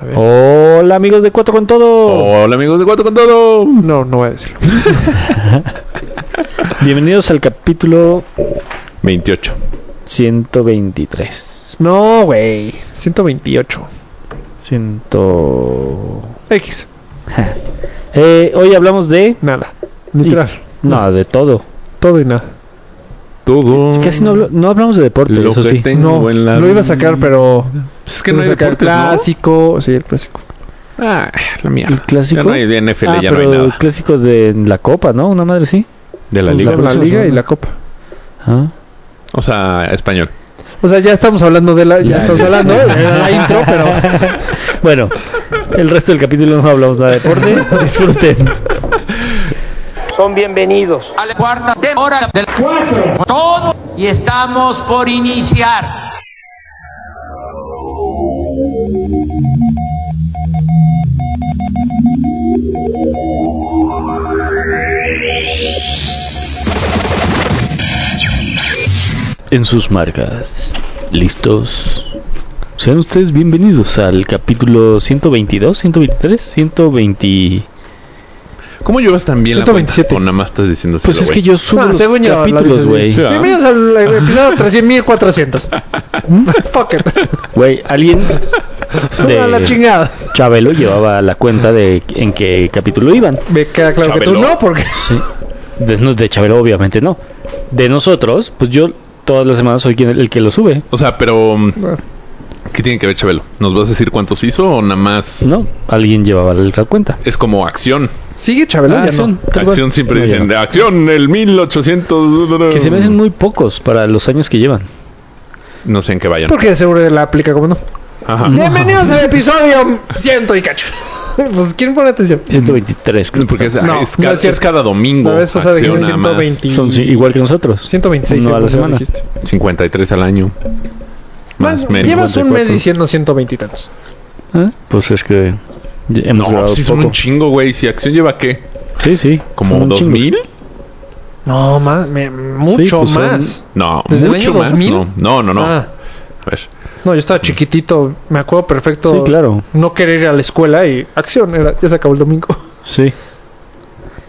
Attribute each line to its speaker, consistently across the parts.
Speaker 1: A ver.
Speaker 2: Hola amigos de Cuatro con Todo.
Speaker 1: Hola amigos de Cuatro con Todo.
Speaker 2: No, no voy a decirlo. Bienvenidos al capítulo
Speaker 1: 28.
Speaker 2: 123.
Speaker 1: No, güey. 128.
Speaker 2: 100...
Speaker 1: X.
Speaker 2: Eh, hoy hablamos de...
Speaker 1: Nada. Literal.
Speaker 2: No,
Speaker 1: Mm.
Speaker 2: de todo.
Speaker 1: Todo y nada. Todo.
Speaker 2: Casi no, hablo- no hablamos de deporte,
Speaker 1: Lo
Speaker 2: eso
Speaker 1: que
Speaker 2: sí.
Speaker 1: tengo
Speaker 2: No.
Speaker 1: en la...
Speaker 2: lo
Speaker 1: Lo
Speaker 2: iba
Speaker 1: iba
Speaker 2: a
Speaker 1: a sacar, pero... es que no hay
Speaker 2: sacar
Speaker 1: deportes, ¿no?
Speaker 2: clásico.
Speaker 1: Sí, el clásico. Ah, la mierda.
Speaker 2: ¿El clásico?
Speaker 1: Ya no hay de NFL,
Speaker 2: Ah,
Speaker 1: ya no
Speaker 2: pero
Speaker 1: hay
Speaker 2: el
Speaker 1: nada.
Speaker 2: clásico de la Copa, ¿no? Una madre sí.
Speaker 1: De la
Speaker 2: pues,
Speaker 1: liga.
Speaker 2: la-
Speaker 1: La liga y la...
Speaker 2: copa. Ah.
Speaker 1: O sea, español.
Speaker 3: O sea, ya estamos hablando de la,
Speaker 2: Ya.
Speaker 3: ya estamos hablando de la intro, pero
Speaker 2: Bueno, el resto del capítulo no hablamos nada de deporte. Disfruten.
Speaker 4: son bienvenidos.
Speaker 5: a la cuarta hora del todo y estamos por iniciar.
Speaker 2: En sus marcas. ¿Listos? Sean ustedes bienvenidos al capítulo 122, 123, 120...
Speaker 1: ¿Cómo llevas tan bien
Speaker 3: 127.
Speaker 1: la cuenta? O nada más estás diciendo
Speaker 2: Pues es que yo subo
Speaker 3: Ah,
Speaker 2: los
Speaker 3: según yo, lo
Speaker 2: capítulos,
Speaker 3: dices
Speaker 2: güey.
Speaker 3: bien.
Speaker 1: Sí, ah.
Speaker 3: bienvenidos al eh, episodio 300.400. Mm, Fuck it.
Speaker 2: Güey, alguien
Speaker 3: A la
Speaker 2: de
Speaker 3: chingada.
Speaker 2: Chabelo llevaba la cuenta de en qué capítulo iban.
Speaker 3: Me queda claro que
Speaker 1: Chabelo.
Speaker 3: tú no, porque
Speaker 2: Sí. De, no, de Chabelo obviamente no. De nosotros, pues yo todas las semanas soy quien, el que lo sube.
Speaker 1: O sea, pero... mm, ¿Qué tiene que ver Chabelo? ¿Nos vas a decir cuántos hizo o nada más?
Speaker 2: No, alguien llevaba la cuenta.
Speaker 1: Es como acción.
Speaker 3: sigue Chabelo
Speaker 2: Ah,
Speaker 3: ya
Speaker 2: son,
Speaker 3: no.
Speaker 2: tal cual.
Speaker 1: Acción siempre
Speaker 2: No, ya
Speaker 1: dicen, "Mm".
Speaker 2: no.
Speaker 1: acción, el 1800...
Speaker 2: Que se me hacen muy pocos para los años que llevan.
Speaker 1: No sé en qué vayan.
Speaker 3: Porque seguro la aplica como no.
Speaker 1: Ajá.
Speaker 3: Bienvenidos al episodio 100 y cacho. Pues quién pone atención.
Speaker 2: 123, creo. que
Speaker 1: Porque es,
Speaker 2: son.
Speaker 3: No,
Speaker 1: es
Speaker 3: no
Speaker 1: ca-
Speaker 3: es cierto.
Speaker 1: es cada domingo.
Speaker 3: La vez pasada
Speaker 1: Acción
Speaker 3: dijiste
Speaker 1: nada más.
Speaker 3: 120.
Speaker 2: son sí, igual que nosotros.
Speaker 3: 126
Speaker 2: Uno a la
Speaker 3: según yo
Speaker 2: semana.
Speaker 3: dijiste.
Speaker 1: 53 al año. Más
Speaker 3: Bueno,
Speaker 1: o menos.
Speaker 3: llevas un
Speaker 2: 54.
Speaker 3: mes diciendo 120 y tantos.
Speaker 2: ¿Eh? Pues es que ya hemos
Speaker 1: No,
Speaker 2: grabado
Speaker 1: pues sí son
Speaker 2: poco.
Speaker 1: un chingo, güey. Si acción lleva qué?
Speaker 2: Sí, sí.
Speaker 1: ¿Como
Speaker 2: son un chingo.
Speaker 1: 2000?
Speaker 3: No, más, me- mucho
Speaker 2: pues son-
Speaker 3: más.
Speaker 1: No,
Speaker 3: ¿Desde el
Speaker 1: mucho
Speaker 3: año
Speaker 1: más.
Speaker 3: 2000?
Speaker 1: No, no, no. Mm. no.
Speaker 3: Ah.
Speaker 1: A ver.
Speaker 3: No, yo estaba chiquitito, me acuerdo perfecto.
Speaker 2: Sí, claro.
Speaker 3: No querer ir a la escuela y acción, era, ya se acabó el domingo.
Speaker 2: Sí.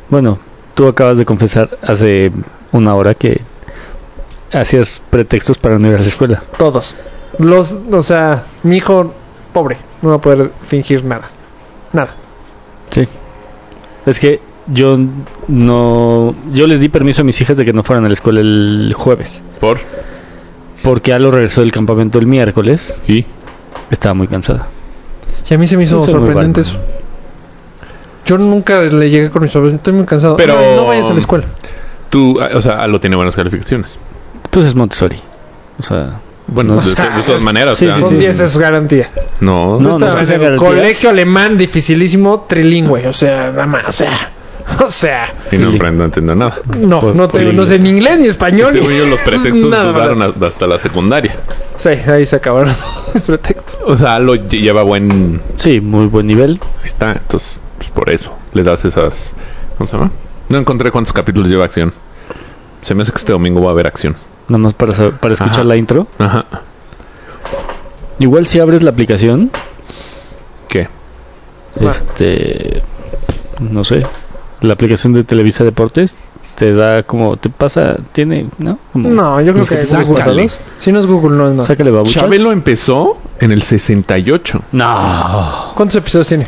Speaker 2: Bueno, tú acabas de confesar hace una hora que hacías pretextos para no ir a la escuela.
Speaker 3: Todos. Los, o sea, mi hijo pobre, no va a poder fingir nada. Nada.
Speaker 2: Sí. Es que yo no. Yo les di permiso a mis hijas de que no fueran a la escuela el jueves.
Speaker 1: Por.
Speaker 2: Porque Alo regresó del campamento el miércoles.
Speaker 1: Y.
Speaker 2: Estaba muy cansada.
Speaker 3: Y a mí se me hizo
Speaker 2: Eso es muy
Speaker 3: sorprendente
Speaker 2: válido.
Speaker 3: eso. Yo nunca le llegué con mis papás, estoy muy cansado.
Speaker 1: Pero-
Speaker 3: "Ay, no vayas a la escuela.
Speaker 1: Tú, ah, o sea, lo tiene buenas calificaciones.
Speaker 2: Pues es Montessori. O sea.
Speaker 1: Bueno,
Speaker 2: No,
Speaker 1: de,
Speaker 2: o
Speaker 3: sea,
Speaker 1: de todas maneras.
Speaker 2: sí,
Speaker 1: o sea,
Speaker 2: sí,
Speaker 3: Con
Speaker 2: sí.
Speaker 3: 10 es garantía.
Speaker 1: No,
Speaker 2: No,
Speaker 3: Estaba
Speaker 2: no es
Speaker 3: en el
Speaker 2: garantía.
Speaker 3: colegio alemán dificilísimo trilingüe, o sea, nada más, o sea, o sea,
Speaker 1: y no
Speaker 2: sí.
Speaker 1: entiendo, entiendo nada.
Speaker 3: no,
Speaker 2: Por-
Speaker 3: no, tengo, no sé ni inglés ni español.
Speaker 1: Según
Speaker 3: ni-
Speaker 1: yo, los pretextos
Speaker 3: nada,
Speaker 1: duraron a- hasta la secundaria.
Speaker 3: Sí, ahí se acabaron los pretextos.
Speaker 1: O sea, lo lle- lleva buen.
Speaker 2: Sí, muy buen nivel.
Speaker 1: Ahí está, entonces, pues por eso le das esas. ¿Cómo se llama? No encontré cuántos capítulos lleva acción. Se me hace que este domingo va a haber acción.
Speaker 2: Nada más para, saber- para escuchar
Speaker 1: Ajá.
Speaker 2: la intro.
Speaker 1: Ajá.
Speaker 2: Igual si abres la aplicación,
Speaker 1: ¿Qué?
Speaker 3: Ah.
Speaker 2: este no sé la aplicación de Televisa Deportes te da como te pasa tiene no Como-
Speaker 3: No, yo creo que
Speaker 1: Sácale.
Speaker 3: Google, ¿sabes? Si no es Google, no es nada.
Speaker 2: sácale babuchas
Speaker 1: Chabelo empezó en el 68.
Speaker 2: no
Speaker 3: ¿Cuántos episodios tiene?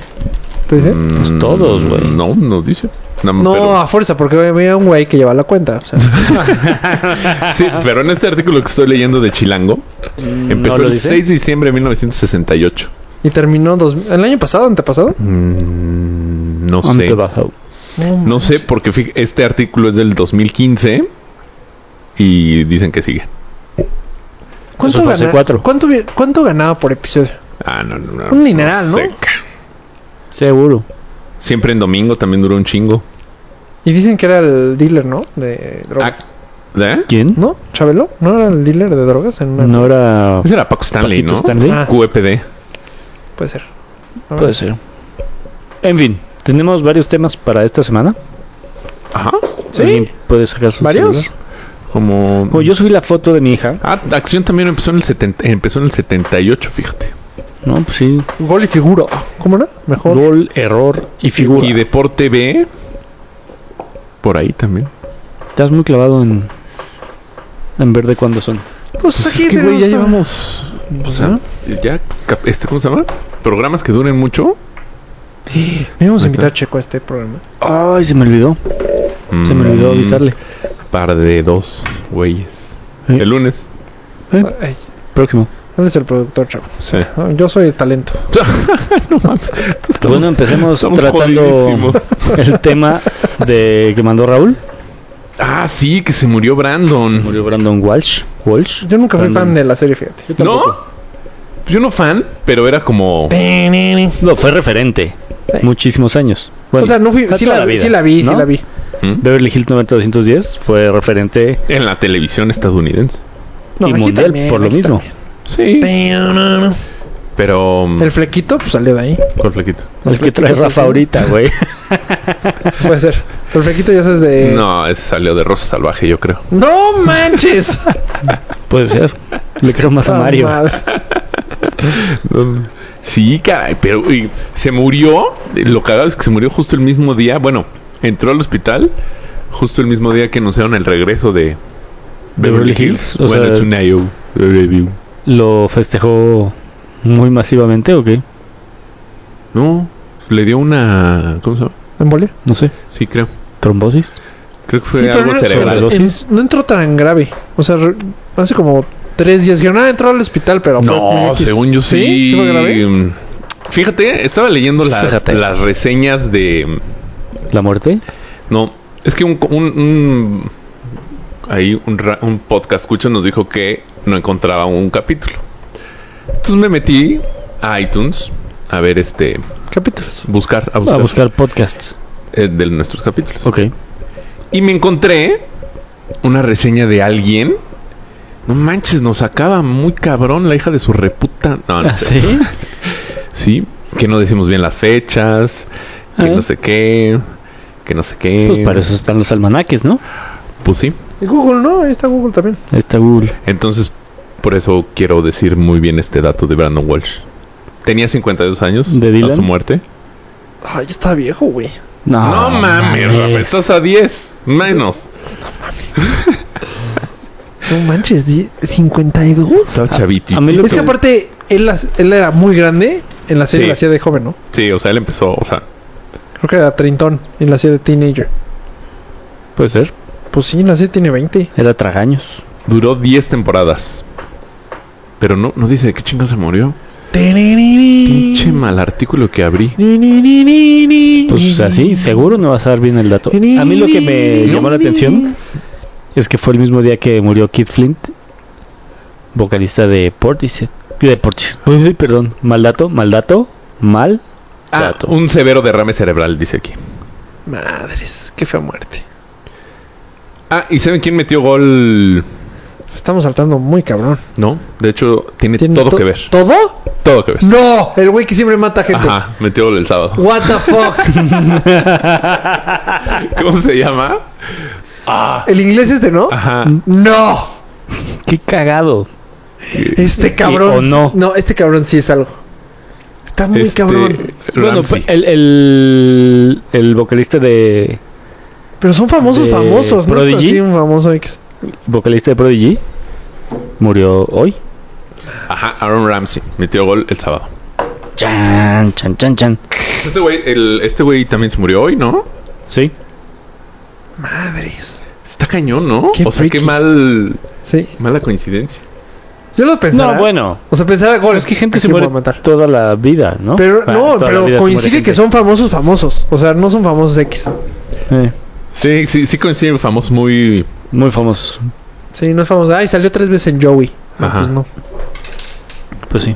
Speaker 3: ¿Te dice?
Speaker 1: Mm.
Speaker 2: pues todos güey
Speaker 1: No, no dice. No,
Speaker 3: no,
Speaker 1: Pero,
Speaker 3: a fuerza, porque había un güey que lleva la cuenta. O sea,
Speaker 1: sí, pero en este artículo que estoy leyendo de Chilango, empezó
Speaker 2: ¿no lo
Speaker 1: el
Speaker 2: dice?
Speaker 1: 6 de diciembre de 1968.
Speaker 3: y terminó dos, el año pasado, antepasado.
Speaker 1: Mm, no
Speaker 2: Ante
Speaker 1: sé.
Speaker 2: bajo.
Speaker 1: No sé, porque fí- este artículo es del 2015 y dicen que sigue.
Speaker 3: ¿Cuánto,
Speaker 2: Eso fue hace
Speaker 3: gana-
Speaker 2: cuatro.
Speaker 3: ¿cuánto, vi- cuánto ganaba por episodio?
Speaker 1: Ah, no, no, no.
Speaker 3: Un dineral, ¿no?
Speaker 1: sé.
Speaker 2: seguro
Speaker 1: Siempre en domingo también duró un chingo.
Speaker 3: Y dicen que era el dealer, ¿no? De drogas.
Speaker 1: Ah, ¿Eh?
Speaker 2: quién
Speaker 3: ¿No? ¿Chabelo? ¿No era el dealer de drogas? En una...
Speaker 2: no era
Speaker 1: Ese era Paco Stanley,
Speaker 2: Paquito
Speaker 1: ¿no? E
Speaker 2: Stanley?
Speaker 3: Ah.
Speaker 1: QEPD.
Speaker 3: Puede ser. A ver.
Speaker 2: puede ser en fin tenemos varios temas para esta semana
Speaker 1: Ajá.
Speaker 2: ¿Sí? puede sacar su
Speaker 3: ¿Varios?
Speaker 2: celular?
Speaker 1: Como.
Speaker 2: Como yo subí la foto de mi hija
Speaker 1: Ah, Acción también empezó en el 70, empezó en el 78, fíjate.
Speaker 2: No, pues sí.
Speaker 3: Gol y figuro. ¿Cómo no? Mejor.
Speaker 2: Gol, error y figura.
Speaker 1: Y Deporte B. Por ahí también.
Speaker 2: Estás muy clavado en, en ver de cuándo son.
Speaker 3: Pues aquí
Speaker 1: es que, güey,
Speaker 3: tenemos
Speaker 1: ya
Speaker 3: a-
Speaker 1: llevamos. O sea, ya. cap- Este, ¿Cómo se llama? Programas que duren mucho.
Speaker 3: Vamos a
Speaker 1: Ahí está.
Speaker 3: invitar a Checo a este programa.
Speaker 2: Ay, se me olvidó. Se me
Speaker 1: Mm.
Speaker 2: olvidó avisarle.
Speaker 1: Par de dos güeyes.
Speaker 2: Sí.
Speaker 1: El lunes.
Speaker 2: Eh,
Speaker 3: Ay,
Speaker 2: próximo.
Speaker 3: ¿Dónde es el productor, Checo?
Speaker 1: Sí.
Speaker 3: Ah, Yo soy el talento.
Speaker 2: bueno, empecemos
Speaker 1: estamos
Speaker 2: tratando
Speaker 1: jodidísimos.
Speaker 2: el tema de que mandó Raúl.
Speaker 1: Ah, sí, que se murió Brandon.
Speaker 2: Murió Brandon Walsh. Walsh.
Speaker 3: Yo nunca fui
Speaker 2: Brandon.
Speaker 3: fan de la serie, fíjate.
Speaker 1: ¿No? Yo no fan, pero era como.
Speaker 2: No, fue referente.
Speaker 3: Sí.
Speaker 2: Muchísimos años. Bueno,
Speaker 3: o sea, no fui. Sí
Speaker 2: toda la
Speaker 3: la,
Speaker 2: vida,
Speaker 3: sí la vi, sí
Speaker 2: ¿no?
Speaker 3: la vi.
Speaker 1: ¿Mm?
Speaker 2: Beverly Hills 90210 fue referente
Speaker 1: En la televisión estadounidense.
Speaker 3: No,
Speaker 2: y
Speaker 3: aquí
Speaker 2: mundial
Speaker 3: también,
Speaker 2: por lo
Speaker 3: aquí
Speaker 2: mismo.
Speaker 1: Sí. Pero. um,
Speaker 3: El flequito pues, salió de ahí.
Speaker 1: ¿Cuál flequito?
Speaker 2: El que trae
Speaker 3: Sí, sí,
Speaker 2: Rafa
Speaker 3: sí.
Speaker 2: ahorita, güey.
Speaker 3: Puede ser. El flequito ya sabes de.
Speaker 1: No, ese salió de Rosa Salvaje, yo creo.
Speaker 3: ¡No manches!
Speaker 2: Puede ser. Le creo más a Mario.
Speaker 3: Ah, madre.
Speaker 1: Sí, caray, pero y, se murió. Lo cagado es que se murió justo el mismo día. Bueno, entró al hospital justo el mismo día que anunciaron el regreso de Beverly Hills.
Speaker 2: o
Speaker 1: bueno,
Speaker 2: sea-
Speaker 1: es un IO. Beverly Hills.
Speaker 2: ¿Lo festejó muy masivamente o qué?
Speaker 1: No, le dio una. ¿Cómo se llama?
Speaker 3: ¿Embolia?
Speaker 2: No sé.
Speaker 1: Sí, creo.
Speaker 2: ¿Trombosis?
Speaker 1: Creo que fue
Speaker 3: Sí, pero
Speaker 1: algo
Speaker 3: no-
Speaker 1: cerebral.
Speaker 2: sobre-
Speaker 3: en-
Speaker 2: sobredosis.
Speaker 3: no entró tan grave. O sea, re- hace como tres días que no entró al hospital, pero. fue muy
Speaker 1: No,
Speaker 3: X.
Speaker 1: según yo sí.
Speaker 3: ¿Sí? ¿Sí fue grave?
Speaker 1: Mm, Fíjate, estaba leyendo las,
Speaker 2: Fíjate.
Speaker 1: las reseñas de.
Speaker 2: ¿La muerte?
Speaker 1: No, es que un. un, un- ahí un, ra- un podcast escucha nos dijo que no encontraba un capítulo. Entonces me metí a iTunes a ver este.
Speaker 3: Capítulos.
Speaker 1: Buscar, a
Speaker 2: A
Speaker 1: buscar,
Speaker 2: Ah, buscar podcasts.
Speaker 1: eh, de nuestros capítulos.
Speaker 2: Ok.
Speaker 1: Y me encontré una reseña de alguien. No manches, nos acaba muy cabrón la hija de su reputa. No, no
Speaker 2: ¿Ah,
Speaker 1: sé.
Speaker 2: sí?
Speaker 1: Sí, que no decimos bien las fechas, que
Speaker 2: Ah.
Speaker 1: no sé qué, que no sé qué.
Speaker 2: Pues para eso están los almanaques, ¿no?
Speaker 1: Pues sí.
Speaker 3: Y Google, ¿no? Ahí está Google también.
Speaker 2: Ahí está Google.
Speaker 1: Entonces, por eso quiero decir muy bien este dato de Brandon Walsh. Tenía 52 años
Speaker 2: ¿De
Speaker 1: a
Speaker 2: Dylan? Ah,
Speaker 1: su muerte.
Speaker 3: Ay, está viejo, güey.
Speaker 2: No,
Speaker 1: no mames, Rafa, estás a 10 menos.
Speaker 3: No manches, di- 52.
Speaker 1: Estaba chavito.
Speaker 2: a mí lo
Speaker 3: Es que aparte, él, las- él era muy grande. En la serie
Speaker 1: Sí.
Speaker 3: la hacía de joven, ¿no?
Speaker 1: Sí, o sea, él empezó, o sea,
Speaker 3: Creo que era treintón. En la serie de teenager.
Speaker 2: Puede ser.
Speaker 3: Pues sí, en la serie tiene 20.
Speaker 2: Era tragaños.
Speaker 1: duró 10 temporadas. Pero no, no dice de qué chingo se murió. Pinche mal artículo que abrí.
Speaker 2: Pues así, seguro no vas a dar bien el dato. A mí lo que me llamó la atención es que fue el mismo día que murió Keith Flint, vocalista de Portishead. De Portishead. Uy, perdón, mal dato, mal dato, mal
Speaker 1: Ah,
Speaker 2: dato.
Speaker 1: un severo derrame cerebral, dice aquí.
Speaker 3: Madres, qué fea muerte.
Speaker 1: Ah, ¿y saben quién metió gol?
Speaker 3: Estamos saltando muy cabrón.
Speaker 1: No, de hecho, tiene,
Speaker 3: Tiene
Speaker 1: todo
Speaker 3: to-
Speaker 1: que ver.
Speaker 3: ¿Todo?
Speaker 1: Todo que ver.
Speaker 2: Mm.
Speaker 3: No, el güey que siempre mata gente.
Speaker 1: Ajá, metió gol el sábado.
Speaker 3: What the fuck.
Speaker 1: ¿Cómo se llama?
Speaker 3: el inglés este, ¿no?
Speaker 1: Ajá.
Speaker 3: No.
Speaker 2: Qué cagado.
Speaker 3: Este cabrón.
Speaker 2: o no.
Speaker 3: este cabrón sí es algo. Está muy
Speaker 1: Este,
Speaker 3: cabrón.
Speaker 2: Bueno, pues,
Speaker 1: Ramsey.
Speaker 2: el, el, el vocalista de
Speaker 3: Pero son famosos,
Speaker 2: de
Speaker 3: famosos, ¿no? Es
Speaker 2: Prodigy.
Speaker 3: así un famoso X.
Speaker 2: vocalista de Prodigy murió hoy.
Speaker 1: Ajá, Aaron Ramsey metió gol el sábado.
Speaker 2: Chan, chan, chan, chan.
Speaker 1: Este güey, el- este güey también se murió hoy, ¿no?
Speaker 2: Sí.
Speaker 3: Madres.
Speaker 1: Está cañón, ¿no?
Speaker 3: Qué
Speaker 1: o sea, qué
Speaker 3: freaky.
Speaker 1: mal,
Speaker 3: Sí.
Speaker 1: mala coincidencia.
Speaker 3: Yo lo pensaba.
Speaker 2: No, bueno.
Speaker 3: O sea, pensaba, gol.
Speaker 2: Es que gente
Speaker 3: ¿a
Speaker 2: se
Speaker 3: quién
Speaker 2: muere
Speaker 3: voy a matar?
Speaker 2: toda la vida, ¿no?
Speaker 3: Pero
Speaker 2: Ah,
Speaker 3: no,
Speaker 2: toda la vida
Speaker 3: pero
Speaker 2: se
Speaker 3: coincide
Speaker 2: muere
Speaker 3: que son famosos, famosos. O sea, no son famosos X.
Speaker 2: gente. Eh,
Speaker 1: Sí, sí, sí coinciden famosos muy...
Speaker 2: muy famosos.
Speaker 3: Sí, no es famoso. Ay, salió tres veces en Joey. No,
Speaker 1: Ajá.
Speaker 3: pues no.
Speaker 2: Pues sí.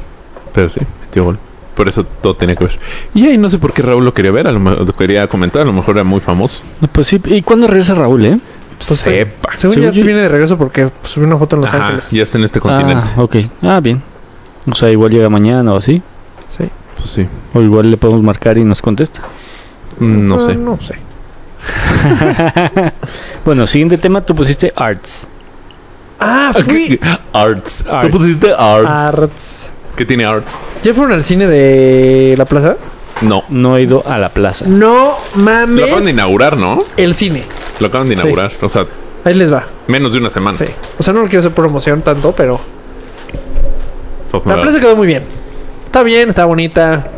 Speaker 1: Pero sí, metió gol. Por eso todo tenía que ver. Y ahí no sé por qué Raúl lo quería ver, a lo mejor lo quería comentar, a lo mejor era muy famoso.
Speaker 2: No, Pues sí. ¿Y cuándo regresa Raúl, eh?
Speaker 3: Pues,
Speaker 1: Sepa.
Speaker 3: Según
Speaker 2: Según
Speaker 3: ya
Speaker 2: yo-
Speaker 3: viene de regreso porque subió una foto en Los
Speaker 1: Ajá,
Speaker 3: Ángeles.
Speaker 1: ya está en este continente.
Speaker 2: Ah, ok. Ah, bien. O sea, igual llega mañana o así.
Speaker 3: Sí.
Speaker 1: Pues sí,
Speaker 2: O igual le podemos marcar y nos contesta.
Speaker 1: Mm, no
Speaker 3: Ah,
Speaker 1: sé.
Speaker 3: No sé.
Speaker 2: bueno, siguiente tema, tú pusiste arts.
Speaker 3: Ah, fui.
Speaker 1: Arts.
Speaker 2: Arts. pues.
Speaker 1: Tú pusiste arts.
Speaker 3: Arts.
Speaker 1: ¿Qué tiene Arts?
Speaker 3: ¿Ya fueron al cine de la plaza?
Speaker 1: No.
Speaker 2: No he ido a la plaza.
Speaker 3: No
Speaker 1: Lo
Speaker 3: mames.
Speaker 1: acaban de inaugurar, ¿no?
Speaker 3: El cine.
Speaker 1: Lo acaban de
Speaker 3: Sí.
Speaker 1: inaugurar. O sea,
Speaker 3: Ahí les va.
Speaker 1: menos de una
Speaker 2: Mm.
Speaker 1: semana.
Speaker 3: Sí. O sea, no lo quiero hacer promoción tanto, pero.
Speaker 1: Fue
Speaker 3: La
Speaker 1: una-
Speaker 3: plaza quedó muy bien. Está bien, está bonita.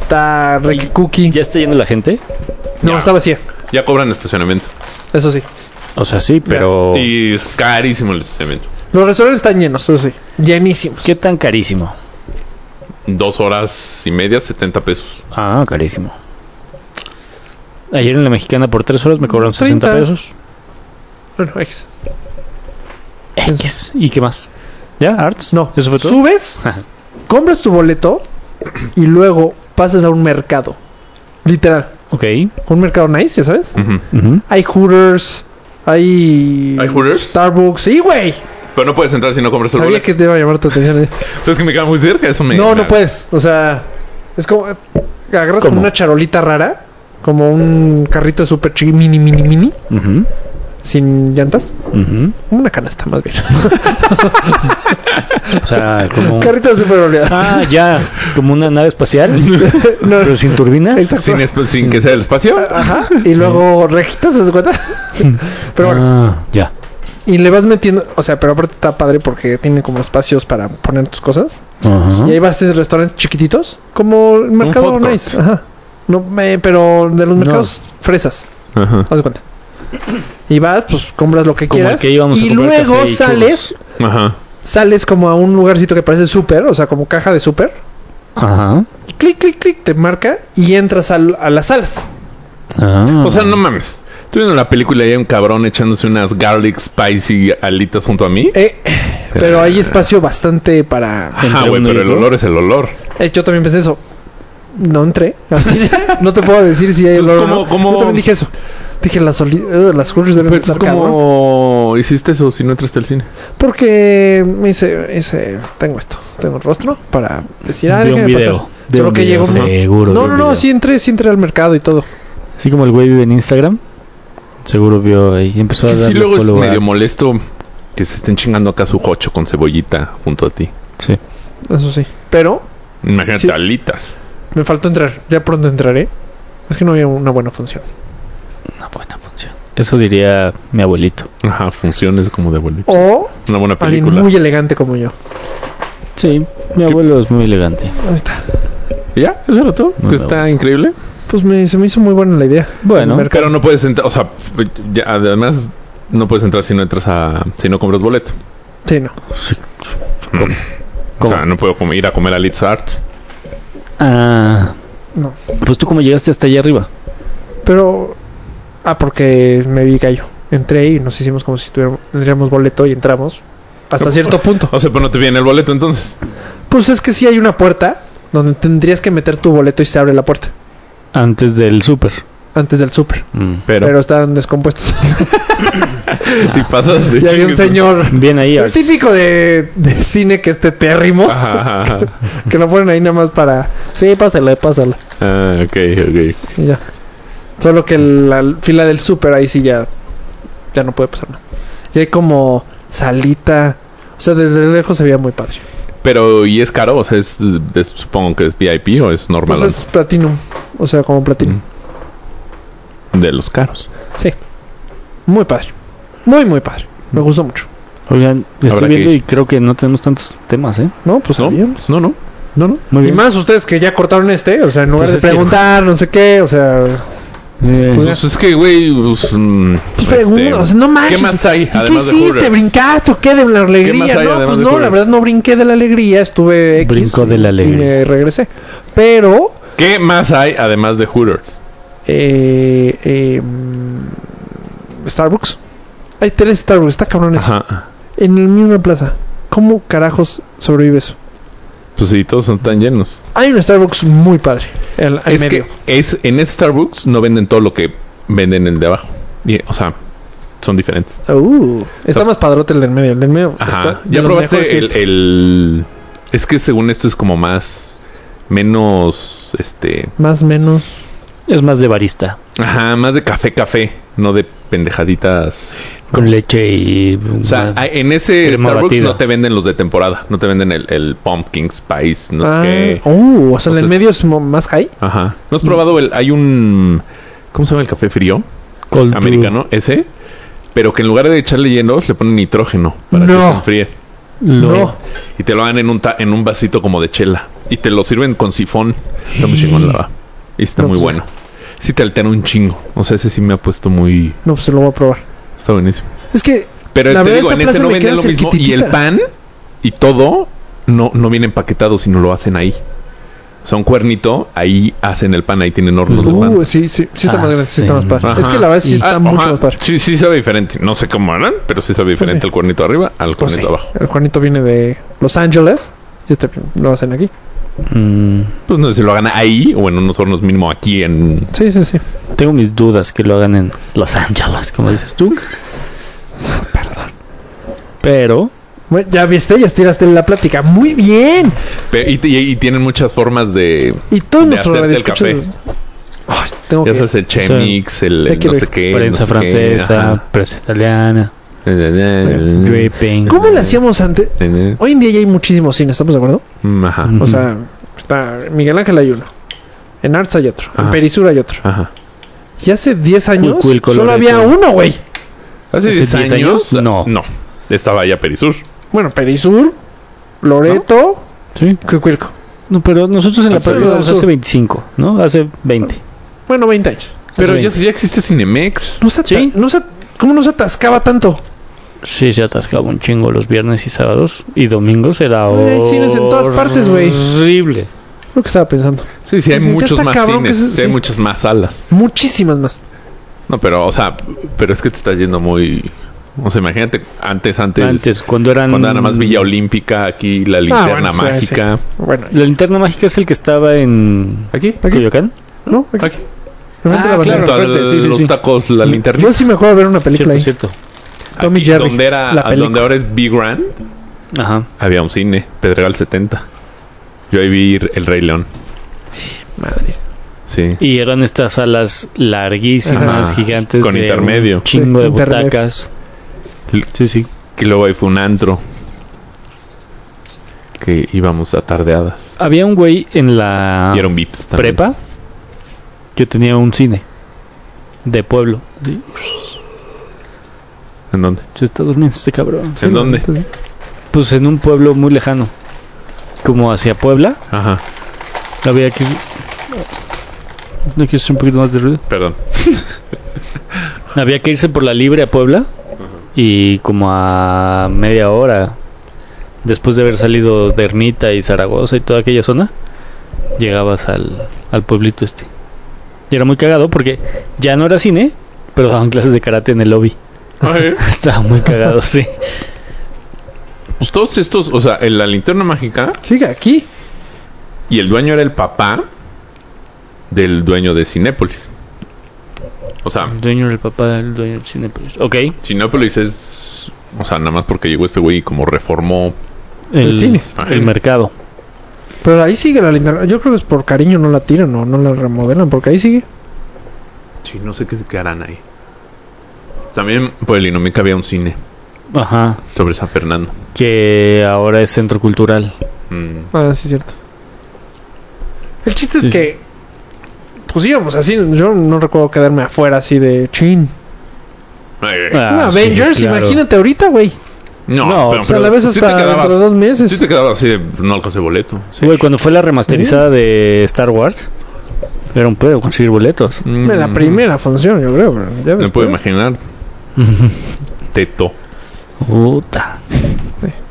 Speaker 3: Está ricky cookie.
Speaker 2: ¿Ya está yendo la gente?
Speaker 3: no,
Speaker 1: Ya.
Speaker 3: está vacía.
Speaker 1: Ya cobran estacionamiento.
Speaker 3: Eso sí.
Speaker 2: O sea, sí, pero...
Speaker 1: Y es carísimo el estacionamiento.
Speaker 3: Los restaurantes están llenos, eso sí. Llenísimos.
Speaker 2: ¿Qué tan carísimo?
Speaker 1: Dos horas y media, 70 pesos.
Speaker 2: Ah, carísimo. Ayer en la mexicana por tres horas me
Speaker 3: Mm,
Speaker 2: cobraron 60
Speaker 3: 30.
Speaker 2: pesos.
Speaker 3: Bueno, X.
Speaker 2: X. ¿Y qué más? ¿Ya? ¿Arts?
Speaker 3: No.
Speaker 2: ¿Eso fue todo?
Speaker 3: Subes, compras tu boleto y luego pasas a un mercado. Literal.
Speaker 2: ok.
Speaker 3: Un mercado nice, ya sabes.
Speaker 1: Ujú.
Speaker 2: Ujú.
Speaker 3: Hay Hooters. Hay.
Speaker 1: ¿Hay Hooters?
Speaker 3: Starbucks. Sí, güey.
Speaker 1: Pero no puedes entrar si no compras el
Speaker 3: Sabía
Speaker 1: boleto.
Speaker 3: que te iba a llamar tu atención. ¿eh?
Speaker 1: ¿Sabes que me queda muy cerca? Eso me.
Speaker 3: No,
Speaker 1: me-
Speaker 3: no puedes. O sea, es como. Agarras
Speaker 2: ¿Cómo?
Speaker 3: como una charolita rara. Como un carrito súper chiqui, mini, mini, mini.
Speaker 2: Ujú.
Speaker 3: Sin llantas.
Speaker 2: Ujú.
Speaker 3: Una canasta, más bien.
Speaker 2: O sea, como...
Speaker 3: carrito súper oleada.
Speaker 2: Ah, ya. Como una nave espacial,
Speaker 3: No,
Speaker 2: pero sin turbinas.
Speaker 3: Exacto.
Speaker 1: Sin, esp- sin que sea el espacio.
Speaker 3: Ajá. Y luego rejitas, ¿se cuenta? Pero bueno.
Speaker 2: Ah, ya.
Speaker 3: Y le vas metiendo. O sea, pero aparte está padre porque tiene como espacios para poner tus cosas.
Speaker 2: Ajá.
Speaker 3: Y ahí vas a tener restaurantes chiquititos. Como el mercado
Speaker 1: food court.
Speaker 3: nice. Ajá. No, me- pero de los mercados fresas.
Speaker 1: Ajá.
Speaker 3: Haz de cuenta. Y vas, pues compras lo que
Speaker 2: Como
Speaker 3: quieras.
Speaker 2: el que íbamos a
Speaker 3: y
Speaker 2: comprar
Speaker 3: luego
Speaker 2: café y
Speaker 3: sales,
Speaker 1: Ajá.
Speaker 3: sales como a un lugarcito que parece súper, o sea, como caja de súper.
Speaker 2: Ajá.
Speaker 3: Y Clic, clic, clic, te marca y entras al- a las salas.
Speaker 2: Ah.
Speaker 1: O sea, no mames. Estoy viendo la película y hay un cabrón echándose unas garlic spicy alitas junto a mí.
Speaker 3: Eh, pero hay espacio bastante para.
Speaker 1: Ajá,
Speaker 2: entre
Speaker 1: güey,
Speaker 2: uno y
Speaker 1: pero el
Speaker 2: otro.
Speaker 1: olor es el olor.
Speaker 3: Eh, yo también pensé eso. No entré. Así, no te puedo decir si hay
Speaker 2: Pues
Speaker 1: Entonces, ¿cómo-
Speaker 3: olor o no.
Speaker 1: cómo-
Speaker 3: Yo también dije eso. Dije las, oli- eh, las Hooters deben
Speaker 2: Pues
Speaker 1: Pero es
Speaker 3: estar cabrón.
Speaker 1: como hiciste eso si no entraste al cine.
Speaker 3: Porque me hice, hice- tengo esto, tengo el rostro para decir, ah,
Speaker 2: Vi un
Speaker 3: déjame
Speaker 2: video.
Speaker 3: pasar.
Speaker 2: Vi
Speaker 3: Solo
Speaker 2: un
Speaker 3: que
Speaker 2: video,
Speaker 3: llegó un-
Speaker 2: seguro. vi
Speaker 3: No,
Speaker 2: un
Speaker 3: no, no,
Speaker 2: video.
Speaker 3: sí entré, sí entré al mercado y todo.
Speaker 2: Así como el güey vive en Instagram. Seguro vio ahí. y Empezó a
Speaker 1: Que
Speaker 2: darle
Speaker 1: sí, luego es
Speaker 2: follow a-
Speaker 1: medio molesto que se estén chingando acá su jocho con cebollita junto a ti.
Speaker 2: Sí.
Speaker 3: Eso sí. Pero
Speaker 1: Imagínate,
Speaker 3: Sí.
Speaker 1: alitas.
Speaker 3: me faltó entrar, ya pronto entraré. Es que no había una buena función.
Speaker 2: Una
Speaker 1: pues,
Speaker 2: buena función. Eso diría mi abuelito.
Speaker 1: Ajá, funciones como de abuelito.
Speaker 3: O
Speaker 1: Una buena
Speaker 3: alguien
Speaker 1: película.
Speaker 3: muy elegante como yo.
Speaker 2: Sí, mi abuelo es muy elegante.
Speaker 3: Ahí está.
Speaker 1: ¿Ya? ¿Eso era todo?
Speaker 2: Muy
Speaker 1: Que está
Speaker 2: bueno.
Speaker 1: increíble.
Speaker 3: Pues me, se me hizo muy buena la idea.
Speaker 2: Bueno,
Speaker 3: El mercado.
Speaker 1: Pero no puedes entrar, o sea, ya, además no puedes entrar si no entras a si no compras boleto.
Speaker 3: Sí, no.
Speaker 1: O sea, no puedo comer- ir a comer a Litz Arts.
Speaker 2: Ah,
Speaker 3: No.
Speaker 2: pues tú cómo llegaste hasta allá arriba.
Speaker 3: Pero. Ah, porque me vi gallo. Entré y nos hicimos como si tuviéramos, tendríamos boleto y entramos. Hasta cierto punto.
Speaker 1: O sea, pero no te viene el boleto entonces.
Speaker 3: Pues es que sí hay una puerta donde tendrías que meter tu boleto y se abre la puerta.
Speaker 2: Antes del súper.
Speaker 3: Antes del súper.
Speaker 2: Mm.
Speaker 1: Pero,
Speaker 3: Pero están descompuestos.
Speaker 1: y pasas de
Speaker 3: y había un
Speaker 1: chingues- pues,
Speaker 3: señor.
Speaker 2: Bien ahí,
Speaker 3: El
Speaker 2: Arts.
Speaker 3: típico de, de cine que esté térrimo.
Speaker 2: Ah.
Speaker 1: Ajá, ajá, ajá.
Speaker 3: Que lo ponen ahí nada más para. Sí, pásala, pásala.
Speaker 1: Ah, ok, ok.
Speaker 3: Y ya. Solo que la fila del súper ahí sí ya. Ya no puede pasar nada. Y hay como salita. O sea, desde lejos se veía muy padre.
Speaker 1: Pero, ¿y es caro? O sea, es, es- supongo que es VIP o es normal
Speaker 3: Entonces es platino. O sea, como
Speaker 2: Mm.
Speaker 3: platino.
Speaker 1: de los caros.
Speaker 3: Sí. Muy padre. Muy, muy padre. Me gustó mucho.
Speaker 2: Oigan,
Speaker 1: Habrá
Speaker 2: estoy
Speaker 1: que
Speaker 2: viendo
Speaker 1: ir.
Speaker 2: y creo que no tenemos tantos temas, ¿eh?
Speaker 3: ¿No? Pues
Speaker 1: ¿No?
Speaker 3: sabíamos.
Speaker 1: No, no.
Speaker 3: No, no.
Speaker 2: Muy
Speaker 3: Y
Speaker 2: bien.
Speaker 3: más ustedes que ya cortaron este, o sea, en lugar
Speaker 2: Pues es
Speaker 3: de
Speaker 2: que-
Speaker 3: preguntar, no sé qué, o sea,
Speaker 2: Eh,
Speaker 1: Pues es que, güey, pues... mm,
Speaker 3: pues
Speaker 1: este,
Speaker 3: pregunta, o sea, no manches.
Speaker 1: ¿Qué más hay?
Speaker 3: ¿Y ¿Qué
Speaker 1: Además de
Speaker 3: hiciste?
Speaker 1: Hooters?
Speaker 3: ¿Brincaste o qué de la
Speaker 1: más
Speaker 3: alegría?
Speaker 1: hay
Speaker 3: No,
Speaker 1: además
Speaker 3: pues
Speaker 1: de
Speaker 3: no, la
Speaker 1: Hooters?
Speaker 3: verdad no brinqué de la alegría, estuve X.
Speaker 2: Brincó de la alegría.
Speaker 3: Y me regresé. Pero,
Speaker 1: ¿Qué más hay además de Hooters?
Speaker 3: eh, eh, mm, Starbucks. Hay tres Starbucks, está cabrón eso.
Speaker 1: Ajá.
Speaker 3: En la misma plaza. ¿Cómo carajos sobrevive eso?
Speaker 1: Pues sí, todos son tan llenos.
Speaker 3: Hay un Starbucks muy padre. El, al
Speaker 1: es
Speaker 3: medio.
Speaker 1: que es, en ese Starbucks no venden todo lo que venden en el de abajo. Y, o sea, son diferentes.
Speaker 3: Uh, está más padrote el del medio. El del medio.
Speaker 1: Ajá.
Speaker 3: está de
Speaker 1: ¿Ya
Speaker 3: los mejores que
Speaker 1: probaste
Speaker 3: he
Speaker 1: el,
Speaker 3: visto.
Speaker 1: el- Es que según esto es como más... Menos... Este...
Speaker 3: Más menos.
Speaker 2: es más de barista.
Speaker 1: Ajá, más de café, café. no de pendejaditas.
Speaker 2: Con leche y.
Speaker 1: O sea,
Speaker 2: una-
Speaker 1: en ese
Speaker 2: Crema
Speaker 1: Starbucks
Speaker 2: batida.
Speaker 1: no te venden los de temporada, no te venden el, el pumpkin spice, no
Speaker 3: ah,
Speaker 1: sé qué.
Speaker 3: oh, o sea, el
Speaker 1: Entonces-
Speaker 3: medio es mo- más high.
Speaker 1: Ajá. ¿No has probado el? Hay un, ¿cómo se llama el café frío?
Speaker 2: cold brew.
Speaker 1: Americano, ese. Pero que en lugar de echarle hielos le ponen nitrógeno para que
Speaker 3: No.
Speaker 1: se enfríe.
Speaker 2: Lo-
Speaker 3: No.
Speaker 1: Y te lo dan en un, ta- en un vasito como de chela. Y te lo sirven con sifón. Está muy chingón, la verdad. Y está
Speaker 3: No,
Speaker 1: muy
Speaker 3: pues,
Speaker 1: bueno. Sí te altera un chingo. O sea, ese sí me ha puesto muy...
Speaker 3: No, pues lo voy a probar.
Speaker 1: Está buenísimo.
Speaker 3: Es que
Speaker 1: Pero
Speaker 3: La
Speaker 1: te
Speaker 3: verdad,
Speaker 1: digo,
Speaker 3: esta
Speaker 1: en ese
Speaker 3: plaza
Speaker 1: no
Speaker 3: me
Speaker 1: venden
Speaker 3: queda
Speaker 1: lo mismo. Y el
Speaker 3: cerquitita.
Speaker 1: pan y todo no, no viene empaquetado, sino lo hacen ahí. O sea, un cuernito, ahí hacen el pan, ahí tienen hornos de pan.
Speaker 3: Uh, sí, sí, sí está
Speaker 2: Ah,
Speaker 3: más grande, sí está más
Speaker 2: sí.
Speaker 3: par.
Speaker 1: Ajá.
Speaker 3: Es que la verdad sí
Speaker 2: Y-
Speaker 3: está
Speaker 1: Ah,
Speaker 3: mucho
Speaker 1: ajá.
Speaker 3: más par.
Speaker 1: Sí, sí sabe diferente. No sé cómo harán, pero sí sabe diferente
Speaker 3: sí.
Speaker 1: el cuernito arriba al
Speaker 3: Pues
Speaker 1: cuernito
Speaker 3: sí,
Speaker 1: abajo.
Speaker 3: El Juanito viene de Los Ángeles. Y este lo hacen aquí.
Speaker 2: Mm,
Speaker 1: Pues no sé si lo hagan ahí o en unos hornos mínimo aquí en...
Speaker 3: Sí, sí, sí.
Speaker 2: tengo mis dudas que lo hagan en Los Ángeles, como dices tú.
Speaker 3: Perdón.
Speaker 2: Pero
Speaker 3: Bueno, ya viste, ya estiraste la plática. Muy bien.
Speaker 1: Pe- y, y- y tienen muchas formas de...
Speaker 3: Y todos
Speaker 1: De
Speaker 3: nuestros
Speaker 1: hacerte el
Speaker 3: radioescuchas. Ay, tengo
Speaker 1: Ya
Speaker 3: que.
Speaker 1: sabes, el Chemix, el, el
Speaker 3: hay que
Speaker 1: no
Speaker 3: ver.
Speaker 1: sé qué...
Speaker 2: prensa
Speaker 1: no sé qué,
Speaker 2: francesa,
Speaker 1: ajá.
Speaker 2: prensa italiana, dripping.
Speaker 3: ¿Cómo lo hacíamos antes? Hoy en día ya hay muchísimos cines, ¿estamos de acuerdo?
Speaker 1: Mm, Ajá.
Speaker 3: O sea, está Miguel Ángel hay uno. En Arts hay otro. En
Speaker 1: Ajá.
Speaker 3: Perisur hay otro.
Speaker 1: Ajá.
Speaker 3: Y hace 10 años
Speaker 2: cool color
Speaker 3: solo había
Speaker 2: ese.
Speaker 3: uno, güey.
Speaker 1: ¿Hace
Speaker 2: ¿Hace
Speaker 1: 10
Speaker 2: 10
Speaker 1: años?
Speaker 2: años? No.
Speaker 1: No. Estaba ya Perisur.
Speaker 3: Bueno, Perisur, Loreto,
Speaker 2: Sí.
Speaker 3: Cuicuilco.
Speaker 2: No, pero nosotros en la
Speaker 3: Hace-
Speaker 2: práctica
Speaker 3: hace-
Speaker 2: hace 25, ¿no? Hace 20.
Speaker 3: Bueno, 20 años.
Speaker 1: Pero
Speaker 2: Hace
Speaker 1: ya,
Speaker 2: 20.
Speaker 1: ya existe Cinemex.
Speaker 3: No se, ata-
Speaker 2: Sí.
Speaker 3: no se- ¿Cómo no se atascaba tanto?
Speaker 2: Sí, se atascaba un chingo los viernes y sábados. Y domingos era
Speaker 3: Güey, hay cines en todas partes, güey.
Speaker 2: Horrible.
Speaker 3: Lo que estaba pensando.
Speaker 1: Sí, sí, hay
Speaker 3: Ya está
Speaker 1: muchos más
Speaker 3: cabrón que
Speaker 1: cines.
Speaker 3: se-
Speaker 1: sí, hay
Speaker 3: sí.
Speaker 1: muchas más salas.
Speaker 3: Muchísimas más.
Speaker 1: No, pero, o sea, pero es que te estás yendo muy... O sea, imagínate, antes, antes...
Speaker 2: Antes, cuando eran...
Speaker 1: Cuando era nada más Villa Olímpica, aquí la linterna
Speaker 3: mm, Ah, bueno, sí,
Speaker 1: mágica.
Speaker 3: Bueno,
Speaker 2: La linterna mágica es el que estaba en...
Speaker 1: Aquí,
Speaker 2: Coyoacán.
Speaker 3: ¿no? Aquí,
Speaker 1: aquí.
Speaker 3: enfrente de la bandera.
Speaker 1: Junto al-
Speaker 2: enfrente, sí, sí,
Speaker 1: los
Speaker 2: sí.
Speaker 1: tacos, la linterna.
Speaker 3: Yo sí me acuerdo de ver una película ahí.
Speaker 2: Cierto,
Speaker 3: Tommy
Speaker 1: Aquí,
Speaker 3: Jerry,
Speaker 1: Donde, era,
Speaker 3: la
Speaker 1: a
Speaker 3: película.
Speaker 1: donde ahora es Big Grand,
Speaker 2: cierto. Ajá.
Speaker 1: había un cine, Pedregal 70. Yo ahí vi El Rey León.
Speaker 3: Madre.
Speaker 1: Sí.
Speaker 2: Y eran estas salas larguísimas,
Speaker 1: Ajá.
Speaker 2: gigantes.
Speaker 1: Con
Speaker 2: de
Speaker 1: intermedio.
Speaker 2: un chingo
Speaker 3: Sí,
Speaker 2: de
Speaker 3: intermedio.
Speaker 2: butacas.
Speaker 1: L-
Speaker 2: Sí, sí.
Speaker 1: Que luego ahí fue un antro. Que íbamos a tardeadas.
Speaker 2: Había un güey en la
Speaker 1: Y era un Vips también.
Speaker 2: Ah. prepa que tenía un cine de pueblo.
Speaker 1: ¿En dónde?
Speaker 2: Se está durmiendo este cabrón.
Speaker 1: ¿En dónde?
Speaker 2: Pues en un pueblo muy lejano. Como hacia Puebla.
Speaker 1: Ajá,
Speaker 2: Había que... No quiero hacer un poquito más de ruido.
Speaker 1: perdón.
Speaker 2: Había que irse por la libre a Puebla y como a media hora después de haber salido de Ermita y Zaragoza y toda aquella zona, llegabas al, al pueblito este. Y era muy cagado porque ya no era cine, pero daban clases de karate en el lobby. Estaba muy cagado, sí.
Speaker 1: Pues todos estos, o sea, el- la linterna mágica
Speaker 3: Sigue aquí.
Speaker 1: y el dueño era el papá del dueño de Cinépolis. O sea,
Speaker 2: El dueño del papá, el dueño del cine. pues, Ok.
Speaker 1: Cinépolis es. O sea, nada más porque llegó este güey y como reformó.
Speaker 2: El, Ah,
Speaker 3: cine.
Speaker 2: El mercado.
Speaker 3: Pero ahí sigue la linterna. Yo creo que es por cariño no la tiran o no la remodelan, porque ahí sigue.
Speaker 1: Sí, no sé qué se quedarán ahí. También por el Inomica había un cine
Speaker 2: Ajá.
Speaker 1: sobre San Fernando.
Speaker 2: Que ahora es centro cultural.
Speaker 1: Mm.
Speaker 3: Ah, sí, es cierto. El chiste es
Speaker 2: Sí, sí.
Speaker 3: que. Pues íbamos así. Yo no recuerdo quedarme afuera así de chin.
Speaker 1: Eh,
Speaker 2: Ah,
Speaker 3: Un
Speaker 2: sí,
Speaker 3: Avengers,
Speaker 2: claro.
Speaker 3: imagínate ahorita, güey.
Speaker 1: No,
Speaker 2: no,
Speaker 1: pero,
Speaker 3: O sea, la
Speaker 1: pero
Speaker 3: ves
Speaker 1: sí te
Speaker 3: hasta dentro de
Speaker 1: quedabas.
Speaker 3: dos meses.
Speaker 1: Sí te quedabas así de no alcancé boleto. Sí.
Speaker 2: Güey, cuando fue la remasterizada de Star Wars, era un pedo conseguir boletos.
Speaker 1: Mm,
Speaker 3: La primera función, yo creo. pero ya
Speaker 1: Me
Speaker 3: ves,
Speaker 1: puedo
Speaker 3: pero-
Speaker 1: imaginar. Teto.
Speaker 2: Puta.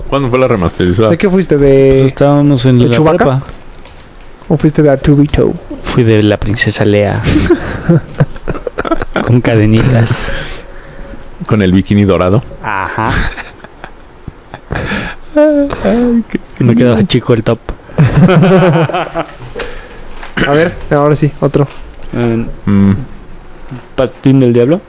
Speaker 1: ¿Cuándo fue la remasterizada?
Speaker 3: ¿De qué fuiste?
Speaker 2: Pues
Speaker 3: ¿De.?
Speaker 2: estábamos en
Speaker 3: ¿de
Speaker 2: la
Speaker 3: Chewbacca?
Speaker 2: prepa.
Speaker 3: ¿O fuiste de Arturito?
Speaker 2: Fui de la princesa Lea. Con cadenitas.
Speaker 1: Con el bikini dorado.
Speaker 2: Ajá. Me quedaba chico el top.
Speaker 3: A ver, ahora sí, otro.
Speaker 1: Mm.
Speaker 2: Patín del diablo.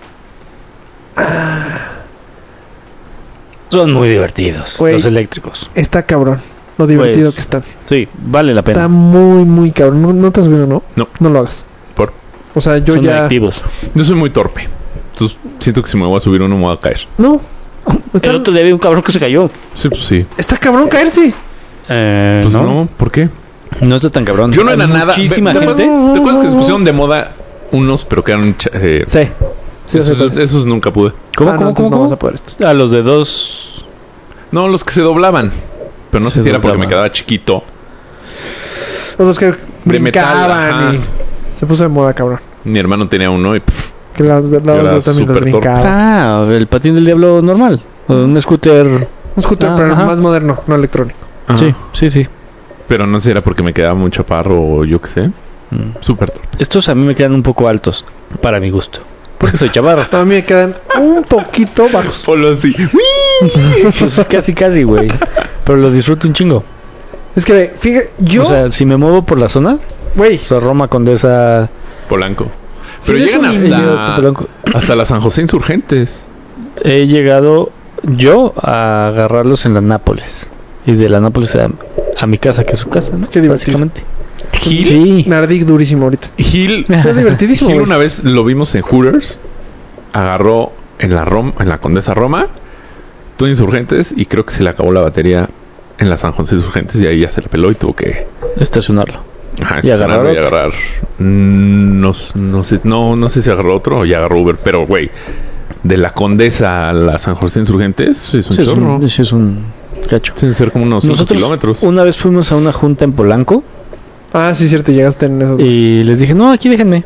Speaker 2: Son muy divertidos.
Speaker 3: Güey.
Speaker 2: Los eléctricos.
Speaker 3: Está cabrón. Lo divertido
Speaker 2: Pues,
Speaker 3: que está.
Speaker 2: Sí, vale la
Speaker 3: Está
Speaker 2: pena.
Speaker 3: muy, muy cabrón. No, no te has subido, ¿no?
Speaker 1: No.
Speaker 3: No lo hagas.
Speaker 1: Por.
Speaker 3: O sea, yo
Speaker 2: Son
Speaker 3: ya.
Speaker 2: adictivos.
Speaker 1: Yo soy muy torpe. Entonces siento que si me voy a subir uno me voy a caer.
Speaker 3: No. Está,
Speaker 2: El otro día había un cabrón que se cayó.
Speaker 1: Sí, pues sí.
Speaker 3: está cabrón caerse.
Speaker 2: Eh,
Speaker 1: Pues
Speaker 2: no,
Speaker 1: no.
Speaker 2: no,
Speaker 1: ¿por qué?
Speaker 2: está tan cabrón.
Speaker 1: Yo no
Speaker 2: Hay
Speaker 1: era nada.
Speaker 2: Muchísima
Speaker 1: ¿Te
Speaker 2: gente.
Speaker 1: acuerdas- ¿Te acuerdas que se pusieron de moda unos, pero quedaron. cha- eh,
Speaker 3: Sí. Sí, sí,
Speaker 1: esos,
Speaker 3: sí.
Speaker 1: esos nunca pude.
Speaker 2: ¿Cómo,
Speaker 3: Ah, no,
Speaker 2: cómo, cómo,
Speaker 3: entonces no
Speaker 2: cómo?
Speaker 3: vamos a poder esto.
Speaker 2: a, los de dos.
Speaker 1: No, los que se doblaban. Pero no
Speaker 2: Se
Speaker 1: sé si era porque me
Speaker 2: doblaban.
Speaker 1: quedaba chiquito.
Speaker 3: O Los que
Speaker 1: De metal,
Speaker 3: brincaban
Speaker 1: ajá.
Speaker 3: y se puso de moda, cabrón.
Speaker 1: Mi hermano tenía uno y pff,
Speaker 3: Que los de
Speaker 1: Yo
Speaker 3: lado
Speaker 1: era
Speaker 3: los también los
Speaker 1: súper torpe.
Speaker 3: brincaban.
Speaker 2: Ah, el patín del diablo normal. O Un scooter.
Speaker 3: Un scooter,
Speaker 2: Ah,
Speaker 3: pero
Speaker 2: ajá.
Speaker 3: más moderno, no electrónico.
Speaker 1: ajá.
Speaker 2: Sí, sí, sí.
Speaker 1: Pero no sé si era porque me quedaba muy chaparro o yo qué sé.
Speaker 2: Mm.
Speaker 1: Súper torpe.
Speaker 2: Estos a mí me quedan un poco altos, para mi gusto. Porque soy chavarro.
Speaker 3: No, a mí me quedan un poquito bajos.
Speaker 1: Polo así.
Speaker 2: pues casi, casi, güey. Pero lo disfruto un chingo.
Speaker 3: Es que, ve, fíjate, yo,
Speaker 2: O sea, si me muevo por la zona,
Speaker 3: güey,
Speaker 2: o sea, Roma, Condesa...
Speaker 1: Polanco.
Speaker 3: Si
Speaker 1: Pero
Speaker 3: eres
Speaker 1: llegan
Speaker 3: un niño, este
Speaker 2: tu Polanco.
Speaker 1: hasta, hasta la San José Insurgentes.
Speaker 2: He llegado yo a agarrarlos en la Nápoles. Y de la Nápoles a, a mi casa, que es su casa, ¿no?
Speaker 3: Qué divertido.
Speaker 2: Básicamente.
Speaker 1: Gil.
Speaker 2: Sí.
Speaker 3: Nardic durísimo ahorita.
Speaker 1: Gil.
Speaker 3: Está divertidísimo.
Speaker 1: Gil
Speaker 3: güey.
Speaker 1: una vez lo vimos en Hooters. Agarró en la Roma, en la Condesa Roma. Tuvo insurgentes y creo que se le acabó la batería en la San José Insurgentes y ahí ya se le peló y tuvo que
Speaker 2: Estacionarlo.
Speaker 1: Ajá,
Speaker 2: Y agarrar
Speaker 1: estacionarlo y
Speaker 2: otro.
Speaker 1: agarrar. Mm, No, s- no sé, no, no sé si agarró otro o ya agarró Uber, pero güey, de la Condesa a la San José Insurgentes sí, es un
Speaker 2: Sí, es
Speaker 1: chorro.
Speaker 2: un, sí, es un cacho.
Speaker 1: Deben ser como unos 5
Speaker 2: Nosotros
Speaker 1: kilómetros.
Speaker 2: una vez fuimos a una junta en Polanco
Speaker 3: Ah, sí, cierto, llegaste en Ah, eso.
Speaker 2: y les dije, no, aquí déjenme.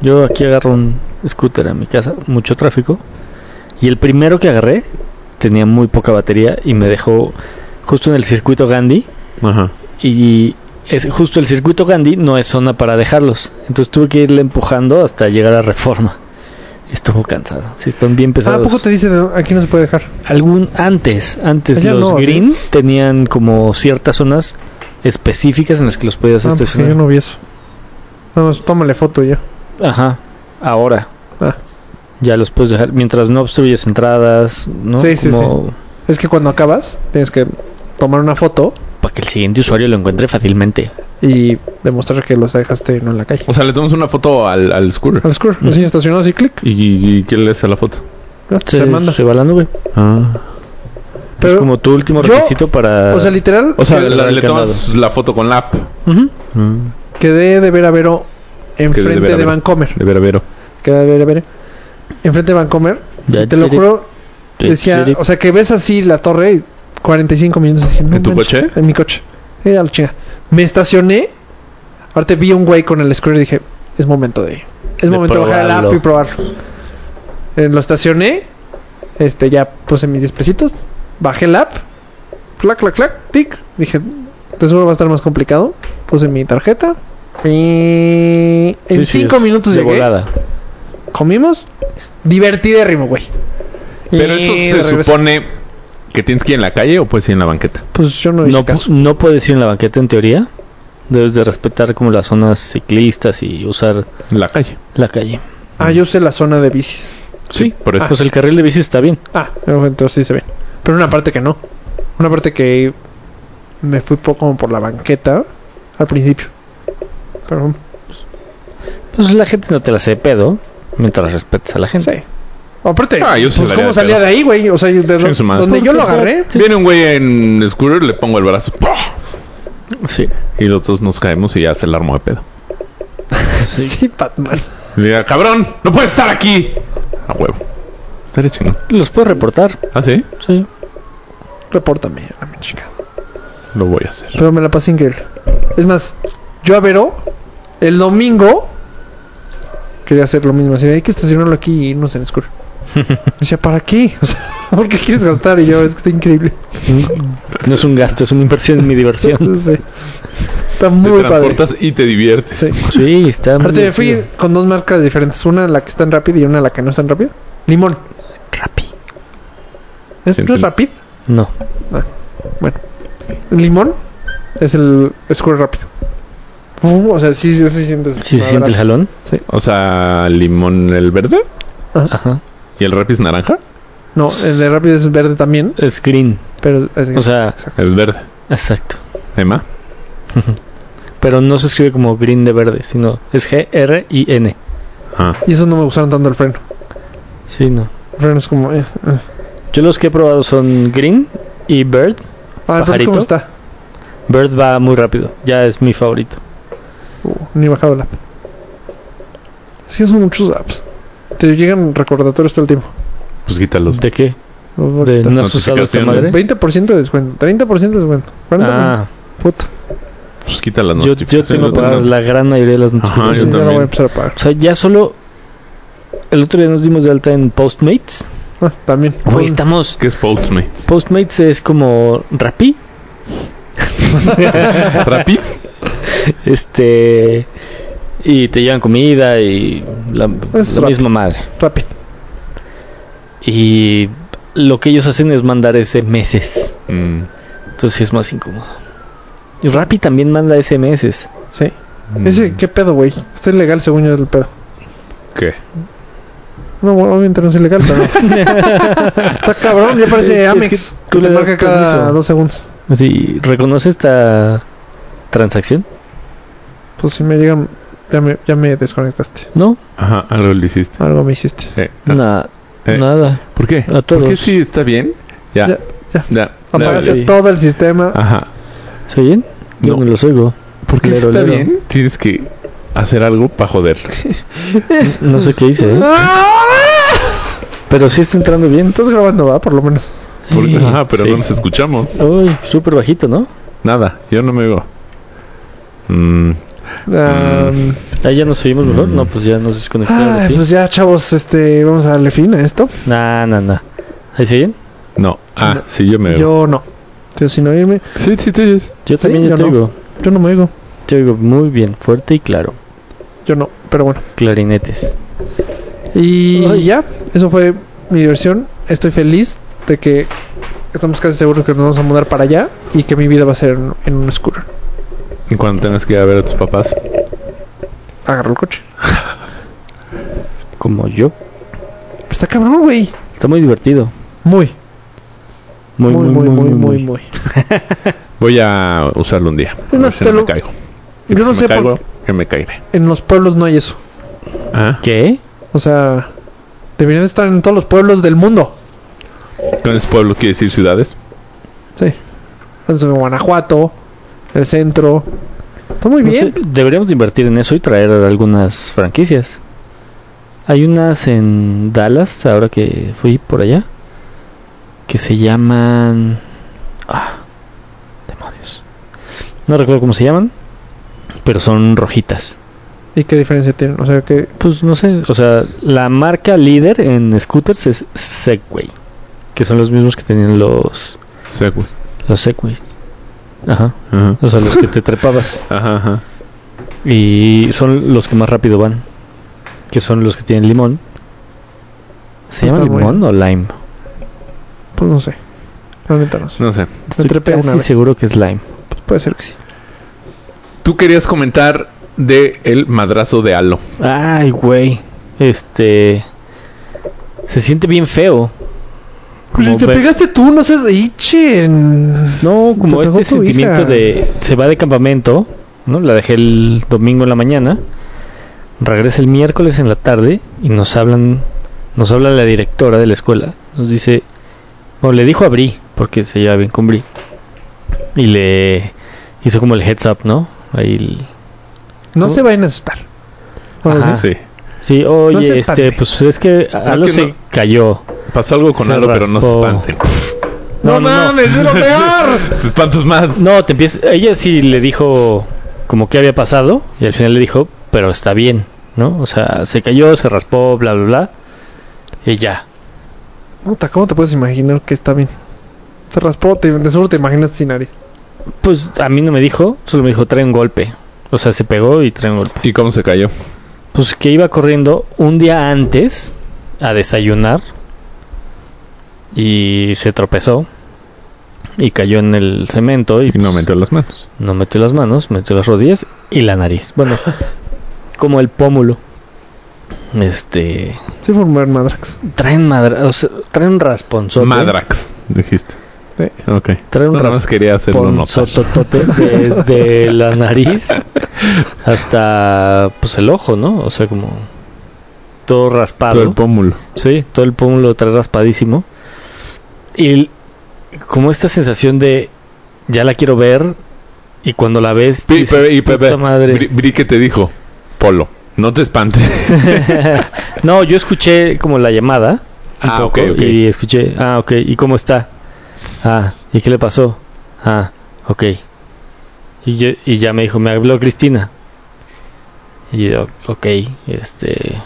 Speaker 2: Yo aquí agarro un scooter a mi casa, mucho tráfico. Y el primero que agarré tenía muy poca batería y me dejó justo en el circuito Gandhi.
Speaker 1: Ajá.
Speaker 2: Y es justo el circuito Gandhi no es zona para dejarlos. Entonces tuve que irle empujando hasta llegar a Reforma. Estuvo cansado. Sí, están bien
Speaker 3: Ah, ¿A
Speaker 2: pesados.
Speaker 3: poco te dice de- aquí no se puede dejar?
Speaker 1: Pues
Speaker 2: Algún antes, antes
Speaker 3: Allá
Speaker 2: los
Speaker 3: no, ¿sí?
Speaker 2: green tenían como ciertas zonas específicas en las que los podías
Speaker 1: este
Speaker 3: Ah, porque
Speaker 2: estacionar.
Speaker 3: yo no vi eso. Vamos, tómale foto ya.
Speaker 2: Ajá. Ahora
Speaker 3: Ah,
Speaker 2: ya los puedes dejar mientras no obstruyes entradas, ¿no?
Speaker 3: Sí, sí,
Speaker 2: Como
Speaker 3: es que cuando acabas, tienes que tomar una foto
Speaker 2: para que el siguiente usuario lo encuentre fácilmente.
Speaker 3: y demostrar que los dejaste no en la calle.
Speaker 1: O sea, le tomamos una foto al, al Scooter.
Speaker 3: Al score, los niños estacionados y clic.
Speaker 1: ¿Y, y quién le hace la foto?
Speaker 3: ¿no?
Speaker 2: Se,
Speaker 3: Se manda.
Speaker 2: se va a la nube.
Speaker 1: Ah.
Speaker 3: Pero,
Speaker 2: es como tu último
Speaker 3: yo-
Speaker 2: requisito para
Speaker 3: o sea, literal,
Speaker 1: O sea,
Speaker 2: Sí,
Speaker 1: la-
Speaker 2: el
Speaker 1: le
Speaker 2: candado.
Speaker 1: tomas la foto con la app.
Speaker 2: Ujú. Mm,
Speaker 3: quedé de ver a Vero
Speaker 1: Quedé de ver
Speaker 3: enfrente
Speaker 1: a
Speaker 3: de
Speaker 1: Vero.
Speaker 3: Vancomer.
Speaker 1: De ver, a ver.
Speaker 3: Quedé de ver a Vero enfrente de Vancomer.
Speaker 2: Ya
Speaker 3: Y te lo
Speaker 2: quiere-
Speaker 3: juro, decía, o sea, que ves así la torre y 45 minutos. dije, no
Speaker 1: ¿En tu
Speaker 3: manches,
Speaker 1: coche?
Speaker 3: En mi coche. Eh, a la chinga. Me estacioné. Ahorita vi un güey con el scooter y dije, es momento de.
Speaker 2: De
Speaker 3: Es momento de bajar el app
Speaker 2: probarlo.
Speaker 3: y probarlo. Eh, lo estacioné. Este, ya puse mis 10 pesitos. Bajé el app. Clac, clac, clac, tic. Dije, de seguro va a estar más complicado. Puse mi tarjeta. Y en 5
Speaker 2: Sí, sí, es
Speaker 3: minutos
Speaker 2: de
Speaker 3: llegué.
Speaker 2: volada.
Speaker 3: Comimos. Divertidérrimo, güey.
Speaker 1: Pero
Speaker 3: Y
Speaker 1: eso
Speaker 3: de
Speaker 1: se
Speaker 3: regreso.
Speaker 1: supone que tienes que ir en la calle o puedes ir en la banqueta.
Speaker 3: Pues yo no hice
Speaker 2: No,
Speaker 3: caso.
Speaker 2: pu- no puedes ir en la banqueta en teoría. Debes de respetar como las zonas ciclistas y usar
Speaker 1: En la calle.
Speaker 2: la calle.
Speaker 3: Ah, yo usé la zona de bicis.
Speaker 1: Sí, por eso.
Speaker 2: Pues el carril de bici está bien.
Speaker 3: Ah, entonces sí se ve. Pero una parte que no. Una parte que me fui po- como por la banqueta al principio. Pero
Speaker 2: Pues la gente no te la hace de pedo mientras respetas a la
Speaker 3: no
Speaker 2: gente.
Speaker 3: sé. Aparte,
Speaker 1: Ah, yo sí
Speaker 3: pues,
Speaker 1: salía
Speaker 3: ¿cómo
Speaker 1: de
Speaker 3: salía
Speaker 1: pedo.
Speaker 3: de ahí, güey? O sea, yo- de
Speaker 1: Chingue
Speaker 3: do-
Speaker 1: su madre. Pues,
Speaker 3: donde yo lo agarré.
Speaker 1: Viene un güey en scooter, le pongo el brazo. ¡pah!
Speaker 2: Sí.
Speaker 1: Y los dos nos caemos y ya se el armo de pedo.
Speaker 3: Sí, Batman.
Speaker 1: Le diga, cabrón, no puedes estar aquí. A huevo. Estaré chingón.
Speaker 2: Los puedes reportar.
Speaker 1: Ah, sí,
Speaker 2: Sí.
Speaker 3: Repórtame a mi chica.
Speaker 1: lo voy a hacer.
Speaker 3: Pero me la pasé increíble. Es más, yo a Vero, el domingo, quería hacer lo mismo. Así de, hay que estacionarlo aquí y irnos en Score. Decía, ¿para qué? O sea, ¿por qué quieres gastar? Y yo, es que está increíble.
Speaker 2: No es un gasto, es una inversión en mi diversión.
Speaker 3: Sí.
Speaker 1: Te
Speaker 3: Está muy padre.
Speaker 1: transportas y te diviertes.
Speaker 3: Sí.
Speaker 2: Sí, está muy
Speaker 3: Aparte me fui
Speaker 2: divertido.
Speaker 3: con dos marcas diferentes, una la que está en Rapid y una la que no está en Rapid. Limón.
Speaker 2: Rappi.
Speaker 3: ¿Es,
Speaker 1: Sí,
Speaker 3: ¿No es
Speaker 1: entiendo.
Speaker 3: Rapid?
Speaker 2: No.
Speaker 3: Limón es el Square Rapid. Uh, o sea, sí, sí, sí sientes.
Speaker 2: Si se siente el
Speaker 3: abrazo.
Speaker 2: jalón.
Speaker 1: O sea, limón el verde
Speaker 2: Ajá.
Speaker 1: y el rapis naranja.
Speaker 3: No, el de Rapid es verde también,
Speaker 2: Es green.
Speaker 3: pero es-
Speaker 2: O sea,
Speaker 1: El verde.
Speaker 2: exacto.
Speaker 1: Emma.
Speaker 2: Pero no se escribe como green de verde, sino es G-R-I-N.
Speaker 1: Ah.
Speaker 3: y esos no me gustaron tanto el freno.
Speaker 2: Sí, no.
Speaker 3: Pero es como. eh, ah.
Speaker 2: Yo los que he probado son Green y Bird.
Speaker 3: Ah, entonces,
Speaker 2: Pajarito.
Speaker 3: ¿cómo está?
Speaker 2: Bird va muy rápido. Ya es mi favorito.
Speaker 3: Uh, ni he bajado la app. Es que son muchos apps. Te llegan recordatorios todo el tiempo.
Speaker 1: Pues quítalos.
Speaker 2: ¿De qué?
Speaker 3: Los voy a
Speaker 2: ¿De
Speaker 3: quitar.
Speaker 2: no has usado esta madre?
Speaker 1: Notificaciones.
Speaker 3: 20% de descuento, 30% de descuento. 40%.
Speaker 2: Ah,
Speaker 3: puta.
Speaker 1: Pues quítalas.
Speaker 2: yo, yo tengo para la gran mayoría de las
Speaker 1: Ah,
Speaker 3: Sí,
Speaker 1: yo
Speaker 2: notificaciones.
Speaker 3: ya lo voy
Speaker 1: también.
Speaker 3: a empezar a pagar.
Speaker 2: o sea, ya solo... El otro día nos dimos de alta en Postmates.
Speaker 3: Ah, también.
Speaker 2: Güey, estamos...
Speaker 1: ¿Qué es Postmates?
Speaker 2: Postmates es como Rappi.
Speaker 1: ¿Rapid?
Speaker 2: Este... Y te llevan comida y la,
Speaker 3: Es
Speaker 2: la
Speaker 3: Rappi.
Speaker 2: misma madre.
Speaker 3: Rapid.
Speaker 2: Y lo que ellos hacen es mandar meses
Speaker 1: Mm,
Speaker 2: Entonces es más incómodo. Y Rappi también manda SMS.
Speaker 3: Sí.
Speaker 1: mm,
Speaker 3: Ese, ¿qué pedo, güey? Está ilegal según yo el pedo.
Speaker 1: ¿Qué?
Speaker 3: No, bueno, obviamente no es ilegal, pero... Está cabrón, ya parece
Speaker 2: Es
Speaker 3: Amex.
Speaker 2: que tú le
Speaker 3: que te
Speaker 2: das
Speaker 3: marca cada
Speaker 2: permiso.
Speaker 3: dos segundos.
Speaker 2: Así, ¿reconoce esta transacción?
Speaker 3: Pues si me llegan... Ya me, ya me desconectaste.
Speaker 2: No,
Speaker 1: Ajá, algo le hiciste.
Speaker 3: Algo me hiciste.
Speaker 1: Eh, ah,
Speaker 2: nada,
Speaker 1: eh,
Speaker 2: nada.
Speaker 1: ¿Por qué?
Speaker 2: a
Speaker 1: ¿Por qué
Speaker 2: todos.
Speaker 1: sí está bien? Ya.
Speaker 3: Ya,
Speaker 1: Ya.
Speaker 3: ya.
Speaker 1: ya,
Speaker 3: Aparece
Speaker 1: ya.
Speaker 2: sí.
Speaker 3: todo el sistema.
Speaker 1: Ajá.
Speaker 2: ¿Se oyen? Yo
Speaker 1: No.
Speaker 2: no los oigo.
Speaker 1: ¿Por qué sí
Speaker 2: Lero,
Speaker 1: está
Speaker 2: lero.
Speaker 1: bien? Tienes que hacer algo para joder.
Speaker 2: No sé qué hice, ¿eh? Pero sí está entrando bien.
Speaker 3: Estás grabando, ¿va? Por lo menos.
Speaker 1: Porque-
Speaker 2: Sí,
Speaker 1: ajá, pero
Speaker 2: sí.
Speaker 1: no nos escuchamos.
Speaker 2: Uy, súper bajito, ¿no?
Speaker 1: Nada, yo no me oigo. Mm,
Speaker 3: Ah,
Speaker 2: Ahí ya nos oímos mejor. No, pues ya nos desconectaron.
Speaker 3: ay,
Speaker 2: ¿sí?
Speaker 3: pues ya, chavos, este, vamos a darle fin a esto.
Speaker 2: Nah, nah, nah. ¿Ahí se oyen?
Speaker 1: no, ah, sí, yo me oigo.
Speaker 3: Yo no. Estoy sin oírme.
Speaker 1: Sí, sí, te oyes.
Speaker 2: Yo
Speaker 3: Sí,
Speaker 2: también
Speaker 3: yo
Speaker 2: yo te
Speaker 3: no.
Speaker 2: oigo.
Speaker 3: Yo no me oigo.
Speaker 2: Te oigo muy bien, fuerte y claro.
Speaker 3: Yo no, pero bueno.
Speaker 2: Clarinetes.
Speaker 3: Y
Speaker 2: Ay.
Speaker 3: ya, eso fue mi diversión. Estoy feliz de que estamos casi seguros que nos vamos a mudar para allá y que mi vida va a ser en, en un scooter.
Speaker 1: Y cuando tengas que ir a ver a tus papás,
Speaker 3: Agarro el coche.
Speaker 2: Como yo.
Speaker 3: Pero está cabrón, güey.
Speaker 2: Está muy divertido.
Speaker 3: Muy, muy, muy, muy, muy, muy.
Speaker 1: voy a usarlo un día. A ver
Speaker 3: más,
Speaker 1: si
Speaker 3: te
Speaker 1: no
Speaker 3: lo-
Speaker 1: me caigo. Y
Speaker 3: Yo
Speaker 1: si
Speaker 3: no
Speaker 1: me
Speaker 3: sé
Speaker 1: caigo,
Speaker 3: por
Speaker 1: que me caeré.
Speaker 3: en los pueblos no hay eso.
Speaker 1: Ah,
Speaker 2: ¿Qué?
Speaker 3: O sea, deberían estar en todos los pueblos del mundo.
Speaker 1: ¿Con ese pueblo quiere decir ciudades?
Speaker 3: Sí. Entonces, en Guanajuato, el centro. Está muy
Speaker 2: No
Speaker 3: bien.
Speaker 2: sé, deberíamos de invertir en eso y traer algunas franquicias. Hay unas en Dallas, ahora que fui por allá, que se llaman... Ah, demonios. No recuerdo cómo se llaman, pero son rojitas.
Speaker 3: ¿Y qué diferencia tienen? O sea, que
Speaker 2: Pues no sé, o sea, la marca líder en scooters es Segway, que son los mismos que tenían los,
Speaker 1: Sí, güey.
Speaker 2: los Segways. Ajá,
Speaker 1: Ajá.
Speaker 2: o sea, los que te trepabas.
Speaker 1: Ajá, ajá.
Speaker 2: Y son los que más rápido van. Que son los que tienen limón. ¿Se llama
Speaker 3: Está
Speaker 2: limón o lime?
Speaker 3: pues no sé. La neta no sé.
Speaker 1: No sé.
Speaker 2: Estoy
Speaker 3: trepé una
Speaker 2: casi
Speaker 3: vez.
Speaker 2: seguro que es lime.
Speaker 3: Puede ser que sí.
Speaker 1: Tú querías comentar de el madrazo de Halo.
Speaker 2: Ay, güey. Este. Se siente bien feo.
Speaker 3: Pero Pues, si
Speaker 2: Como
Speaker 3: te
Speaker 2: ve-
Speaker 3: pegaste tú, no seas Ichen.
Speaker 2: No, como
Speaker 3: Te pegó
Speaker 2: este
Speaker 3: tu
Speaker 2: sentimiento
Speaker 3: hija.
Speaker 2: de. Se va de campamento, ¿no? La dejé el domingo en la mañana. Regresa el miércoles en la tarde y nos hablan. Nos habla la directora de la escuela. Nos dice. Bueno, le dijo a Bri, porque se lleva bien con Bri. Y le hizo como el heads up, ¿no? Ahí el-
Speaker 3: No se vayan a asustar. Bueno,
Speaker 2: Ajá. Ah.
Speaker 3: sí.
Speaker 1: Sí.
Speaker 2: Sí, oye,
Speaker 3: No se espante.
Speaker 2: este, pues es que Alo
Speaker 1: que
Speaker 2: se
Speaker 1: no.
Speaker 2: cayó.
Speaker 1: Pasó algo con
Speaker 2: Se
Speaker 1: Halo, pero no se
Speaker 2: raspó.
Speaker 1: espanten.
Speaker 2: No, no, no.
Speaker 3: es lo peor.
Speaker 1: Te espantas más.
Speaker 2: No, te empieza. Ella sí le dijo como que había pasado y al final le dijo, pero está bien, ¿no? O sea, se cayó, se raspó, bla, bla, bla. Y ya.
Speaker 3: Puta, ¿cómo te puedes imaginar que está bien? Se raspó, te, de seguro te imaginas sin nariz.
Speaker 2: Pues a mí no me dijo, solo me dijo, trae un golpe. O sea, se pegó y trae un golpe.
Speaker 1: ¿Y cómo se cayó?
Speaker 2: Pues que iba corriendo un día antes a desayunar y se tropezó y cayó en el cemento y
Speaker 1: Y no metió las manos.
Speaker 2: No metió las manos, metió las rodillas y la nariz. Bueno, como el pómulo. Este.
Speaker 3: Sí, fue un buen Madrax.
Speaker 2: Traen madra. O sea, traen un rasponzote.
Speaker 1: Madrax, dijiste.
Speaker 3: Sí.
Speaker 1: Ok.
Speaker 2: Traen un
Speaker 1: Nada más quería hacerlo notar.
Speaker 2: rasponzototote desde la nariz hasta. Pues el ojo, ¿no? O sea, como. todo raspado.
Speaker 1: Todo el pómulo.
Speaker 2: Sí, todo el pómulo trae raspadísimo. Y el- como esta sensación de ya la quiero ver y cuando la ves
Speaker 1: Pi-
Speaker 2: dices,
Speaker 1: Pepe, y Pepe,
Speaker 2: "Puta madre".
Speaker 1: Bri, Bri que te dijo, Polo, no te espantes.
Speaker 2: No, yo escuché como la llamada un
Speaker 1: Ah, ok, ok.
Speaker 2: y escuché, ah, ok, ¿y cómo está? Ah, ¿y qué le pasó? Ah, ok. Y, yo, y ya me dijo, me habló Cristina. Y yo, ok, este,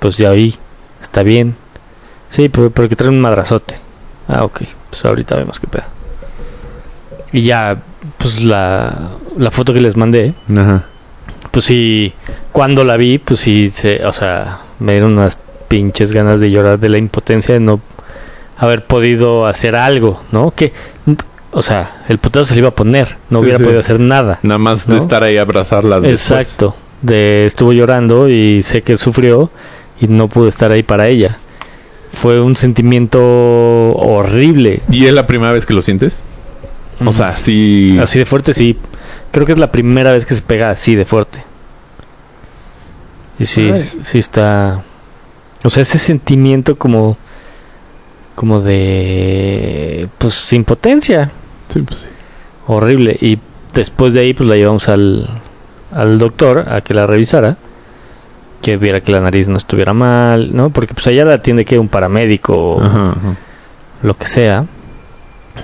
Speaker 2: pues ya oí, está bien. Sí, pero, pero que trae un madrazote. Ah, ok, pues ahorita vemos qué pedo. Y ya, pues la, la foto que les mandé,
Speaker 1: Ajá.
Speaker 2: pues sí, cuando la vi, pues sí, se, o sea, me dieron unas pinches ganas de llorar de la impotencia de no haber podido hacer algo, ¿no? Que, o sea, el putero se le iba a poner, no
Speaker 1: Sí,
Speaker 2: hubiera
Speaker 1: sí.
Speaker 2: podido hacer nada.
Speaker 1: Nada más de
Speaker 2: ¿No?
Speaker 1: estar ahí a abrazarlas. después.
Speaker 2: Exacto, de estuvo llorando y sé que sufrió y no pude estar ahí para ella. Fue un sentimiento horrible,
Speaker 1: ¿Y es la primera vez que lo sientes? O sea, sí.
Speaker 2: así de fuerte, sí. Creo que es la primera vez que se pega así de fuerte. Y sí,
Speaker 3: Ay.
Speaker 2: sí está. O sea, ese sentimiento como. como de. pues impotencia.
Speaker 1: Sí, pues sí.
Speaker 2: Horrible. Y después de ahí, pues la llevamos al. al doctor a que la revisara. Que viera que la nariz no estuviera mal, ¿no? Porque pues allá la atiende que un paramédico o
Speaker 1: Ajá, ajá.
Speaker 2: lo que sea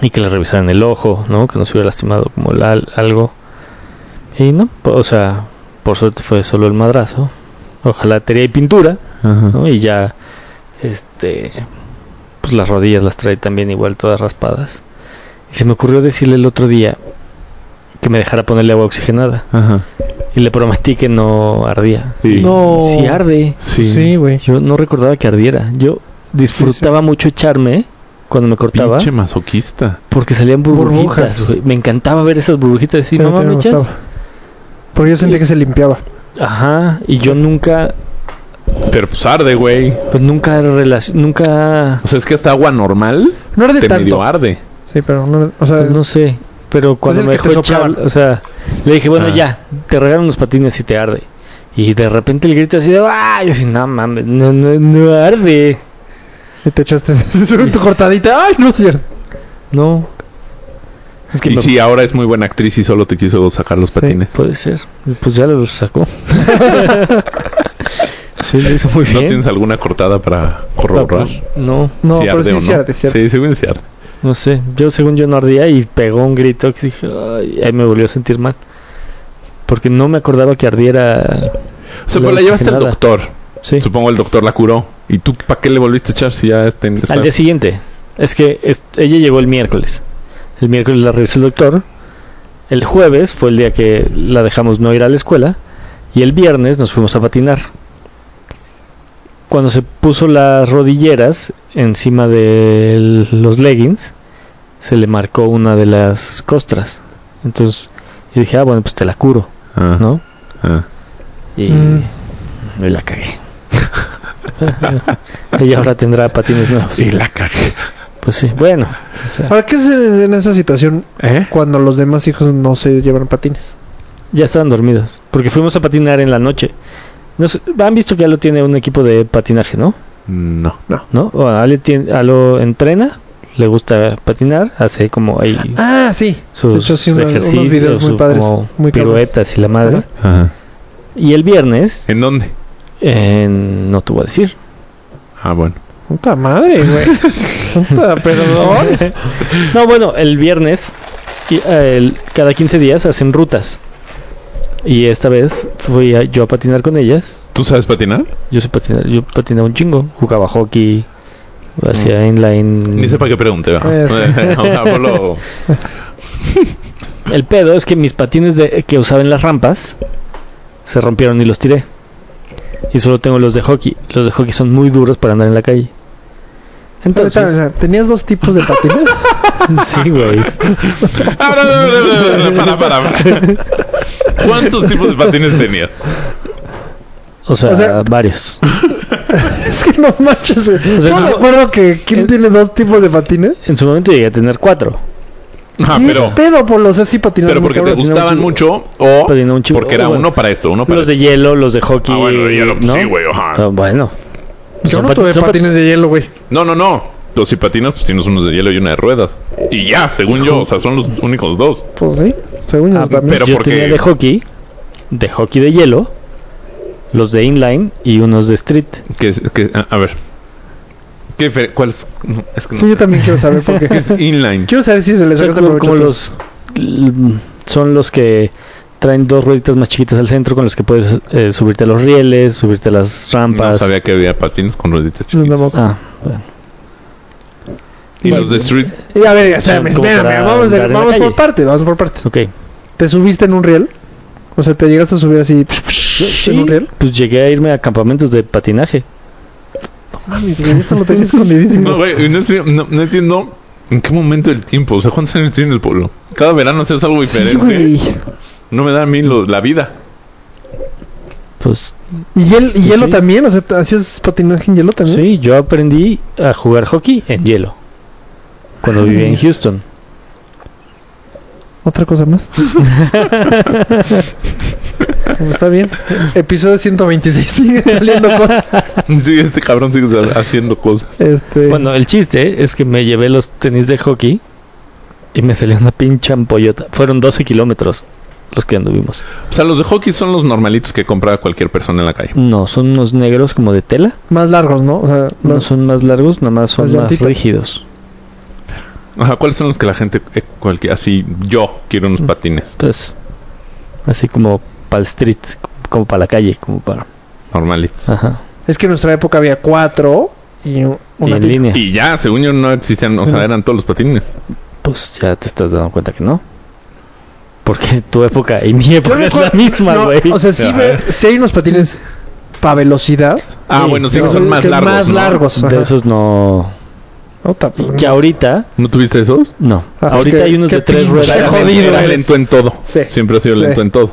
Speaker 2: y que le revisaran el ojo, ¿no? Que no se hubiera lastimado como el al- algo. Y no, po- o sea, por suerte fue solo el madrazo. Ojalá tenía y pintura,
Speaker 1: ajá.
Speaker 2: ¿no? Y ya este pues las rodillas las trae también igual todas raspadas. Y se me ocurrió decirle el otro día que me dejara ponerle agua oxigenada
Speaker 1: Ajá.
Speaker 2: y le prometí que no ardía.
Speaker 1: Sí.
Speaker 3: No.
Speaker 2: Si arde.
Speaker 1: Sí.
Speaker 3: Sí, güey.
Speaker 2: Yo no recordaba que ardiera. Yo disfrutaba mucho echarme cuando me cortaba.
Speaker 1: Pinche masoquista.
Speaker 2: Porque salían burbujitas,
Speaker 3: Burbujas.
Speaker 2: güey. Me encantaba ver esas burbujitas. Sí,
Speaker 3: Sí, a mí
Speaker 2: mamá,
Speaker 3: también
Speaker 2: ¿me
Speaker 3: me
Speaker 2: echas?
Speaker 3: gustaba. Porque yo sentía que se limpiaba.
Speaker 2: Ajá. Y yo nunca,
Speaker 1: Pero pues arde, güey.
Speaker 2: pues nunca relac- nunca,
Speaker 1: O sea, es que hasta agua normal
Speaker 3: No era de
Speaker 1: te medio
Speaker 3: tanto.
Speaker 1: arde.
Speaker 3: Sí, pero no, o sea,
Speaker 2: pues no sé. Pero cuando
Speaker 3: Pues el
Speaker 2: me
Speaker 3: que te
Speaker 2: dejó echar,
Speaker 3: soplaban.
Speaker 2: o sea, le dije, bueno,
Speaker 1: Ah.
Speaker 2: ya, te regalan unos patines y te arde. Y de repente el grito así de, ¡ay! Y así, no mames, no, no, no arde.
Speaker 3: y te echaste tu cortadita. Ay, no es cierto.
Speaker 2: No. Es que
Speaker 1: y
Speaker 2: me-
Speaker 1: si ahora es muy buena actriz y solo te quiso sacar los patines.
Speaker 2: puede ser. Pues ya los sacó. sí, lo hizo muy
Speaker 1: ¿No
Speaker 2: bien.
Speaker 1: tienes alguna cortada para corroborar?
Speaker 2: No.
Speaker 3: No,
Speaker 1: si
Speaker 3: pero
Speaker 1: arde
Speaker 3: sí,
Speaker 1: o
Speaker 3: sí
Speaker 1: ¿Eh? no?
Speaker 3: arde, sí arde.
Speaker 1: Sí, según sí arde.
Speaker 2: No sé, yo según yo no ardía y pegó un grito que dije, ay, ahí me volvió a sentir mal. Porque no me acordaba que ardiera.
Speaker 1: O sea, pero la llevaste al
Speaker 2: oxigenada.
Speaker 1: doctor.
Speaker 2: Sí.
Speaker 1: Supongo el doctor la curó. ¿Y tú para qué le volviste a echar si ya ten-
Speaker 2: Al día
Speaker 1: está-
Speaker 2: siguiente. Es que es- ella llegó el miércoles. El miércoles la revisó el doctor. El jueves fue el día que la dejamos no ir a la escuela. Y el viernes nos fuimos a patinar. Cuando se puso las rodilleras encima de el- los leggings, se le marcó una de las costras. Entonces yo dije, ah, bueno, pues te la curo,
Speaker 1: Ah,
Speaker 2: ¿no?
Speaker 1: ah.
Speaker 2: Y
Speaker 3: Mm.
Speaker 2: me la cagué. Ella ahora tendrá patines nuevos.
Speaker 1: Y la cagué.
Speaker 2: Pues sí, bueno. o sea,
Speaker 3: ¿Para qué es en en esa situación
Speaker 1: ¿Eh?
Speaker 3: cuando los demás hijos no se llevan patines?
Speaker 2: ya estaban dormidos. Porque fuimos a patinar en la noche. No sé, Han visto que Alo tiene un equipo de patinaje, ¿no?
Speaker 1: No.
Speaker 2: ¿No? O Ale tiene- Alo entrena, le gusta patinar, hace como ahí
Speaker 3: Ah, sí.
Speaker 2: sus
Speaker 3: de hecho, sí, una- unos
Speaker 2: ejercicios,
Speaker 3: videos muy
Speaker 2: sus
Speaker 3: padres,
Speaker 2: como
Speaker 3: muy cabrones.
Speaker 2: piruetas y la madre.
Speaker 3: Ajá.
Speaker 1: Ajá.
Speaker 2: Y el viernes,
Speaker 1: ¿En dónde?
Speaker 2: en- no te voy a decir.
Speaker 1: Ah, bueno.
Speaker 3: Puta madre, güey. Puta, perdón.
Speaker 2: No, bueno, el viernes, y- eh, el- cada 15 días hacen rutas. Y esta vez fui a- yo a patinar con ellas.
Speaker 1: ¿Tú sabes patinar?
Speaker 2: Yo sé patinar, yo patinaba un chingo, jugaba hockey, hacía inline.
Speaker 1: Mm. Ni sé para qué pregunte. va.
Speaker 3: Eh,
Speaker 1: O sea, Polo-
Speaker 2: El pedo es que mis patines de, que usaba en las rampas se rompieron y los tiré. Y solo tengo los de hockey. Los de hockey son muy duros para andar en la calle.
Speaker 3: Ahorita, o
Speaker 2: Entonces,
Speaker 3: sea, Tenías dos tipos de patines.
Speaker 2: sí, güey.
Speaker 1: Ah, no, no, no, no, no, no, para, para. ¿Cuántos tipos de patines tenías?
Speaker 2: O sea,
Speaker 3: O sea-
Speaker 2: varios.
Speaker 3: es que no manches, güey.
Speaker 2: sea,
Speaker 3: Yo
Speaker 2: no-
Speaker 3: me acuerdo que ¿quién
Speaker 2: el-
Speaker 3: tiene dos tipos de patines?
Speaker 2: En su momento llegué a tener cuatro.
Speaker 1: Ah,
Speaker 3: ¿Qué
Speaker 1: pero,
Speaker 3: pedo, Polo? O sea, sí patinaban
Speaker 1: pero
Speaker 3: muy
Speaker 1: porque te
Speaker 3: cabrón, patinaban
Speaker 1: gustaban
Speaker 3: un chingo.
Speaker 1: mucho o
Speaker 2: Patinaba un chingo.
Speaker 1: porque era
Speaker 2: Oh, bueno.
Speaker 1: uno para esto, uno para
Speaker 2: Los de hielo, los de hockey.
Speaker 1: Ah, bueno, de hielo, pues sí, güey, ajá.
Speaker 2: Ah, bueno.
Speaker 3: Yo
Speaker 2: Son
Speaker 3: no
Speaker 2: pat-
Speaker 3: tuve
Speaker 2: son pat-
Speaker 3: patines de hielo, güey.
Speaker 1: No, no, no. Los cipatinos, pues tienes unos de hielo y una de ruedas. Y ya, según yo, o sea, son los únicos dos.
Speaker 3: Pues sí, según yo
Speaker 2: Ah,
Speaker 3: también.
Speaker 1: pero
Speaker 2: yo
Speaker 1: porque-
Speaker 2: tenía de hockey, de hockey de hielo, los de inline y unos de street.
Speaker 1: Que, es- que, a, a ver. ¿Qué difer- ¿Cuál es? No, es que no.
Speaker 3: Sí, yo también quiero saber por qué.
Speaker 1: Inline.
Speaker 3: quiero saber si se les
Speaker 2: O sea,
Speaker 3: saca
Speaker 2: como, como
Speaker 3: provecho a todos.
Speaker 2: los l- son los que traen dos rueditas más chiquitas al centro con los que puedes eh, subirte a los rieles, subirte a las rampas.
Speaker 1: No sabía que había patines con rueditas
Speaker 3: No,
Speaker 1: chiquitas.
Speaker 3: no,
Speaker 2: Ah, bueno.
Speaker 1: Y los de street.
Speaker 3: Y a ver, espérame,
Speaker 2: como
Speaker 3: espérame,
Speaker 2: para
Speaker 3: vamos, de-
Speaker 2: andar en la
Speaker 3: vamos por
Speaker 2: calle.
Speaker 3: parte, vamos por parte.
Speaker 2: Ok.
Speaker 3: ¿Te subiste en un riel? O sea, ¿te llegaste a subir así en un riel?
Speaker 2: Pues llegué a irme a campamentos de patinaje.
Speaker 3: Mames, güey, esto lo tenía escondidísimo.
Speaker 1: No, güey, y no, enti- no- no entiendo en qué momento del tiempo. O sea, ¿cuántos años tienes, Polo? Cada verano haces algo
Speaker 3: Sí,
Speaker 1: diferente.
Speaker 3: güey.
Speaker 1: no me da a mí lo- la vida.
Speaker 2: Pues
Speaker 3: ¿Y, hiel- y
Speaker 2: Sí.
Speaker 3: hielo también? O sea, ¿te ¿hacías patinaje en hielo también?
Speaker 2: sí, yo aprendí a jugar hockey en hielo.
Speaker 3: Ah,
Speaker 2: Cuando vivía en Houston.
Speaker 3: ¿Otra cosa más? Está bien. Episodio 126. Sigue saliendo cosas.
Speaker 1: Sí, este cabrón sigue haciendo cosas.
Speaker 3: Este,
Speaker 2: Bueno, el chiste es que me llevé los tenis de hockey y me salió una pincha ampollota. Fueron 12 kilómetros los que anduvimos.
Speaker 1: O sea, los de hockey son los normalitos que compra cualquier persona en la calle.
Speaker 2: No, son unos negros como de tela.
Speaker 3: más largos, ¿no? O sea,
Speaker 2: No,
Speaker 3: los-
Speaker 2: son más largos, nada más son
Speaker 3: Las
Speaker 2: más
Speaker 3: llantitas.
Speaker 2: rígidos.
Speaker 1: Ajá, ¿cuáles son los que la gente, eh, cualquier, así, yo quiero unos patines
Speaker 2: Pues, así como para el street, como para la calle, como para...
Speaker 1: normalitos?
Speaker 2: Ajá.
Speaker 3: es que en nuestra época había cuatro y un-
Speaker 2: Y
Speaker 3: una
Speaker 2: en
Speaker 3: pila.
Speaker 2: línea.
Speaker 1: Y ya, según yo no existían, o sea, eran todos los patines.
Speaker 2: Pues ya te estás dando cuenta que no. Porque tu época y mi
Speaker 3: Yo
Speaker 2: época es la
Speaker 3: recuerdo-
Speaker 2: misma,
Speaker 3: no,
Speaker 2: güey.
Speaker 3: o sea, sí,
Speaker 1: Ajá.
Speaker 3: ve- sí hay unos patines para velocidad.
Speaker 1: Ah,
Speaker 2: Sí,
Speaker 1: bueno, sí,
Speaker 2: pero
Speaker 1: que son más
Speaker 3: que
Speaker 1: largos.
Speaker 3: Más
Speaker 1: ¿no?
Speaker 3: largos. ajá.
Speaker 2: de esos no...
Speaker 3: Ota, pues,
Speaker 2: Que ahorita,
Speaker 1: ¿No tuviste esos?
Speaker 2: no.
Speaker 3: Ah,
Speaker 2: ahorita
Speaker 3: qué-
Speaker 2: hay unos
Speaker 3: qué
Speaker 2: de tres
Speaker 3: pinche
Speaker 2: ruedas.
Speaker 3: joder.
Speaker 1: Era
Speaker 3: jodido
Speaker 1: era
Speaker 3: eres.
Speaker 1: lento en todo.
Speaker 3: Sí.
Speaker 1: Siempre ha sido
Speaker 3: Sí.
Speaker 1: lento en todo.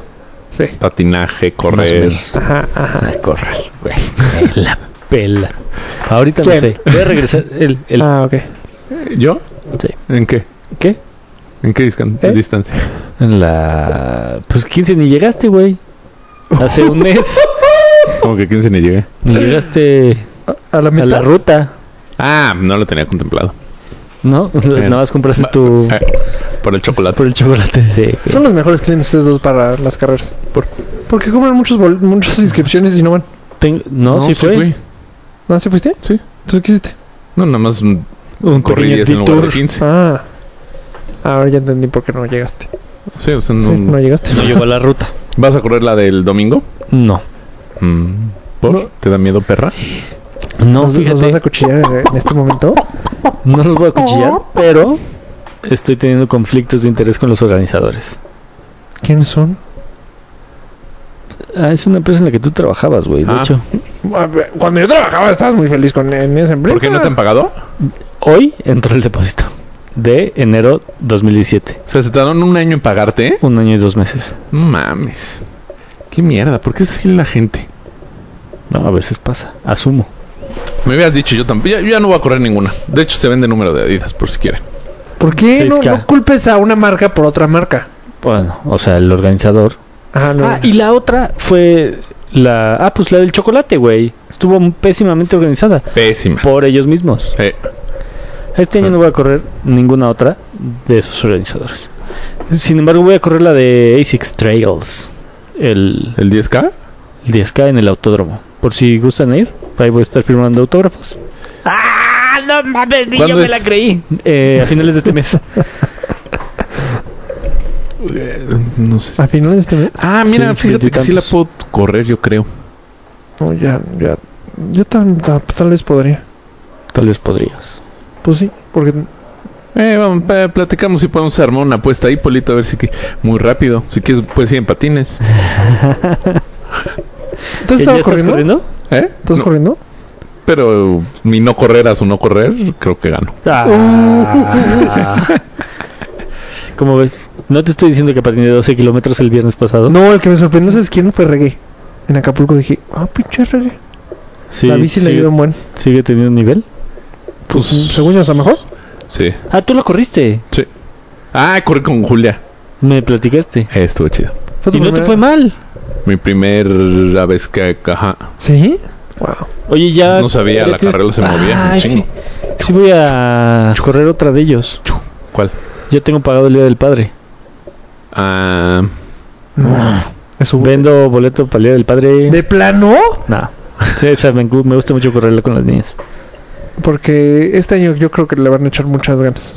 Speaker 3: Sí.
Speaker 1: Patinaje,
Speaker 2: Más o
Speaker 1: correr.
Speaker 2: menos.
Speaker 3: Ajá, ajá.
Speaker 2: Ay, corral, güey. La pela. Ahorita no
Speaker 3: ¿Quién?
Speaker 2: sé. Voy a regresar el... el-
Speaker 3: Ah, ok.
Speaker 1: ¿Yo?
Speaker 2: sí.
Speaker 1: ¿En qué?
Speaker 2: ¿Qué?
Speaker 1: ¿En qué discan-
Speaker 3: ¿Eh?
Speaker 1: distancia?
Speaker 2: En la... Pues 15 ni llegaste, güey. Hace un mes.
Speaker 1: Como que 15 ni llegué.
Speaker 2: Ni llegaste
Speaker 3: A la
Speaker 2: a
Speaker 3: mitad.
Speaker 2: la ruta.
Speaker 1: Ah, no lo tenía contemplado.
Speaker 2: ¿No? Nada más compraste tu...
Speaker 1: Eh, por el chocolate.
Speaker 2: Por el chocolate, sí. güey.
Speaker 3: Son los mejores clientes ustedes dos para las carreras.
Speaker 1: ¿Por?
Speaker 3: Porque compran muchos bol- muchas inscripciones y no van.
Speaker 2: Tengo- no, pues, sí, fue.
Speaker 1: fui.
Speaker 3: ¿No se fuiste?
Speaker 1: Sí.
Speaker 3: ¿Tú qué hiciste?
Speaker 1: No, nada más un,
Speaker 2: Un
Speaker 1: corrí
Speaker 2: pequeño
Speaker 1: 10 en lugar de
Speaker 2: detour.
Speaker 1: 15.
Speaker 3: Ah. Ahora ya entendí por qué no llegaste.
Speaker 1: Sí, o sea, no,
Speaker 3: Sí, no llegaste.
Speaker 2: No llegó a la ruta.
Speaker 1: ¿Vas a correr la del domingo?
Speaker 2: No.
Speaker 1: Mm, ¿Por? ¿Te da miedo, perra?
Speaker 2: No,
Speaker 3: ¿Nos, nos vas a
Speaker 2: fíjate.
Speaker 3: cuchillar en este momento?
Speaker 2: No los voy a cuchillar, pero estoy teniendo conflictos de interés con los organizadores.
Speaker 3: ¿Quiénes son?
Speaker 2: Ah, es una empresa en la que tú trabajabas, güey. De
Speaker 1: Ah.
Speaker 2: hecho,
Speaker 3: A ver, Cuando yo trabajaba estabas muy feliz con en esa empresa.
Speaker 1: ¿Por qué no te han pagado?
Speaker 2: hoy entró el depósito de enero 2017.
Speaker 1: O sea, se tardaron un año en pagarte, ¿eh?
Speaker 2: Un año y dos meses.
Speaker 1: No Mames. Qué mierda, ¿por qué es así la gente?
Speaker 2: No, a veces pasa. Asumo.
Speaker 1: Me habías dicho, yo tampoco. Yo, yo ya no voy a correr ninguna. De hecho, se vende número de Adidas, por si quieren.
Speaker 3: ¿Por qué
Speaker 2: Sí, es
Speaker 3: no,
Speaker 2: que-
Speaker 3: no culpes a una marca por otra marca?
Speaker 2: Bueno, o sea, el organizador.
Speaker 3: Ah, no.
Speaker 2: Ah, y la otra fue la. Ah, pues la del chocolate, güey. Estuvo pésimamente organizada
Speaker 1: Pésima.
Speaker 2: por ellos mismos.
Speaker 1: Eh,
Speaker 2: Este año no voy a correr ninguna otra de esos organizadores. Sin embargo, voy a correr la de ASICS Trails, el,
Speaker 1: ¿El 10K?
Speaker 2: el 10K en el autódromo. Por si gustan ir, ahí voy a estar firmando autógrafos. ¡Ah! No mames, ni
Speaker 1: ¿Cuándo es?
Speaker 2: creí. Eh, a finales de este mes.
Speaker 1: No sé.
Speaker 3: ¿A finales de este mes?
Speaker 1: Ah, mira,
Speaker 2: Sí,
Speaker 1: fíjate que sí la
Speaker 2: veintitantos.
Speaker 1: puedo correr, yo creo.
Speaker 3: No, ya, ya. Yo tan- ta- tal vez podría.
Speaker 2: Tal vez podrías.
Speaker 3: Pues sí, porque
Speaker 1: Eh, vamos, pa- platicamos si podemos armar una apuesta ahí, Polito, a ver si que. Muy rápido. Si quieres, puedes ir en patines.
Speaker 3: ¿Tú
Speaker 2: ¿Eh,
Speaker 3: estabas
Speaker 2: ya
Speaker 3: corriendo?
Speaker 1: ¿Eh?
Speaker 3: ¿Estás
Speaker 1: No,
Speaker 3: corriendo?
Speaker 1: Pero mi no correr a su no correr, creo que gano.
Speaker 2: Ah. ¿Cómo ves? No te estoy diciendo que patiné 12 kilómetros el viernes pasado.
Speaker 3: No, el que me sorprendió ¿sabes quién fue reggae. En Acapulco dije, ah, pinche reggae.
Speaker 2: Sí,
Speaker 3: la bici le
Speaker 2: sigue,
Speaker 3: ayudó un buen.
Speaker 2: sigue teniendo nivel.
Speaker 1: Pues,
Speaker 3: Según yo, está mejor.
Speaker 1: sí.
Speaker 2: Ah, tú la corriste.
Speaker 1: Sí. Ah, corrí con Julia.
Speaker 2: Me platicaste.
Speaker 1: Eh, Estuvo chido.
Speaker 3: Fue tu
Speaker 2: Y no te
Speaker 3: primera-
Speaker 2: fue mal.
Speaker 1: Mi primera vez que... Ajá.
Speaker 3: ¿Sí? Wow.
Speaker 2: Oye, ya.
Speaker 1: No sabía,
Speaker 2: ya
Speaker 1: la carriola se movía un
Speaker 2: Ay,
Speaker 1: chingo.
Speaker 2: sí. Sí, voy a correr otra de ellos.
Speaker 1: ¿Cuál?
Speaker 2: Yo tengo pagado el día del padre.
Speaker 1: Ah,
Speaker 2: Ah.
Speaker 3: Es un...
Speaker 2: Vendo boleto para el día del padre.
Speaker 3: ¿De plano?
Speaker 2: No. Sí, esa me, gu- me gusta mucho correrla con las niñas.
Speaker 3: Porque este año yo creo que le van a echar muchas ganas.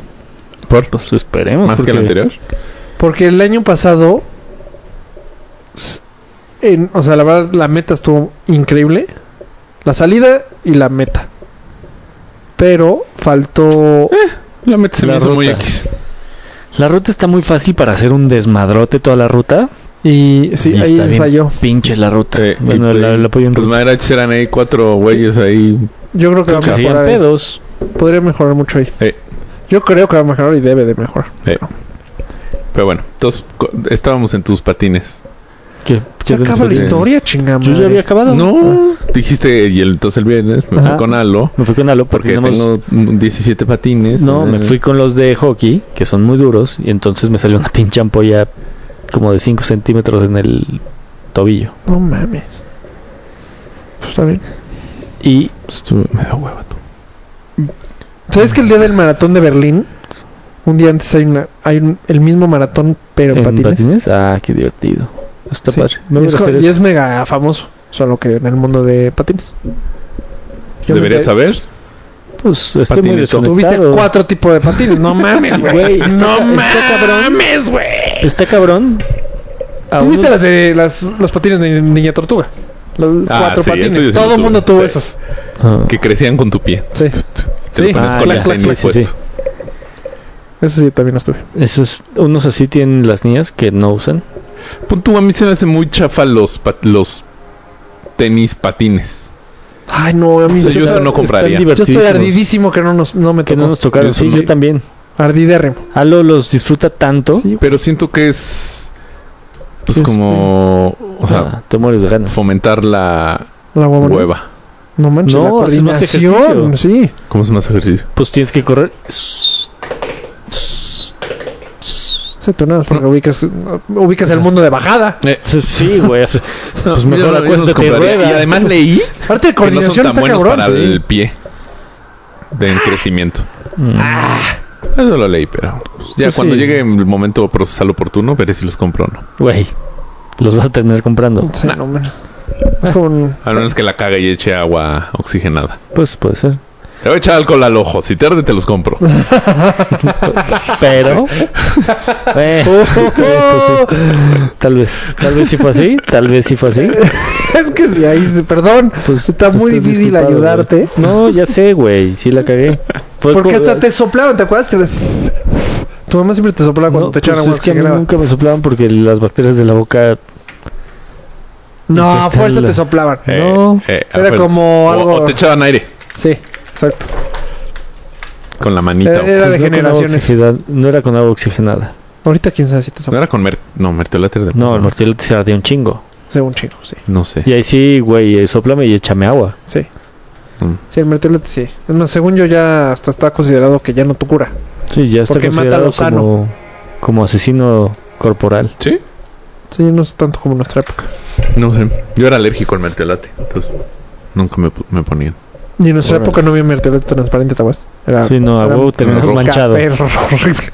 Speaker 1: ¿Por?
Speaker 2: Pues esperemos.
Speaker 1: ¿Más que el
Speaker 2: porque-
Speaker 1: anterior?
Speaker 3: Porque el año pasado... s- en- o sea, la verdad, la meta estuvo increíble. La salida y la meta. Pero faltó...
Speaker 1: La meta se
Speaker 2: La
Speaker 1: me hizo muy
Speaker 2: ruta.
Speaker 1: X.
Speaker 2: La ruta está muy fácil para hacer un desmadrote toda la ruta.
Speaker 3: Y sí,
Speaker 2: Y está
Speaker 3: ahí
Speaker 2: bien
Speaker 3: falló.
Speaker 2: Pinche la ruta.
Speaker 1: Eh,
Speaker 2: bueno,
Speaker 1: y-
Speaker 2: la, la apoyo en
Speaker 1: Los
Speaker 2: ruta.
Speaker 1: Maderax eran ahí cuatro güeyes ahí.
Speaker 3: Yo creo que
Speaker 2: Creo
Speaker 3: va a
Speaker 2: que ¿eh? se
Speaker 3: mejorar.
Speaker 2: llaman
Speaker 3: ahí.
Speaker 2: pedos.
Speaker 3: Podría mejorar mucho ahí.
Speaker 1: Eh,
Speaker 3: Yo creo que va a mejorar y debe de mejorar.
Speaker 1: eh. Pero bueno, entonces co- estábamos en tus patines.
Speaker 2: ¿Qué? ¿Qué
Speaker 3: Ya
Speaker 2: te-
Speaker 3: acaba la
Speaker 1: entendí.
Speaker 3: historia, chingada
Speaker 2: Yo ya
Speaker 3: madre.
Speaker 2: había acabado.
Speaker 1: No, dijiste, y el, entonces el viernes me
Speaker 2: Ah. Ajá.
Speaker 1: fui con Alo.
Speaker 2: Me fui con Alo
Speaker 1: Porque
Speaker 2: porque tenemos-
Speaker 1: tengo mm, 17 patines.
Speaker 2: No, me
Speaker 1: Eh,
Speaker 2: fui con los de hockey, que son muy duros, y entonces me salió una pinche ampolla como de 5 centímetros en el tobillo.
Speaker 3: No mames. Pues está bien.
Speaker 2: Y
Speaker 1: pues, tú- Me da hueva tú.
Speaker 3: ¿Sabes que el día del maratón de Berlín? Un día antes hay, una, hay un- el mismo maratón, pero en
Speaker 2: en
Speaker 3: patines.
Speaker 2: patines, ah, qué divertido. Está
Speaker 3: Sí.
Speaker 2: padre. Me
Speaker 3: Y, es,
Speaker 2: gusta
Speaker 3: co-
Speaker 2: hacer
Speaker 3: y
Speaker 2: eso.
Speaker 3: es mega famoso. Solo que en el mundo de patines. Yo me
Speaker 1: Deberías
Speaker 3: quedé-
Speaker 1: saber.
Speaker 2: Pues estoy muy
Speaker 1: Patines,
Speaker 2: desconectado.
Speaker 3: Tuviste cuatro tipos de patines. No mames, güey.
Speaker 2: Güey, está
Speaker 3: no
Speaker 2: ca- está cabrón.
Speaker 3: mames, güey.
Speaker 2: Está cabrón. A
Speaker 3: ¿Tuviste
Speaker 2: uno-
Speaker 3: las de las, los patines de Niña Tortuga? Los
Speaker 1: Ah,
Speaker 3: cuatro
Speaker 1: sí, eso yo sí
Speaker 3: patines.
Speaker 1: lo
Speaker 3: Todo el
Speaker 1: tuve.
Speaker 3: mundo tuvo
Speaker 1: Sí.
Speaker 3: esos.
Speaker 2: Ah.
Speaker 1: Que crecían con tu pie.
Speaker 3: Sí.
Speaker 1: Te lo pones
Speaker 2: Ah,
Speaker 1: con
Speaker 2: ya,
Speaker 1: el tenis
Speaker 2: sí, sí, sí.
Speaker 1: puesto.
Speaker 3: Eso sí, también los tuve.
Speaker 2: Esos, unos así tienen las niñas que no usan.
Speaker 1: Pon tú, a mí se me hace muy chafa los, pat- los tenis patines.
Speaker 3: Ay, no, a mí
Speaker 1: O sea,
Speaker 3: me
Speaker 1: yo
Speaker 3: gusta-
Speaker 1: eso no compraría.
Speaker 3: Yo estoy
Speaker 2: divertidísimos.
Speaker 3: ardidísimo que no, nos, no me
Speaker 2: Que
Speaker 3: tocó.
Speaker 2: no nos tocaron.
Speaker 1: Yo
Speaker 2: Sí,
Speaker 1: también.
Speaker 2: yo también.
Speaker 3: Ardidérrimo.
Speaker 2: Alo los disfruta tanto.
Speaker 1: Pero siento que es. Pues
Speaker 2: Sí,
Speaker 1: como. O sea,
Speaker 2: Ah, te mueres de ganas.
Speaker 1: fomentar la
Speaker 3: La hueva. ¿no?
Speaker 1: hueva.
Speaker 3: No manches,
Speaker 2: No,
Speaker 3: la
Speaker 2: haces más
Speaker 3: coordinación.
Speaker 2: ejercicio.
Speaker 3: Sí.
Speaker 1: ¿Cómo es más ejercicio?
Speaker 2: Pues tienes que correr.
Speaker 3: Se tonadas porque ubicas, ubicas el mundo de bajada.
Speaker 2: Sí, güey. o sea, Pues
Speaker 1: Yo
Speaker 2: mejor
Speaker 1: Eh, no- yo no los
Speaker 2: acuéstate y
Speaker 1: compraría.
Speaker 2: rueda.
Speaker 1: Y además leí
Speaker 3: Parte de
Speaker 1: que no son
Speaker 3: coordinación
Speaker 1: tan
Speaker 3: está
Speaker 1: buenos
Speaker 3: cabrón.
Speaker 1: para
Speaker 3: sí.
Speaker 1: el pie de en crecimiento. Ah. Eso lo leí, pero pues, ya
Speaker 2: Pues
Speaker 1: cuando
Speaker 2: sí.
Speaker 1: llegue el momento procesal oportuno, veré si los compro o no.
Speaker 2: Güey. Los vas a terminar comprando.
Speaker 3: Sí, no, man. Es como un-
Speaker 1: A menos que la cague y eche agua oxigenada.
Speaker 2: Pues puede ser.
Speaker 1: Te voy a echar alcohol al ojo. Si te arde, te los compro.
Speaker 2: Pero. Eh,
Speaker 3: Oh.
Speaker 2: pues sí. Tal vez. Tal vez sí fue así. Tal vez sí fue así. Pues,
Speaker 3: es que si ahí, se- perdón, está muy
Speaker 2: Estás
Speaker 3: difícil
Speaker 2: disculpado,
Speaker 3: ayudarte.
Speaker 2: güey. No, ya sé, güey. Sí la cagué. Fue
Speaker 3: Porque
Speaker 2: co-
Speaker 3: hasta te soplaban, ¿te acuerdas? Que- Tu mamá siempre te soplaba cuando
Speaker 2: No,
Speaker 3: te echaban
Speaker 2: pues
Speaker 3: agua
Speaker 2: es que a mí
Speaker 3: oxigenada.
Speaker 2: nunca me soplaban porque las bacterias de la boca pues,
Speaker 3: No, a fuerza
Speaker 2: Intentala.
Speaker 3: te soplaban.
Speaker 1: Eh,
Speaker 3: No.
Speaker 1: eh, a
Speaker 3: Era
Speaker 1: ver.
Speaker 3: como
Speaker 1: O-
Speaker 3: algo-
Speaker 1: O te echaban aire
Speaker 3: Sí, exacto.
Speaker 1: con la manita.
Speaker 3: Eh, era
Speaker 2: Pues
Speaker 3: de
Speaker 2: no con agua
Speaker 3: generaciones.
Speaker 2: oxigenada- no era con agua oxigenada.
Speaker 3: Ahorita quién sabe si te
Speaker 1: No
Speaker 3: sopla.
Speaker 1: era con mer no, mertiolate era de-
Speaker 2: No, el martillo se ardía un chingo.
Speaker 3: Según chico, sí.
Speaker 1: No sé.
Speaker 2: Y ahí sí, güey, eh, soplame y échame agua.
Speaker 3: Sí.
Speaker 1: Mm.
Speaker 3: Sí, el mertiolate sí. Es más, según yo ya hasta está considerado que ya no tu cura.
Speaker 2: Sí, ya está
Speaker 3: Porque mata a
Speaker 2: considerado
Speaker 3: Lozano.
Speaker 2: como, como asesino corporal.
Speaker 1: ¿Sí?
Speaker 3: Sí, no es tanto como en nuestra época.
Speaker 1: No sé. Yo era alérgico al mertiolate. Entonces, nunca me, pu- me ponían.
Speaker 3: Y en nuestra
Speaker 2: Órale.
Speaker 3: época no había mertiolate transparente, ¿te acuerdas? Era,
Speaker 2: Sí, no, a
Speaker 3: era
Speaker 2: huevo
Speaker 3: un
Speaker 2: terminas
Speaker 1: roca,
Speaker 2: manchado.
Speaker 3: café horrible.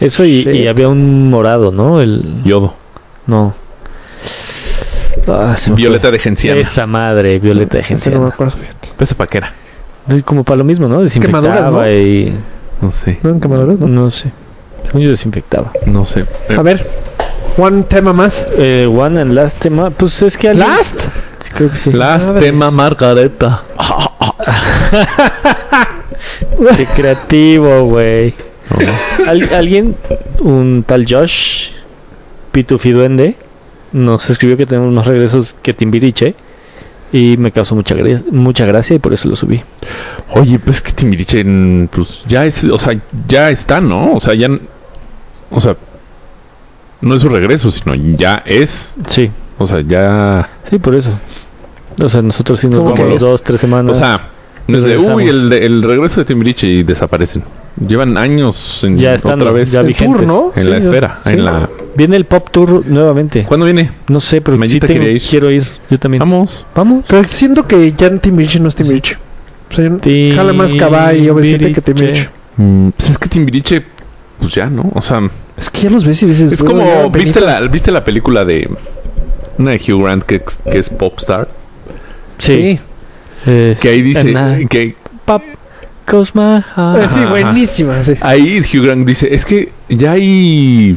Speaker 2: Eso y,
Speaker 3: Sí.
Speaker 2: y había un morado, ¿no? El
Speaker 1: Yodo.
Speaker 2: no. Ah, se me fue.
Speaker 1: Violeta de genciana.
Speaker 2: Esa madre, Violeta de
Speaker 3: Ese no me
Speaker 2: Genciana.
Speaker 3: acuerdo, fíjate.
Speaker 1: Pesa pa' qué era.
Speaker 2: Como para lo mismo, ¿no? Desinfectaba
Speaker 3: Quemaduras, ¿no?
Speaker 2: y
Speaker 1: No sé.
Speaker 3: ¿No en quemaduras?
Speaker 1: Mm.
Speaker 3: no?
Speaker 2: no sé. Según yo desinfectaba.
Speaker 1: No sé. Eh,
Speaker 3: A ver, un tema más.
Speaker 2: Eh, one and last tema, pues es que alguien-
Speaker 3: ¿Last?
Speaker 2: Sí, creo que sí.
Speaker 1: Las
Speaker 3: Madres.
Speaker 1: tema Margareta.
Speaker 2: Qué creativo, güey. Al- alguien, un tal Josh, Pitufiduende, nos escribió que tenemos más regresos que Timbiriche. Y me causó mucha, gra- mucha gracia y por eso lo subí.
Speaker 1: Oye, pues que Timbiriche, mm, pues ya es, o sea, ya está, ¿no? O sea, ya, n- o sea, no es su regreso, sino ya es,
Speaker 2: Sí,
Speaker 1: o sea, ya,
Speaker 2: sí, por eso. O sea, nosotros sí nos
Speaker 3: ¿Cómo
Speaker 2: vamos
Speaker 1: que es?
Speaker 2: dos, tres semanas.
Speaker 1: o sea, No es de,
Speaker 2: regresamos.
Speaker 1: uy, el, de- el regreso de Timbiriche y desaparecen. Llevan años en,
Speaker 2: Ya están,
Speaker 1: otra vez
Speaker 2: ya
Speaker 1: en
Speaker 2: vi. vigentes.
Speaker 3: turno.
Speaker 1: la esfera. En la...
Speaker 2: Viene el Pop Tour nuevamente.
Speaker 1: ¿Cuándo viene?
Speaker 2: No sé, pero sí
Speaker 1: Mayita
Speaker 2: tengo-
Speaker 1: quiere ir.
Speaker 2: quiero ir. Yo también.
Speaker 1: Vamos.
Speaker 2: Vamos.
Speaker 3: Pero siento que ya Timbiriche no es Timbiriche. O sea, jala más Cabal y OV7 que Timbiriche.
Speaker 1: Mm, Pues es que Timbiriche, pues ya, ¿no? O sea,
Speaker 3: Es que ya los ves y dices...
Speaker 1: es
Speaker 3: "Uy, ya,
Speaker 1: como,
Speaker 3: penita".
Speaker 1: ¿viste la, ¿viste la película de una de Hugh Grant que, que es Popstar?
Speaker 2: Sí. Eh,
Speaker 1: Que ahí dice,
Speaker 2: Ana-
Speaker 1: que
Speaker 2: Pop goes my heart.
Speaker 3: Ah, Sí, buenísima, sí.
Speaker 1: ahí Hugh Grant dice, es que ya hay,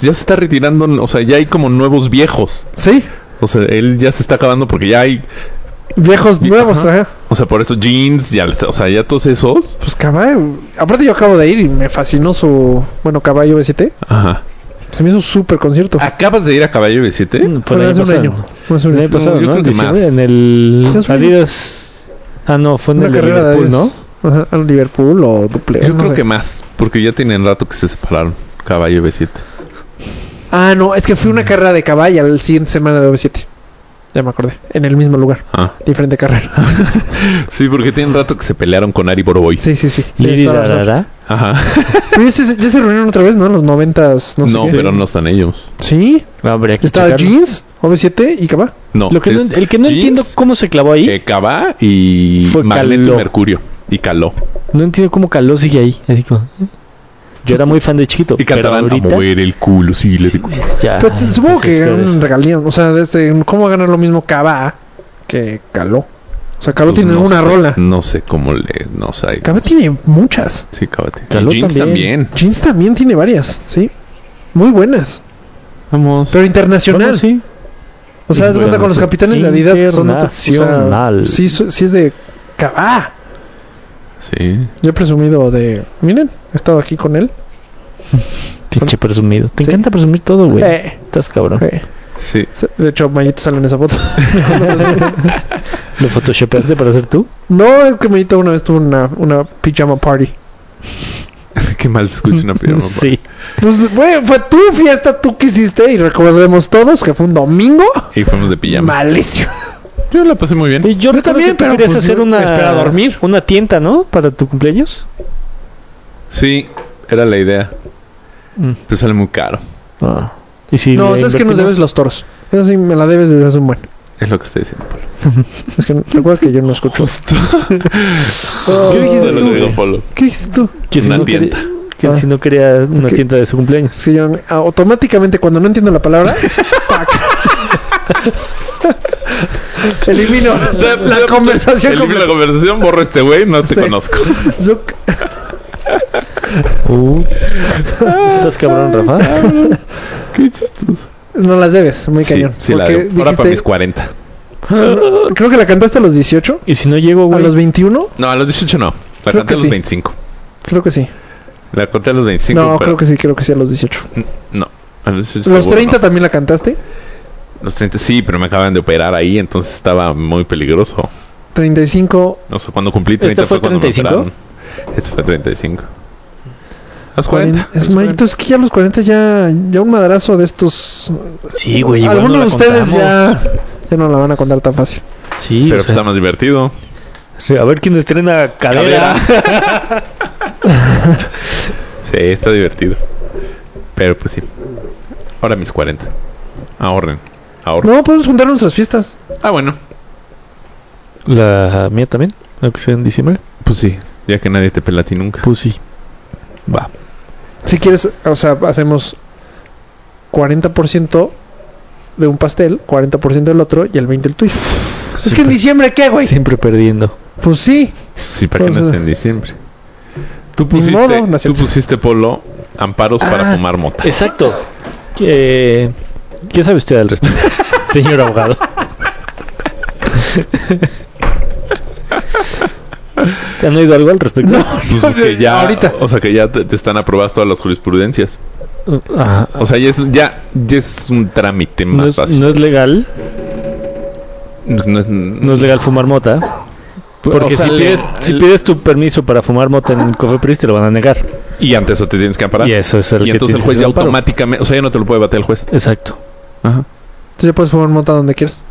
Speaker 1: ya se está retirando, o sea, ya hay como nuevos viejos.
Speaker 3: Sí,
Speaker 1: O sea, él ya se está acabando porque ya hay,
Speaker 3: viejos
Speaker 1: Y-
Speaker 3: nuevos,
Speaker 1: ajá.
Speaker 3: ajá.
Speaker 1: o sea, por eso jeans, ya, le está- o sea, ya todos esos.
Speaker 3: Pues Cabal... Aparte yo acabo de ir y me fascinó su... Bueno, Cabal y OV7.
Speaker 1: Ajá.
Speaker 3: Se me hizo súper concierto.
Speaker 1: ¿Acabas de ir a Caballo de
Speaker 2: Mm,
Speaker 1: 7?
Speaker 2: Por
Speaker 3: Bueno,
Speaker 2: ahí
Speaker 3: hace un
Speaker 2: pasado.
Speaker 3: año. No, hace un
Speaker 2: El año
Speaker 3: año.
Speaker 2: pasado,
Speaker 1: yo
Speaker 2: ¿no?
Speaker 1: creo que
Speaker 2: 19,
Speaker 1: más.
Speaker 2: En el
Speaker 3: Dios mío.
Speaker 2: Adidas. Ah, no, fue en
Speaker 3: Una
Speaker 2: el de
Speaker 3: carrera de
Speaker 2: Liverpool, ¿no?
Speaker 3: Adidas. Ajá, a Liverpool o duple.
Speaker 1: Yo
Speaker 3: no
Speaker 1: creo
Speaker 3: sé.
Speaker 1: que más, porque ya tienen rato que se separaron. Caballo B7.
Speaker 3: Ah, no, es que fui a
Speaker 1: Mm.
Speaker 3: una carrera de Cabal y a la siguiente semana de OV7. Ya me acordé. En el mismo lugar.
Speaker 1: Ah.
Speaker 3: Diferente carrera.
Speaker 1: Sí, porque tienen rato que se pelearon con Ari Boroboy.
Speaker 3: Sí, sí, sí.
Speaker 2: Liri
Speaker 3: Tienes toda la razón.
Speaker 2: Darara.
Speaker 1: Ajá.
Speaker 3: Pero ya se, ya se reunieron otra vez, ¿no? En los noventas, no,
Speaker 1: No,
Speaker 3: sé qué.
Speaker 1: pero no están ellos.
Speaker 3: Sí.
Speaker 2: No, habría que
Speaker 3: Estaba
Speaker 2: checarlo.
Speaker 3: Jeans, OV7 y Cabá.
Speaker 1: No.
Speaker 2: Lo que no-
Speaker 1: es
Speaker 2: el que no
Speaker 1: Jeans,
Speaker 2: entiendo cómo se clavó ahí.
Speaker 1: eh, Cabá y
Speaker 2: Fue
Speaker 1: Magneto y
Speaker 2: Caló.
Speaker 1: Mercurio. Y Caló.
Speaker 2: No entiendo cómo Caló sigue ahí. así como- Yo era muy fan de chiquito.
Speaker 1: Y
Speaker 2: pero
Speaker 1: cantaban a
Speaker 2: ahorita
Speaker 1: mover el culo, sí, le digo.
Speaker 2: ya,
Speaker 3: Pero te- supongo
Speaker 2: entonces
Speaker 1: pues
Speaker 3: que
Speaker 2: fue de
Speaker 3: ganan
Speaker 2: eso.
Speaker 3: regalías. O sea, desde, ¿cómo va a ganar lo mismo Cabá que Caló? O sea, Caló
Speaker 1: Pues
Speaker 3: tiene
Speaker 1: no
Speaker 3: una
Speaker 1: sé,
Speaker 3: rola.
Speaker 1: No sé cómo le. No sé.
Speaker 3: Cabá tiene muchas.
Speaker 1: Sí, Cabá. tiene-
Speaker 2: Caló
Speaker 1: Y Jeans
Speaker 2: también.
Speaker 1: también.
Speaker 3: Jeans también tiene varias, ¿sí? Muy buenas.
Speaker 1: Vamos.
Speaker 3: Pero
Speaker 2: Bueno,
Speaker 3: internacional.
Speaker 2: sí.
Speaker 3: O sea, das cuenta con los capitanes de Adidas que son de otro- o sea,
Speaker 2: Internacional.
Speaker 3: sí, su- sí es de Cabá.
Speaker 1: Sí.
Speaker 3: Yo he presumido de. Miren, he estado aquí con él.
Speaker 2: Pinche presumido. Te
Speaker 3: Ah, Sí.
Speaker 2: encanta presumir todo, güey.
Speaker 3: Eh,
Speaker 2: Estás cabrón.
Speaker 3: eh.
Speaker 1: Sí.
Speaker 3: De hecho, Mayito sale en esa foto.
Speaker 2: ¿Lo photoshopeaste para ser tú?
Speaker 3: No, es que Mayito una vez tuvo una, una pijama party.
Speaker 1: Qué mal se escucha una pijama.
Speaker 2: sí.
Speaker 3: Pues, güey, fue tu fiesta, tú que hiciste. Y recordemos todos que fue un domingo.
Speaker 1: Y fuimos de pijama.
Speaker 3: Malísimo.
Speaker 1: Yo la pasé muy bien.
Speaker 2: Y yo,
Speaker 3: también,
Speaker 2: también,
Speaker 3: pero
Speaker 2: pero querías
Speaker 3: pues
Speaker 2: hacer
Speaker 3: yo
Speaker 2: una,
Speaker 3: esperaba dormir.
Speaker 2: una tienda, ¿no? Para tu cumpleaños.
Speaker 1: Sí, era la idea.
Speaker 2: Mm.
Speaker 1: Pero sale muy caro.
Speaker 2: Ah. ¿Y si
Speaker 3: No,
Speaker 2: le
Speaker 3: sabes que nos debes
Speaker 2: invertimos?
Speaker 3: los toros. Esa sí me la debes desde hace un buen.
Speaker 1: Es lo que estoy diciendo. Polo.
Speaker 3: Es que recuerda que yo no escucho. Oh,
Speaker 2: ¿Qué dijiste
Speaker 1: Se lo
Speaker 2: tú?
Speaker 1: digo, Polo.
Speaker 3: ¿Qué dijiste tú?
Speaker 2: Que si
Speaker 1: Una
Speaker 2: no quería-
Speaker 1: tienda.
Speaker 3: ah.
Speaker 2: que si no quería una
Speaker 3: ¿Qué?
Speaker 2: tienda de su cumpleaños.
Speaker 3: Es que yo ah, automáticamente cuando no entiendo la palabra, ¡pac! elimino la, conversación.
Speaker 1: Elimina la
Speaker 3: completa.
Speaker 1: conversación, borro este güey, no te
Speaker 3: Sí.
Speaker 1: conozco.
Speaker 3: Zuc.
Speaker 2: Uh. Estás cabrón, Rafa.
Speaker 1: Qué chistoso.
Speaker 3: No las debes, muy
Speaker 1: Sí,
Speaker 3: cañón.
Speaker 1: sí, la
Speaker 3: porque
Speaker 1: debo. Ahora para
Speaker 3: dijiste-
Speaker 1: mis 40.
Speaker 3: creo que la cantaste a los 18,
Speaker 2: Y si no llego,
Speaker 3: a
Speaker 2: güey.
Speaker 3: los 21,
Speaker 1: No, a los 18 no. La
Speaker 3: Creo
Speaker 1: conté
Speaker 3: que
Speaker 1: a los
Speaker 3: sí.
Speaker 1: 25.
Speaker 3: creo que sí.
Speaker 1: La conté a los 25.
Speaker 3: No,
Speaker 1: pero-
Speaker 3: creo que sí, creo que sí a los 18.
Speaker 1: No. A los 18
Speaker 3: Los
Speaker 1: seguro
Speaker 3: 30
Speaker 1: no.
Speaker 3: también la cantaste.
Speaker 1: Los 30 sí, pero me acaban de operar ahí, entonces estaba muy peligroso.
Speaker 3: 35,
Speaker 1: No sé, cuando cumplí 30
Speaker 2: ¿Esta
Speaker 3: ¿Este
Speaker 2: fue
Speaker 1: cuando
Speaker 2: 35?
Speaker 1: me operaron. Este fue 35. A los 40.
Speaker 3: 40. Es malito, es que ya a los 40 ya, ya un madrazo de estos.
Speaker 2: Sí, güey. igual
Speaker 3: Algunos
Speaker 2: no la
Speaker 3: de ustedes
Speaker 2: contamos.
Speaker 3: ya, ya no la van a contar tan fácil.
Speaker 2: Sí,
Speaker 1: Pero
Speaker 2: o
Speaker 1: pues
Speaker 2: sea,
Speaker 1: está más divertido.
Speaker 2: sí, pues, a ver quién estrena cadera.
Speaker 1: Sí, está divertido. Pero pues sí. Ahora mis 40. Ahorren. Ahorren.
Speaker 3: No, podemos juntar nuestras fiestas.
Speaker 1: Ah, bueno.
Speaker 2: La mía también, aunque sea en diciembre.
Speaker 1: Pues sí. Ya que nadie te pela a ti nunca.
Speaker 2: Pues sí.
Speaker 1: Va.
Speaker 3: Si quieres, o sea, hacemos 40% de un pastel, 40% del otro y el 20% el tuyo. es que en diciembre, ¿qué, güey?
Speaker 2: Siempre perdiendo.
Speaker 3: Pues sí.
Speaker 1: Sí, para que
Speaker 3: Pues,
Speaker 1: no
Speaker 3: eh,
Speaker 1: sea en diciembre. Tú
Speaker 3: ni
Speaker 1: pusiste,
Speaker 3: modo, no es
Speaker 1: tú
Speaker 3: cierto.
Speaker 1: pusiste Polo amparos para
Speaker 2: Ah,
Speaker 1: fumar mota.
Speaker 2: Exacto. ¿Qué, qué Eh, sabe usted al respecto, señor abogado? ¿Te han oído algo al respecto?
Speaker 1: Pues es que ya,
Speaker 3: Ahorita.
Speaker 1: O sea, que ya te, te están aprobadas todas las jurisprudencias.
Speaker 2: Ah,
Speaker 1: O sea, ya es, ya, ya es un trámite más
Speaker 2: no, es,
Speaker 1: fácil.
Speaker 2: no es legal,
Speaker 1: No, no es,
Speaker 2: no es legal fumar mota. Porque
Speaker 1: o sea,
Speaker 2: si,
Speaker 1: le-
Speaker 2: pides, si
Speaker 1: el-
Speaker 2: pides tu permiso para fumar mota en el Cofepris te lo van a negar.
Speaker 1: Y ante eso te tienes que amparar.
Speaker 2: Y eso es el
Speaker 1: Y
Speaker 2: que
Speaker 1: entonces el
Speaker 2: tienes
Speaker 1: juez
Speaker 2: que
Speaker 1: ya
Speaker 2: hacer amparo.
Speaker 1: automáticamente... O sea, ya no te lo puede bater el juez.
Speaker 2: Exacto.
Speaker 1: Ajá.
Speaker 3: Entonces ya puedes fumar mota donde quieras.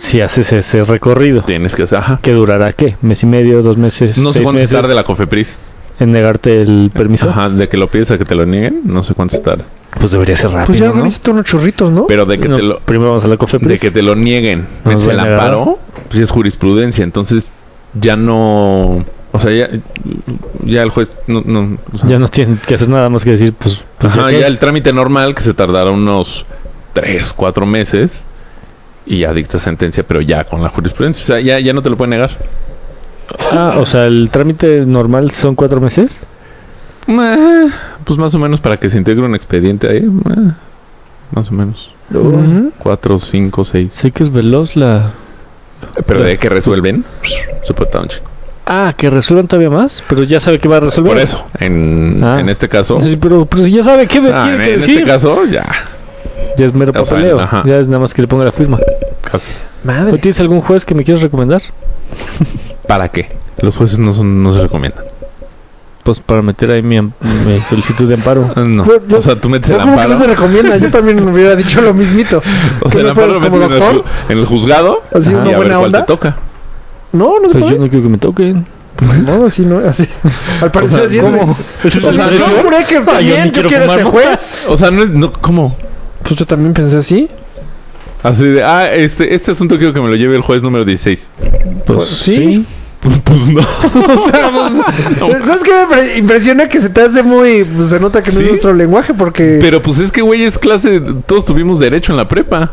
Speaker 2: Si haces ese recorrido,
Speaker 1: Tienes que hacer. Ajá.
Speaker 2: que durará qué? ¿Mes y medio? ¿Dos meses?
Speaker 1: No sé
Speaker 2: seis
Speaker 1: cuánto se
Speaker 2: meses
Speaker 1: tarde la Cofepris.
Speaker 2: En negarte el permiso.
Speaker 1: Ajá, de que lo pides a que te lo nieguen, no sé cuánto se tarda.
Speaker 2: Pues debería ser rápido.
Speaker 3: Pues ya
Speaker 2: ¿no?
Speaker 3: organizaste unos churritos, ¿no?
Speaker 1: Pero de que
Speaker 2: No,
Speaker 1: te lo
Speaker 2: Primero vamos a la Cofepris.
Speaker 1: de que te lo nieguen,
Speaker 2: Nos
Speaker 1: es
Speaker 2: lo
Speaker 1: el
Speaker 2: negaron.
Speaker 1: amparo, pues es jurisprudencia, entonces ya no, o sea, ya, ya el juez no, no o sea,
Speaker 2: Ya no tienen que hacer nada más que decir, pues. pues
Speaker 1: ajá,
Speaker 2: ya
Speaker 1: ya
Speaker 2: que-
Speaker 1: el trámite normal que se tardará unos 3, 4 meses y ya dicta sentencia, pero ya con la jurisprudencia, o sea, ya, ya no te lo pueden negar.
Speaker 2: Ah, o sea, el trámite normal son cuatro meses.
Speaker 1: Eh, Pues más o menos para que se integre un expediente ahí, eh, más o menos
Speaker 3: Ujú.
Speaker 1: 4, 5, 6.
Speaker 2: Sé que es veloz la.
Speaker 1: Pero de que resuelven, se puede tardar un chingo.
Speaker 2: Ah, que resuelvan todavía más, pero ya sabe que va a resolver.
Speaker 1: Por eso, en,
Speaker 2: Ah.
Speaker 1: en este caso,
Speaker 2: Entonces, pero, pero si ya sabe qué me
Speaker 1: Ah,
Speaker 2: tiene
Speaker 1: en,
Speaker 2: que
Speaker 1: en
Speaker 2: decir.
Speaker 1: este caso, ya.
Speaker 2: ya es mero
Speaker 1: o sea,
Speaker 2: papeleo.
Speaker 1: ajá.
Speaker 2: ya es nada más que le ponga la firma.
Speaker 1: Casi.
Speaker 2: ¿Tú
Speaker 3: Madre.
Speaker 2: tienes algún juez que me quieras recomendar?
Speaker 1: ¿Para qué? Los jueces no, son, no se recomiendan.
Speaker 2: Pues para meter ahí mi, am- mi solicitud de amparo.
Speaker 1: Ah, No.
Speaker 3: Pero yo-
Speaker 1: o sea, tú metes
Speaker 3: Yo
Speaker 1: el
Speaker 3: como pues, que
Speaker 1: amparo.
Speaker 3: no se recomienda, yo también hubiera dicho lo mismito.
Speaker 1: o sea,
Speaker 3: ¿Qué
Speaker 1: el
Speaker 3: no puedes
Speaker 1: amparo lo
Speaker 3: como
Speaker 1: metes en el
Speaker 3: doctor?
Speaker 1: ju- en el juzgado.
Speaker 3: Así,
Speaker 1: y
Speaker 3: una
Speaker 1: a ver
Speaker 3: buena
Speaker 1: cuál
Speaker 3: onda.
Speaker 1: te toca.
Speaker 3: No, no
Speaker 2: Pues
Speaker 3: se
Speaker 2: yo
Speaker 3: puede.
Speaker 2: no quiero que me toquen.
Speaker 3: No, así no, así. Al parecer así es. güey.
Speaker 2: ¿Eso
Speaker 3: O sea,
Speaker 1: ¿Eso es
Speaker 3: yo juré que
Speaker 2: Ah, yo
Speaker 3: también
Speaker 2: ni
Speaker 3: yo
Speaker 2: quiero
Speaker 3: quiero
Speaker 2: fumar
Speaker 3: este
Speaker 2: mota.
Speaker 3: juez.
Speaker 1: O sea, no es. No, ¿Cómo?
Speaker 3: Pues yo también pensé así.
Speaker 1: Así de. Ah, este, este asunto quiero que me lo lleve el juez número 16.
Speaker 3: Pues sí.
Speaker 1: Pues, pues no.
Speaker 3: O sea, pues, ¿Sabes qué me pre- impresiona? Que se te hace muy. Pues se nota que no
Speaker 1: ¿Sí?
Speaker 3: es nuestro lenguaje porque.
Speaker 1: Pero pues es que, güey, es clase. Todos tuvimos derecho en la prepa.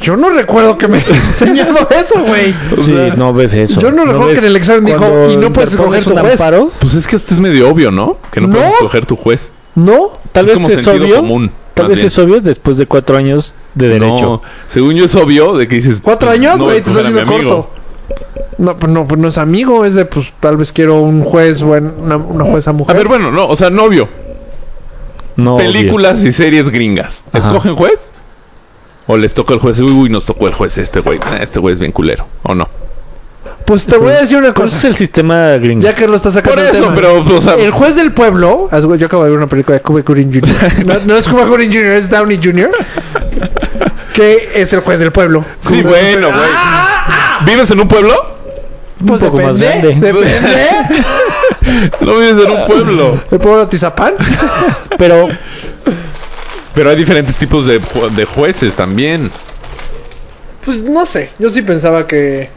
Speaker 3: Yo no recuerdo que me enseñado eso, güey.
Speaker 1: O
Speaker 2: Sí,
Speaker 1: sea,
Speaker 2: no ves eso.
Speaker 3: Yo no recuerdo
Speaker 2: ves
Speaker 3: que en el examen dijo,
Speaker 2: cuando
Speaker 3: "Y no puedes
Speaker 2: interpones
Speaker 3: escoger tu
Speaker 2: un
Speaker 3: juez".
Speaker 2: amparo,
Speaker 1: Pues es que este es medio obvio, ¿no? Que no,
Speaker 3: ¿No?
Speaker 1: puedes escoger tu juez.
Speaker 3: No,
Speaker 2: Tal
Speaker 1: es
Speaker 2: vez
Speaker 1: como
Speaker 2: es
Speaker 1: sentido
Speaker 2: obvio.
Speaker 1: común.
Speaker 2: Tal
Speaker 1: más
Speaker 2: vez
Speaker 1: bien.
Speaker 2: es obvio después de cuatro años de
Speaker 1: No,
Speaker 2: derecho.
Speaker 1: según yo es obvio de que dices.
Speaker 3: cuatro
Speaker 1: pues,
Speaker 3: años,
Speaker 1: no,
Speaker 3: güey, te
Speaker 1: escoger
Speaker 3: estás
Speaker 1: a mi
Speaker 3: viendo corto.
Speaker 1: amigo.
Speaker 3: No, pues no, pues no es amigo, es de pues tal vez quiero un juez o una, una jueza
Speaker 1: A
Speaker 3: mujer.
Speaker 1: ver, bueno, no, o sea, novio.
Speaker 2: No, obvio.
Speaker 1: películas y series gringas.
Speaker 2: Ajá.
Speaker 1: ¿Escogen juez? ¿O les toca el juez? Uy, uy, nos tocó el juez este güey. Ah, Este güey es bien culero. ¿O no?
Speaker 3: pues te voy a decir una
Speaker 2: Pero ese
Speaker 3: cosa.
Speaker 2: es el sistema gringo.
Speaker 3: Ya que lo estás
Speaker 1: Por
Speaker 3: sacando el
Speaker 1: eso,
Speaker 3: tema.
Speaker 1: pero, o sea,
Speaker 3: El juez del pueblo, as- güey, yo acabo de ver una película de Cuba Gooding Jr. No, no es Cuba Gooding Jr., es Downey Jr. que es el juez del pueblo.
Speaker 1: sí, bueno, güey.
Speaker 2: Ah,
Speaker 1: ¿Vives en un pueblo?
Speaker 3: Pues
Speaker 2: poco más
Speaker 3: depende,
Speaker 2: grande.
Speaker 3: Depende.
Speaker 1: No vives en un pueblo.
Speaker 3: El pueblo de Atizapán.
Speaker 2: Pero
Speaker 1: Pero hay diferentes tipos de, ju- de jueces también.
Speaker 3: Pues no sé, yo sí pensaba que.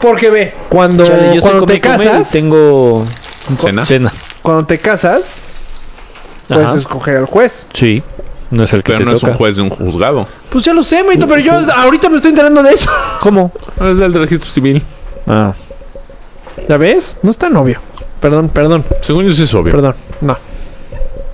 Speaker 3: Porque ve, cuando,
Speaker 2: chale, yo
Speaker 3: cuando
Speaker 2: estoy
Speaker 3: te
Speaker 2: con mi comer
Speaker 3: casas,
Speaker 2: y tengo
Speaker 1: ¿Cena?
Speaker 2: cena.
Speaker 3: cuando te casas, puedes
Speaker 2: Ajá.
Speaker 3: escoger al juez.
Speaker 2: Sí. No es el que
Speaker 1: Pero
Speaker 2: te
Speaker 1: no es
Speaker 2: toca.
Speaker 1: un juez de un juzgado.
Speaker 3: Pues ya lo sé, Maito, pero yo ahorita me estoy enterando de eso.
Speaker 2: ¿Cómo?
Speaker 1: Es del registro civil.
Speaker 2: Ah.
Speaker 3: ¿Ya ves? No es tan obvio. Perdón, perdón,
Speaker 1: Según yo sí es obvio.
Speaker 3: perdón. No.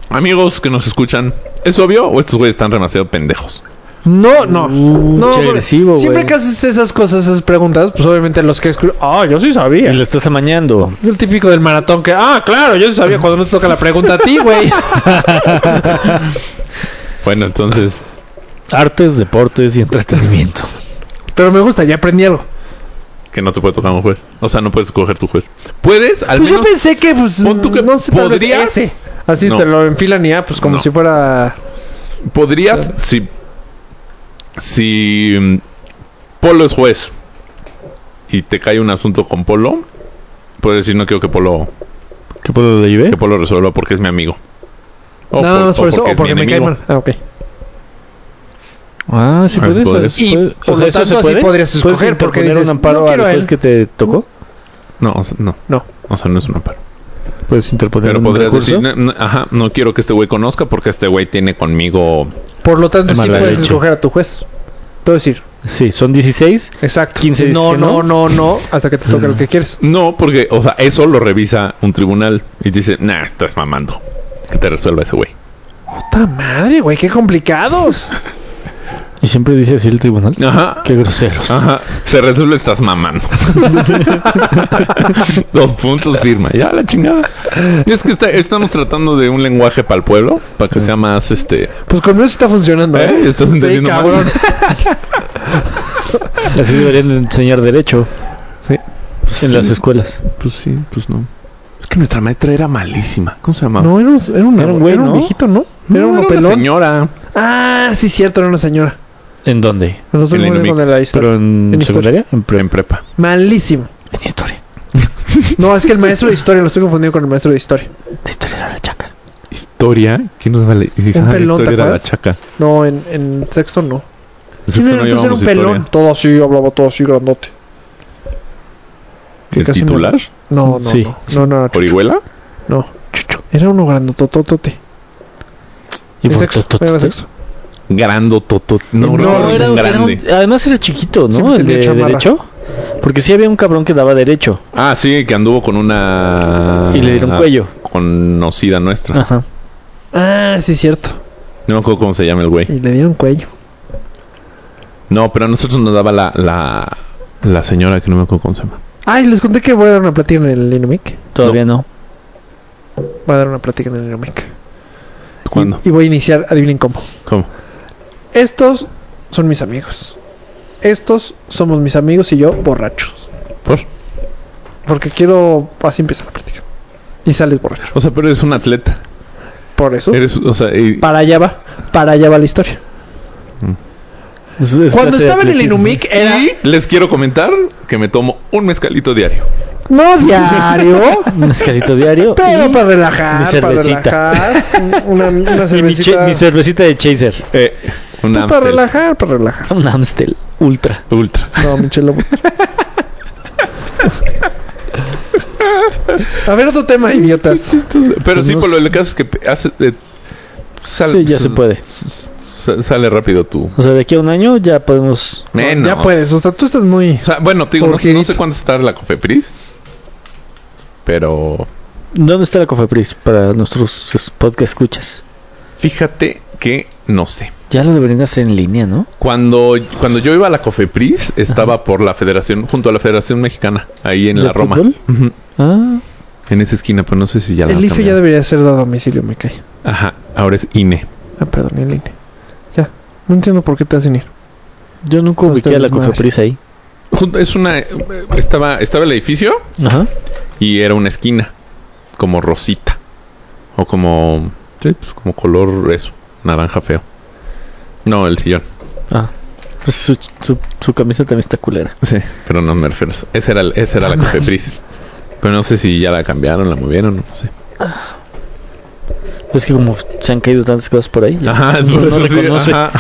Speaker 1: Amigos que nos escuchan, ¿es obvio o estos güeyes están demasiado pendejos?
Speaker 3: No, no. no
Speaker 2: qué
Speaker 3: Uh, güey.
Speaker 2: agresivo,
Speaker 3: Siempre
Speaker 2: güey.
Speaker 3: que haces esas cosas, esas preguntas, pues obviamente los que escriben. Ah, yo sí
Speaker 2: Y
Speaker 3: sabía.
Speaker 2: le estás amañando.
Speaker 3: Es el típico del maratón que, ah, claro, yo sí sabía cuando no te toca la pregunta a ti, güey.
Speaker 1: Bueno, entonces,
Speaker 2: Artes, deportes y entretenimiento.
Speaker 3: Pero me gusta, ya aprendí algo.
Speaker 1: que no te puede tocar un juez. O sea, no puedes escoger tu juez. Puedes, al
Speaker 3: Pues yo
Speaker 1: menos.
Speaker 3: pensé que, pues,
Speaker 1: pon tú que
Speaker 3: no sé, tal vez
Speaker 1: podrías-
Speaker 3: ese. Así
Speaker 1: No.
Speaker 3: te lo enfilan y ya, pues como
Speaker 1: No.
Speaker 3: si fuera... pues-
Speaker 1: Podrías, si. Si. mm, Polo es juez. Y te cae un asunto con Polo. Puedes decir, no quiero que Polo,
Speaker 2: ¿Qué puedo le llevé?
Speaker 1: que Polo resuelva porque es mi amigo. O
Speaker 3: Nada más por eso, o
Speaker 1: es
Speaker 3: porque
Speaker 1: mi
Speaker 3: me cae
Speaker 1: enemigo.
Speaker 3: mal. Ah, ok.
Speaker 2: Ah, sí
Speaker 1: Ah,
Speaker 2: puedes.
Speaker 1: puedes.
Speaker 2: sí
Speaker 3: Y,
Speaker 2: puedes.
Speaker 3: por lo tanto, así podrías escoger, porque
Speaker 2: interponer
Speaker 3: dices,
Speaker 2: un amparo
Speaker 3: no
Speaker 2: al
Speaker 3: quiero a
Speaker 2: juez
Speaker 3: él.
Speaker 2: que te tocó?
Speaker 1: No, o sea, no.
Speaker 3: No.
Speaker 1: O sea, no es un amparo.
Speaker 2: Puedes interponer
Speaker 1: Pero
Speaker 2: un
Speaker 1: podrías
Speaker 2: recurso.
Speaker 1: decir, no, no, ajá, no quiero que este güey conozca porque este güey tiene conmigo.
Speaker 3: Por lo tanto, sí
Speaker 2: Mala
Speaker 3: puedes
Speaker 2: leche.
Speaker 3: escoger a tu juez. Todo decir.
Speaker 2: Sí, son 16.
Speaker 3: Exacto.
Speaker 2: 15 dices
Speaker 3: no,
Speaker 2: que
Speaker 3: no,
Speaker 2: no.
Speaker 3: no, no, hasta que te toque lo que quieres.
Speaker 1: No, porque, o sea, eso lo revisa un tribunal y dice, nah, estás mamando. Que te resuelva ese güey.
Speaker 3: ¡Puta madre, güey! ¡Qué complicados!
Speaker 2: Y siempre dice así el tribunal.
Speaker 1: Ajá.
Speaker 2: Qué groseros.
Speaker 3: Ah,
Speaker 1: Ajá. Se resuelve, estás mamando. Dos puntos firma. Ya la chingada. Y es que está- estamos tratando de un lenguaje para el pueblo, para que sea más este.
Speaker 3: Pues conmigo sí está funcionando, ¿eh?
Speaker 1: ¿Eh? ¿Estás
Speaker 3: sí,
Speaker 1: entendiendo más?
Speaker 3: cabrón.
Speaker 2: Así deberían de enseñar derecho.
Speaker 3: Sí.
Speaker 2: En las escuelas.
Speaker 1: Pues sí, pues no. Es que nuestra maestra era malísima. ¿Cómo se llamaba?
Speaker 3: No, era un, era un,
Speaker 2: Era un güey,
Speaker 3: era un
Speaker 2: ¿no?
Speaker 3: viejito, ¿no? Era un
Speaker 1: una
Speaker 3: pelón.
Speaker 1: señora.
Speaker 3: Ah, sí, cierto, era una señora.
Speaker 2: ¿En dónde?
Speaker 3: En los
Speaker 1: En la
Speaker 3: últimos
Speaker 1: Inumic.
Speaker 3: donde la historia.
Speaker 2: ¿Pero en,
Speaker 3: En historia.
Speaker 2: secundaria? En, pre-
Speaker 1: en prepa.
Speaker 3: Malísimo.
Speaker 2: en historia.
Speaker 3: No, es que el maestro de historia, lo estoy confundiendo con el maestro de historia.
Speaker 2: La historia era la chaca.
Speaker 1: Historia. ¿Quién nos vale? Si sabe la
Speaker 3: pelón, ¿te
Speaker 1: historia era la
Speaker 3: acuerdas?
Speaker 1: chaca.
Speaker 3: No, en, en sexto no. Sí,
Speaker 1: Nosotros
Speaker 3: no, entonces era
Speaker 1: llevábamos
Speaker 3: un pelón.
Speaker 1: historia.
Speaker 3: Todo así, hablaba todo así, grandote. Que
Speaker 1: ¿El
Speaker 3: casi me-
Speaker 1: titular?
Speaker 3: No, no,
Speaker 2: Sí.
Speaker 3: no, no, no, no,
Speaker 1: ¿Orihuela?
Speaker 3: no. Era uno grandototote.
Speaker 2: ¿Y
Speaker 3: En
Speaker 2: por
Speaker 3: sexto,
Speaker 2: qué?
Speaker 3: era sexto.
Speaker 1: Grando, toto. No,
Speaker 2: No, era,
Speaker 1: un
Speaker 2: era
Speaker 1: grande.
Speaker 2: un- además era chiquito, ¿no?
Speaker 3: Siempre
Speaker 2: el
Speaker 3: tenía
Speaker 2: de
Speaker 3: chamarra.
Speaker 2: derecho. Porque sí había un cabrón que daba derecho.
Speaker 1: Ah, sí, que anduvo con una...
Speaker 2: Y le dieron cuello.
Speaker 1: Conocida nuestra.
Speaker 2: Ajá.
Speaker 3: Ah, sí, cierto.
Speaker 1: No me acuerdo cómo se llama el güey.
Speaker 3: Y le dieron cuello.
Speaker 1: No, pero a nosotros nos daba la, la, la señora que no me acuerdo cómo se llama.
Speaker 3: Ay, les conté que voy a dar una plática en el Inumic.
Speaker 2: Todavía no.
Speaker 3: Voy a dar una plática en el Inumic.
Speaker 1: ¿Cuándo?
Speaker 3: Y voy a iniciar, adivinen cómo.
Speaker 1: ¿Cómo?
Speaker 3: Estos son mis amigos. Estos somos mis amigos y yo borrachos.
Speaker 1: ¿Por?
Speaker 3: Porque quiero así empezar la plática. Y sales borracho.
Speaker 1: O sea, pero eres un atleta.
Speaker 3: Por eso.
Speaker 1: Eres, o sea, y-
Speaker 3: Para allá va. Para allá va la historia.
Speaker 2: Es- es
Speaker 3: Cuando
Speaker 2: clase de
Speaker 3: estaba en el
Speaker 2: atletismo.
Speaker 3: Inumic era...
Speaker 1: les quiero comentar que me tomo un mezcalito diario.
Speaker 3: No diario.
Speaker 2: Un escalito diario.
Speaker 3: Pero
Speaker 2: y
Speaker 3: para relajar,
Speaker 2: mi cervecita.
Speaker 3: para relajar. un- Una, una
Speaker 2: y mi, che-
Speaker 3: cervecita.
Speaker 2: mi cervecita de Chaser.
Speaker 1: Eh, un
Speaker 3: Pues para
Speaker 1: Amstel
Speaker 3: relajar, para relajar.
Speaker 2: Un Amstel Ultra.
Speaker 1: Ultra.
Speaker 3: No, Michelo. A ver otro tema, idiotas.
Speaker 1: Pero sí,
Speaker 2: Pues no
Speaker 1: por lo del caso es que hace, eh, sal-
Speaker 2: Sí, ya se puede.
Speaker 1: sa- Sale rápido tú.
Speaker 2: O sea, de aquí a un año ya podemos.
Speaker 1: Menos.
Speaker 3: Ya puedes, o sea, tú estás muy...
Speaker 1: O sea, bueno, te digo, no,
Speaker 3: Jorgerito.
Speaker 1: no sé cuánto está la Cofepris. Pero
Speaker 2: ¿Dónde está la Cofepris para nuestros sus podcast escuchas?
Speaker 1: fíjate que no sé.
Speaker 2: Ya lo deberían hacer en línea, ¿no?
Speaker 1: Cuando, cuando yo iba a la Cofepris, estaba por la Federación, junto a la Federación Mexicana, ahí en
Speaker 2: ¿De
Speaker 1: la Roma.
Speaker 2: fútbol?
Speaker 1: Ujú.
Speaker 2: Ah,
Speaker 1: En esa esquina, pero no sé si ya la
Speaker 3: El IFE ya
Speaker 1: cambiaron.
Speaker 3: debería ser dado a domicilio, me cae.
Speaker 1: Ajá, ahora es INE.
Speaker 3: Ah, perdón, el INE. Ya, no entiendo por qué te hacen ir.
Speaker 2: yo nunca
Speaker 3: Todo
Speaker 2: ubiqué
Speaker 3: está
Speaker 2: a la
Speaker 3: desmadre.
Speaker 2: Cofepris ahí.
Speaker 1: Junto- Es una eh, estaba estaba el edificio
Speaker 2: Ajá.
Speaker 1: y era una esquina como rosita o como sí, pues como color eso, naranja feo. No, el sillón.
Speaker 2: Ah. Pues su, su, su camisa también está culera.
Speaker 1: Sí, pero no me refiero a eso. Esa era el- esa era la Cofepris. Pero no sé si ya la cambiaron, la movieron, no sé.
Speaker 2: Es que como se han caído tantas cosas por ahí, ya
Speaker 1: Ajá, es por
Speaker 2: no
Speaker 1: eso sí,
Speaker 2: reconoce.
Speaker 1: ajá.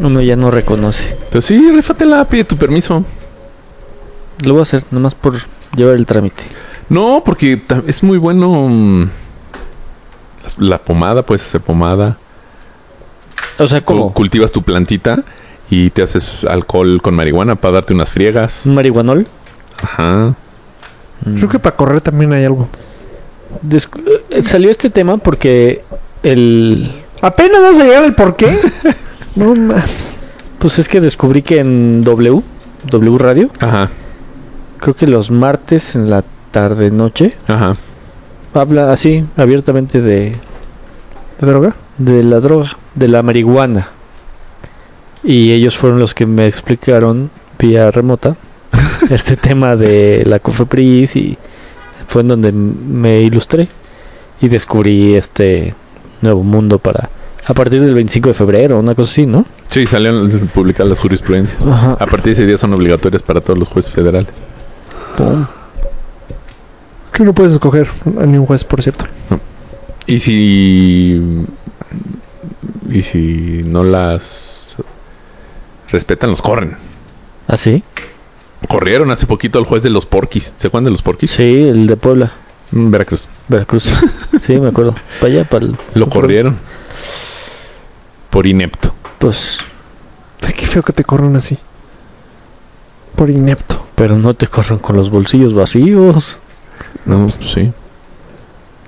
Speaker 2: uno ya no reconoce.
Speaker 1: Pero sí, rífatela, pide tu permiso.
Speaker 2: Lo voy a hacer nomás por llevar el trámite.
Speaker 1: No, porque ta- es muy bueno mm, las- la pomada, puedes hacer pomada.
Speaker 2: O sea,
Speaker 1: Cu-
Speaker 2: como
Speaker 1: cultivas tu plantita y te haces alcohol con marihuana para darte unas friegas.
Speaker 2: un marihuanol.
Speaker 1: Ajá.
Speaker 2: Mm.
Speaker 3: Creo que para correr también hay algo.
Speaker 2: Des- eh, salió este tema porque el
Speaker 3: Apenas vamos a llegar al por qué. No mames.
Speaker 2: pues es que descubrí que en W, W Radio,
Speaker 1: Ajá.
Speaker 2: creo que los martes en la tarde noche
Speaker 1: Ajá.
Speaker 2: habla así abiertamente de
Speaker 3: ¿De droga?
Speaker 2: de la droga, de la marihuana. Y ellos fueron los que me explicaron vía remota este tema de la Cofepris y fue en donde m- me ilustré y descubrí este nuevo mundo para a partir del 25 de febrero, una cosa así, ¿no?
Speaker 1: Sí, salieron publicadas las jurisprudencias.
Speaker 2: Ajá.
Speaker 1: A partir de ese día son obligatorias para todos los jueces federales.
Speaker 3: Que no Ah. puedes escoger a ni un juez, por cierto.
Speaker 1: Y si. Y si no las respetan, los corren.
Speaker 3: ¿Ah,
Speaker 2: ¿Así?
Speaker 1: Corrieron hace poquito al juez de los porquis. ¿Se acuerdan de los porquis?
Speaker 2: Sí, el de Puebla,
Speaker 1: Mm, Veracruz.
Speaker 2: Veracruz. Sí, me acuerdo. Para allá, para el...
Speaker 1: Lo corrieron. Por inepto.
Speaker 2: Pues,
Speaker 3: Ay, qué feo que te corran así. Por inepto.
Speaker 2: pero no te corran con los bolsillos vacíos.
Speaker 1: No, sí.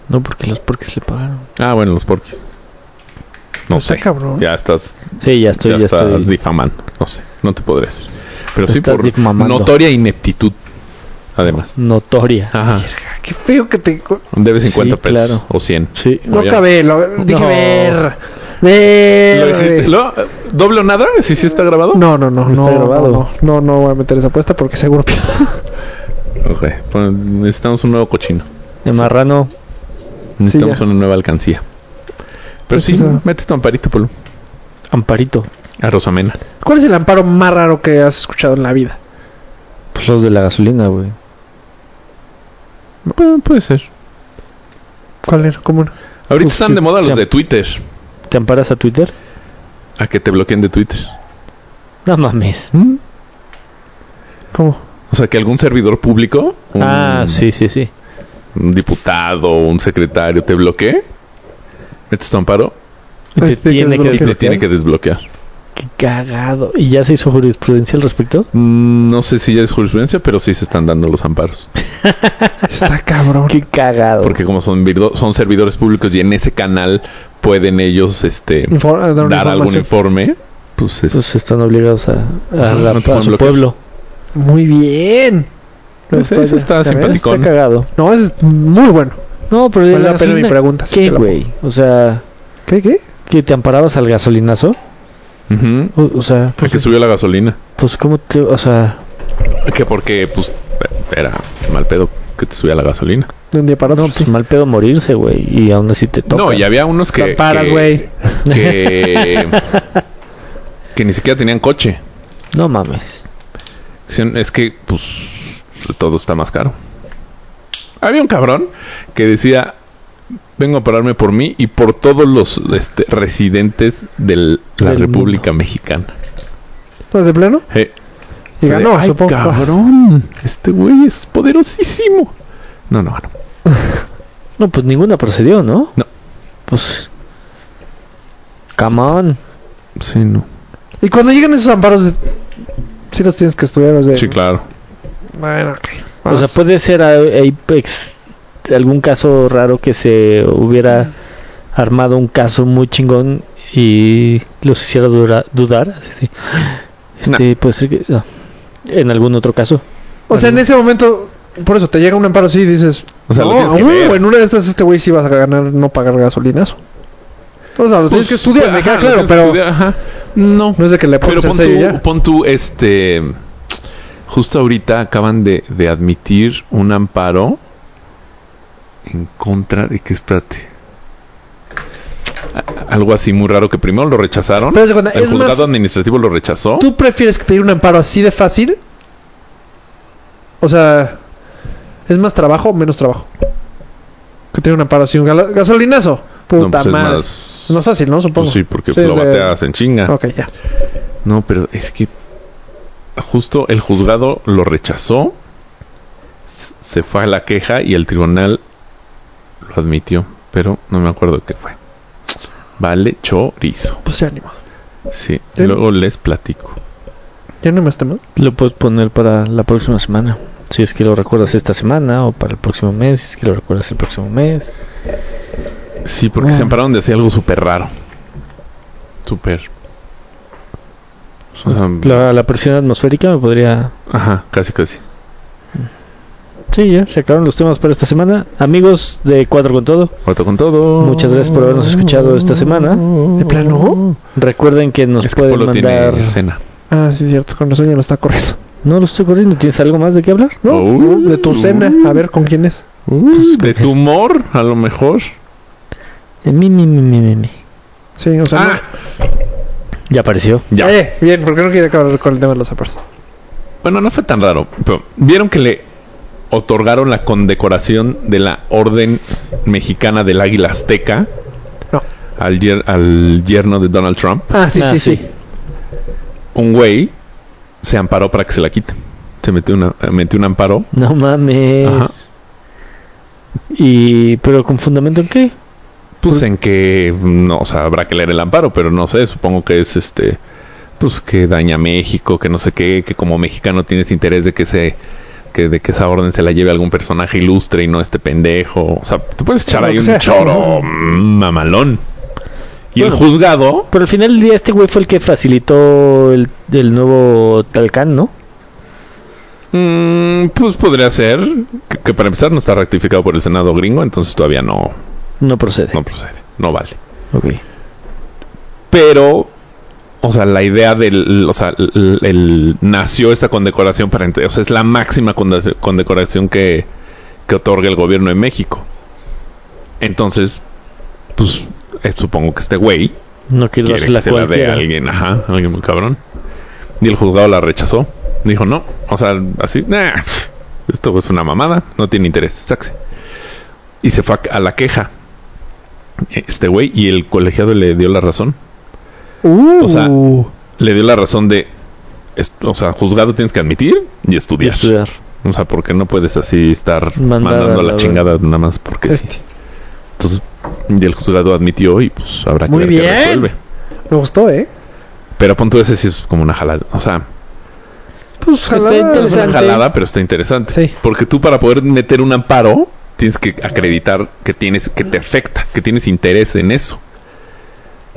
Speaker 2: No, porque los porques le pagaron.
Speaker 1: Ah, bueno, los porquis. No
Speaker 3: Está
Speaker 1: sé.
Speaker 3: cabrón.
Speaker 1: Ya estás,
Speaker 2: Sí, ya estoy,
Speaker 1: ya
Speaker 2: ya
Speaker 1: estás
Speaker 2: estoy.
Speaker 1: difamando. No sé, no te podré decir. Pero sí
Speaker 2: Estás
Speaker 1: por
Speaker 2: difamando.
Speaker 1: notoria ineptitud. Además.
Speaker 2: notoria.
Speaker 1: Ajá.
Speaker 3: Ay, Qué feo que te... co-
Speaker 1: Debe 50
Speaker 2: Sí,
Speaker 1: pesos
Speaker 2: claro.
Speaker 1: o 100.
Speaker 2: Sí.
Speaker 3: No
Speaker 1: ya.
Speaker 3: cabé, lo, dije
Speaker 2: No.
Speaker 3: ver.
Speaker 2: Eh,
Speaker 1: ¿Lo
Speaker 3: Ver.
Speaker 1: hiciste? ¿Lo- eh, ¿Doble o nada? ¿Sí, sí está grabado?
Speaker 3: No, no, no, no,
Speaker 2: Está
Speaker 3: no,
Speaker 2: grabado.
Speaker 3: no, no, no voy a meter esa apuesta porque seguro pierdo.
Speaker 1: Ok. pues necesitamos un nuevo cochino.
Speaker 2: De marrano.
Speaker 1: Necesitamos
Speaker 3: ya.
Speaker 1: una nueva alcancía. Pero
Speaker 3: Pues
Speaker 1: sí,
Speaker 3: esa-
Speaker 1: mete tu amparito, Polo.
Speaker 2: Amparito.
Speaker 1: A Rosamena.
Speaker 3: ¿Cuál es el amparo más raro que has escuchado en la vida?
Speaker 6: Pues los de la gasolina, güey.
Speaker 1: Bueno, puede ser.
Speaker 3: ¿Cuál era? ¿Cómo no?
Speaker 1: Ahorita
Speaker 2: Uf,
Speaker 1: están de moda
Speaker 2: sí.
Speaker 1: los de Twitter.
Speaker 2: ¿Te amparas a Twitter?
Speaker 1: A que te bloqueen de Twitter.
Speaker 2: No mames.
Speaker 1: Mm.
Speaker 3: ¿Cómo?
Speaker 1: O sea, que algún servidor público, un,
Speaker 2: Ah, sí, sí, sí.
Speaker 1: un diputado, un secretario, te bloquee, metes tu amparo
Speaker 2: Y
Speaker 3: Ay,
Speaker 2: te
Speaker 3: sí, que
Speaker 2: tiene que
Speaker 1: y te
Speaker 3: desbloquear.
Speaker 1: tiene
Speaker 2: desbloquear.
Speaker 1: que desbloquear.
Speaker 2: Qué cagado. ¿Y ya se hizo jurisprudencia al respecto?
Speaker 1: Mm, No sé si ya es jurisprudencia, pero sí se están dando los amparos.
Speaker 3: Está cabrón.
Speaker 2: Qué cagado.
Speaker 1: Porque como son, virdo- son servidores públicos y en ese canal pueden ellos este,
Speaker 3: Infor- dar una
Speaker 1: dar algún
Speaker 3: información.
Speaker 1: informe, pues es...
Speaker 2: Pues están obligados a, a,
Speaker 1: Ah, No te
Speaker 2: a
Speaker 1: pueden
Speaker 2: su
Speaker 1: bloquear.
Speaker 2: pueblo.
Speaker 3: Muy bien.
Speaker 1: pues eso está
Speaker 3: ¿Ya ves?
Speaker 1: simpático.
Speaker 2: Está cagado.
Speaker 3: No, es muy bueno.
Speaker 2: No, pero
Speaker 3: Vale
Speaker 2: la
Speaker 3: la pena mi
Speaker 2: gasolina-
Speaker 3: pregunta. sí
Speaker 2: ¿Qué,
Speaker 3: te la pongo.
Speaker 2: güey? O sea,
Speaker 3: ¿Qué, qué?
Speaker 2: ¿que te amparabas al gasolinazo?
Speaker 1: Ujú.
Speaker 2: O, o sea,
Speaker 1: A que subió la gasolina.
Speaker 2: pues cómo te... O sea,
Speaker 1: Que porque, pues, era mal pedo que te subía la gasolina.
Speaker 3: De un día para otro.
Speaker 2: no, pues mal pedo morirse, güey. Y aún así te toca.
Speaker 1: No, y había unos que...
Speaker 3: Te paras,
Speaker 1: que-
Speaker 3: güey.
Speaker 1: que, que ni siquiera tenían coche.
Speaker 2: No mames.
Speaker 1: Decían, Es que, pues, todo está más caro. Había un cabrón que decía, vengo a pararme por mí y por todos los este, residentes de la
Speaker 2: Del
Speaker 1: República Mexicana.
Speaker 3: ¿Estás de plano?
Speaker 1: Eh,
Speaker 3: Y ganó,
Speaker 1: Ay,
Speaker 3: supongo.
Speaker 1: cabrón, este güey es poderosísimo. No, no, no.
Speaker 2: No, pues ninguna procedió, ¿no?
Speaker 1: No.
Speaker 2: Pues... Come on.
Speaker 1: Sí, no.
Speaker 3: Y cuando llegan esos amparos, sí los tienes que estudiar. los de-
Speaker 1: Sí, claro.
Speaker 3: Bueno, ok.
Speaker 2: O sea, puede ser a- Apex algún caso raro que se hubiera armado un caso muy chingón y los hiciera dura- dudar. así. Este, puede ser que- no. En algún otro caso.
Speaker 3: O sea, en ese momento, por eso te llega un amparo así y dices,
Speaker 1: O sea, lo
Speaker 3: no,
Speaker 1: tienes que
Speaker 3: uh,
Speaker 1: ver.
Speaker 3: en una de estas este güey sí vas a ganar no pagar gasolinazo. O sea, lo tienes que estudiar, me queda
Speaker 1: Pues, Ajá,
Speaker 3: claro,
Speaker 1: lo tienes que estudiar,
Speaker 3: pero
Speaker 1: ajá. No.
Speaker 3: no es de que le
Speaker 1: Pero
Speaker 3: pongas en
Speaker 1: pon
Speaker 3: serio
Speaker 1: tú,
Speaker 3: Pues ya.
Speaker 1: pon tú, este. Justo ahorita acaban de, de admitir un amparo en contra de que, espérate. A- Algo así muy raro que primero lo rechazaron.
Speaker 3: Pero haz de cuenta,
Speaker 1: el
Speaker 3: es
Speaker 1: juzgado
Speaker 3: más,
Speaker 1: administrativo lo rechazó.
Speaker 3: ¿tú prefieres que te diera un amparo así de fácil? O sea, ¿es más trabajo o menos trabajo? Que te diera un amparo así, un galo- gasolinazo. Puta
Speaker 1: No, pues es
Speaker 3: madre.
Speaker 1: más-
Speaker 3: No es fácil, ¿no? Supongo.
Speaker 1: Pues sí, porque
Speaker 3: Sí,
Speaker 1: lo
Speaker 3: o sea,
Speaker 1: bateas en chinga.
Speaker 3: Ok, ya.
Speaker 1: No, pero es que justo el juzgado lo rechazó, s- se fue a la queja y el tribunal lo admitió, pero no me acuerdo qué fue. Vale chorizo.
Speaker 3: Pues se ánimo.
Speaker 1: Sí,
Speaker 3: Sí.
Speaker 1: luego les platico.
Speaker 3: Ya no me está mal.
Speaker 2: Lo puedes poner para la próxima semana. Si es que lo recuerdas esta semana o para el próximo mes, si es que lo recuerdas el próximo mes.
Speaker 1: Sí, porque
Speaker 2: Ah.
Speaker 1: se ampararon de hacer algo súper raro. Súper. O sea,
Speaker 2: La, la presión atmosférica me podría...
Speaker 1: Ajá, casi, casi.
Speaker 2: Sí, ya, se acabaron los temas para esta semana. Amigos de Cuatro con Todo,
Speaker 1: Cuatro con todo.
Speaker 2: muchas gracias por habernos escuchado esta semana.
Speaker 3: ¿De plano?
Speaker 2: Recuerden que nos
Speaker 1: Es que
Speaker 2: pueden
Speaker 1: Polo
Speaker 2: mandar.
Speaker 1: tiene cena.
Speaker 3: Ah, sí, es cierto. Con razón ya lo está corriendo.
Speaker 2: No lo estoy corriendo. ¿Tienes algo más de qué hablar?
Speaker 3: No,
Speaker 1: Oh.
Speaker 3: no, de tu cena. A ver, ¿con quién es?
Speaker 2: Uh,
Speaker 1: Pues, de tumor, a lo mejor.
Speaker 2: Eh, Mi, mi, mi, mi, mi, mi.
Speaker 3: Sí, o sea... no-
Speaker 2: Ya apareció.
Speaker 1: Ah, Ya.
Speaker 3: Eh, bien, porque no quiere acabar con el tema de los amparos.
Speaker 1: Bueno, no fue tan raro. Pero Vieron que le otorgaron la condecoración de la Orden Mexicana del Águila Azteca
Speaker 3: No.
Speaker 1: al, yer- al yerno de Donald Trump.
Speaker 3: Ah, sí,
Speaker 2: Ah,
Speaker 3: sí, sí,
Speaker 2: sí.
Speaker 1: Un güey se amparó para que se la quiten. Se metió, una, eh, metió un amparo.
Speaker 2: No mames.
Speaker 1: Ajá.
Speaker 2: Y, pero con fundamento en qué?
Speaker 1: Pues en que, no, o sea, habrá que leer el amparo, pero no sé, supongo que es este, pues que daña a México, que no sé qué, que como mexicano tienes interés de que se, que de que esa orden se la lleve algún personaje ilustre y no este pendejo. O sea, tú puedes echar
Speaker 3: Lo
Speaker 1: ahí
Speaker 3: que
Speaker 1: un
Speaker 3: sea.
Speaker 1: choro mm, mamalón. Y el juzgado,
Speaker 2: Pero al final del día este güey fue el que facilitó el, el nuevo Talcán, ¿no?
Speaker 1: mm, pues podría ser que, que para empezar no está rectificado por el Senado gringo, entonces todavía no,
Speaker 2: No procede.
Speaker 1: no procede, no vale.
Speaker 2: Ok.
Speaker 1: pero o sea la idea del o sea el, el- nació esta condecoración para ente- o sea es la máxima conde- condecoración que que otorga el gobierno de México entonces pues eh, supongo que este güey
Speaker 2: No quiero
Speaker 1: Quiere que
Speaker 2: dársela a
Speaker 1: se la dé a
Speaker 2: cualquiera.
Speaker 1: alguien, ajá, a alguien muy cabrón. Y el juzgado la rechazó. Dijo, no, o sea, así, nah, esto es una mamada, no tiene interés, saxe. Y se fue a- a la queja. Este güey, y el colegiado le dio la razón.
Speaker 3: Uh,
Speaker 1: O sea, le dio la razón de, es- o sea, juzgado tienes que admitir y
Speaker 2: Y
Speaker 1: estudiar.
Speaker 2: estudiar.
Speaker 1: O sea, porque no puedes así estar
Speaker 2: Mandar
Speaker 1: mandando
Speaker 2: a
Speaker 1: a la
Speaker 2: la
Speaker 1: chingada nada más porque sí.
Speaker 3: Este.
Speaker 1: Entonces, y el juzgado admitió y pues habrá que
Speaker 3: Muy
Speaker 1: ver qué
Speaker 3: bien.
Speaker 1: resuelve.
Speaker 3: me gustó, ¿eh?
Speaker 1: Pero a punto ese sí es como una jalada. O sea,
Speaker 3: Pues jalada,
Speaker 1: es una
Speaker 2: interesante.
Speaker 1: jalada, pero está interesante.
Speaker 3: Sí.
Speaker 1: Porque tú para poder meter un amparo tienes que acreditar que tienes que te afecta, que tienes interés en eso.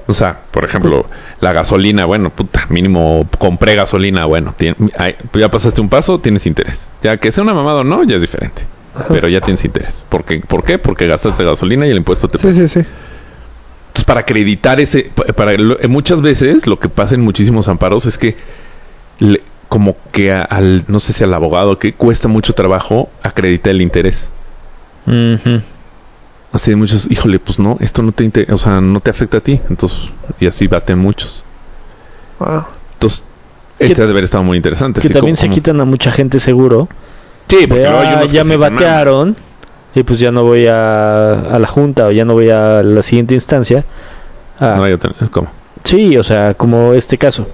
Speaker 1: O sea, por ejemplo, la gasolina, bueno, puta, mínimo compré gasolina, bueno, tien- ay, ya pasaste un paso, tienes interés. Ya que sea una mamada o no, ya es diferente. Pero ya tienes interés. ¿Por qué? ¿Por qué? Porque gastaste gasolina y el impuesto te
Speaker 3: Sí, sí, sí.
Speaker 1: entonces, para acreditar ese, pa- para lo- eh, muchas veces lo que pasa en muchísimos amparos es que le- como que a- al, no sé si al abogado que cuesta mucho trabajo acreditar el interés.
Speaker 6: Ujú.
Speaker 1: Así de muchos, híjole, pues no, esto no te inter- o sea, no te afecta a ti. Entonces, y así baten muchos.
Speaker 3: Wow.
Speaker 1: Entonces, este
Speaker 2: Que-
Speaker 1: debe haber estado muy interesante.
Speaker 2: Que
Speaker 1: así
Speaker 2: también
Speaker 1: como-
Speaker 2: se
Speaker 1: como-
Speaker 2: quitan a mucha gente seguro.
Speaker 1: Sí, porque
Speaker 2: de,
Speaker 1: luego hay
Speaker 2: "Ah,
Speaker 1: unos
Speaker 2: ya
Speaker 1: que
Speaker 2: me
Speaker 1: sí se maman.
Speaker 2: batearon y pues ya no voy a, a la junta o ya no voy a la siguiente instancia. Ah,
Speaker 1: No hay otra- ¿cómo?
Speaker 2: Sí, o sea, como este caso.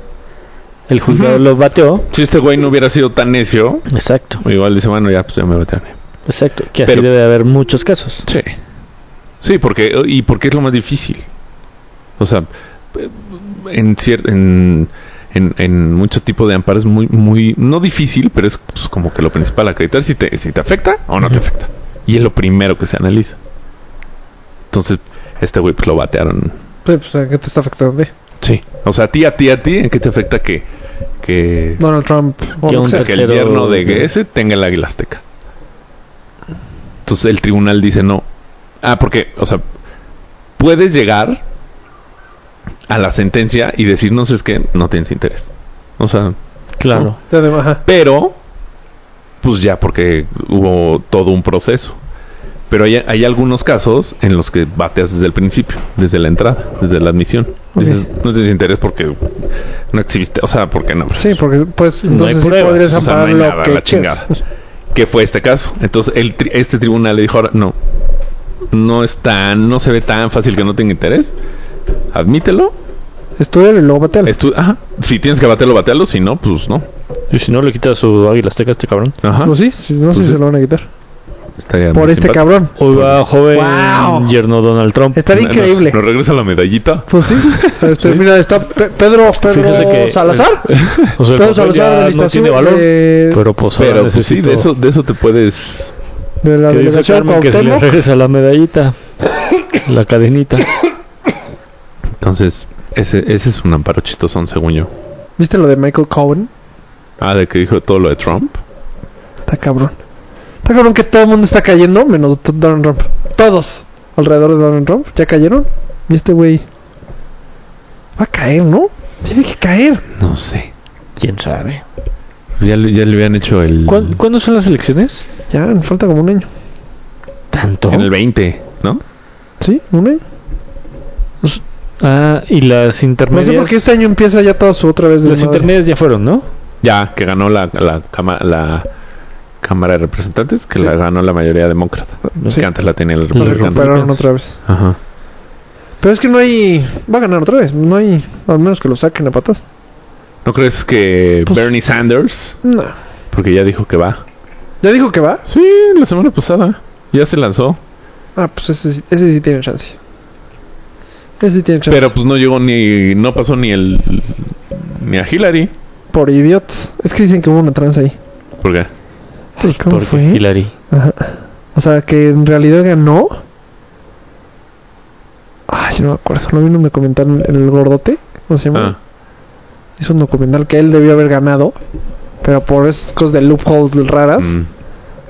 Speaker 2: El juzgado lo bateó.
Speaker 1: Si este güey no hubiera sido tan necio,
Speaker 2: Exacto,
Speaker 1: igual dice, bueno, ya, pues ya me batearon.
Speaker 2: exacto. Que así
Speaker 1: Pero-
Speaker 2: debe de haber muchos casos.
Speaker 1: Sí. Sí, porque y porque es lo más difícil. O sea, en cier- en en, en mucho tipo de amparo es muy muy no difícil, pero es pues, como que lo principal acreditar si te si te afecta o no te afecta. Y es lo primero que se analiza. Entonces, este güey pues lo batearon.
Speaker 3: Pues, pues, ¿a qué te está afectando? eh?
Speaker 1: Sí. O sea, a ti a ti a ti en qué te afecta que que
Speaker 3: Donald Trump. o
Speaker 2: Que
Speaker 3: lo
Speaker 2: un
Speaker 3: que sea.
Speaker 1: que el
Speaker 2: Tercero-
Speaker 1: yerno de que ese tenga el águila azteca. Entonces el tribunal dice no. Ah, porque, o sea, puedes llegar a la sentencia y decirnos es que no tienes interés. O sea,
Speaker 2: Claro.
Speaker 3: Ya de- ajá.
Speaker 1: pero, pues ya, porque hubo todo un proceso. Pero hay, hay algunos casos en los que bateas desde el principio, desde la entrada, desde la admisión. Dices, no tienes interés porque no exhibiste, o sea, porque no.
Speaker 3: Sí, porque pues
Speaker 2: No hay
Speaker 3: entonces sí
Speaker 2: pruebas,
Speaker 3: podrías
Speaker 1: O sea, no
Speaker 3: amparar
Speaker 1: hay
Speaker 3: lo
Speaker 1: nada,
Speaker 3: que
Speaker 1: la
Speaker 3: quieras. Pues,
Speaker 1: chingada. ¿Qué fue este caso? Entonces, el tri- este tribunal le dijo, ahora, no, no es tan, no se ve tan fácil que no tenga interés. Admítelo.
Speaker 3: Estudialo y luego batealo.
Speaker 1: Estu- ajá. Si tienes que batearlo, batearlo. Si no, pues no.
Speaker 2: Y si no le quita su águila azteca a este cabrón.
Speaker 1: Ajá.
Speaker 3: No, Ah, sí, sí, no sé si
Speaker 1: Pues
Speaker 3: se lo van a quitar.
Speaker 1: Estaría
Speaker 3: Por
Speaker 1: muy
Speaker 3: este
Speaker 1: simpático.
Speaker 3: cabrón.
Speaker 2: Hoy va joven
Speaker 3: ¡Wow!
Speaker 2: yerno Donald Trump.
Speaker 3: Está
Speaker 1: No,
Speaker 3: increíble.
Speaker 1: Nos, nos regresa la medallita.
Speaker 3: Pues sí. Este, Mira, está Pe- Pedro,
Speaker 2: Fíjese
Speaker 3: Pedro
Speaker 2: que-
Speaker 3: Salazar.
Speaker 2: O sea, el
Speaker 3: Pedro
Speaker 2: papel ya
Speaker 3: Salazar de Eh, la
Speaker 2: no
Speaker 3: estación
Speaker 2: tiene valor.
Speaker 3: de,
Speaker 2: Pero pues ahora
Speaker 1: Pero pues, sí,
Speaker 2: necesito
Speaker 1: de eso, de eso te puedes.
Speaker 3: de la
Speaker 2: que dice
Speaker 3: delegación
Speaker 2: Carmen que se le
Speaker 3: Cuauhtémoc.
Speaker 2: regresa la medallita. la cadenita.
Speaker 1: Entonces, ese, ese es un amparo chistosón, según yo.
Speaker 3: ¿Viste lo de Michael Cohen?
Speaker 1: Ah, de que dijo todo lo de Trump.
Speaker 3: Está cabrón. Está cabrón que todo el mundo está cayendo, menos t- Donald Trump. Todos alrededor de Donald Trump ya cayeron. Y este güey va a caer, ¿no? Tiene que caer.
Speaker 1: No sé.
Speaker 2: ¿Quién sabe?
Speaker 1: Ya, le- ya le habían hecho el.
Speaker 2: ¿Cuándo son las elecciones?
Speaker 3: Ya, nos falta como un año.
Speaker 2: Tanto.
Speaker 1: En el 20, ¿no?
Speaker 3: ¿Sí? ¿Un año?
Speaker 2: Ah, y las
Speaker 3: No
Speaker 2: intermedias.
Speaker 3: sé por qué este año empieza ya toda su otra vez de
Speaker 2: Las intermedias ya fueron, ¿no?
Speaker 1: Ya, que ganó la, la, cama- la Cámara de Representantes, que
Speaker 3: Sí.
Speaker 1: la ganó la mayoría demócrata.
Speaker 3: Sí.
Speaker 1: Que antes la tenía el
Speaker 2: La
Speaker 1: republicano.
Speaker 3: recuperaron otra vez.
Speaker 1: Ajá.
Speaker 3: Pero es que no hay... Va a ganar otra vez. No hay... Al menos que lo saquen a patas.
Speaker 1: ¿No crees que
Speaker 3: Pues-
Speaker 1: Bernie Sanders,
Speaker 3: No.
Speaker 1: porque ya dijo que va?
Speaker 3: ¿Ya dijo que va?
Speaker 1: Sí, la semana pasada. Ya se lanzó.
Speaker 3: Ah, pues ese, sí- ese sí tiene chance. Ese sí tiene chance.
Speaker 1: Pero pues no llegó ni. No pasó ni el. Ni a Hillary.
Speaker 3: Por idiotas. Es que dicen que hubo una tranza ahí.
Speaker 1: ¿Por qué?
Speaker 3: ¿Cómo
Speaker 2: Porque
Speaker 3: fue?
Speaker 2: Hillary.
Speaker 3: O sea, que en realidad ganó. Ay, yo no me acuerdo. Lo vi en un documental, el gordote. ¿Cómo se
Speaker 1: Ah,
Speaker 3: llama? Es un documental que él debió haber ganado. Pero por esas cosas de loopholes raras,
Speaker 1: mm.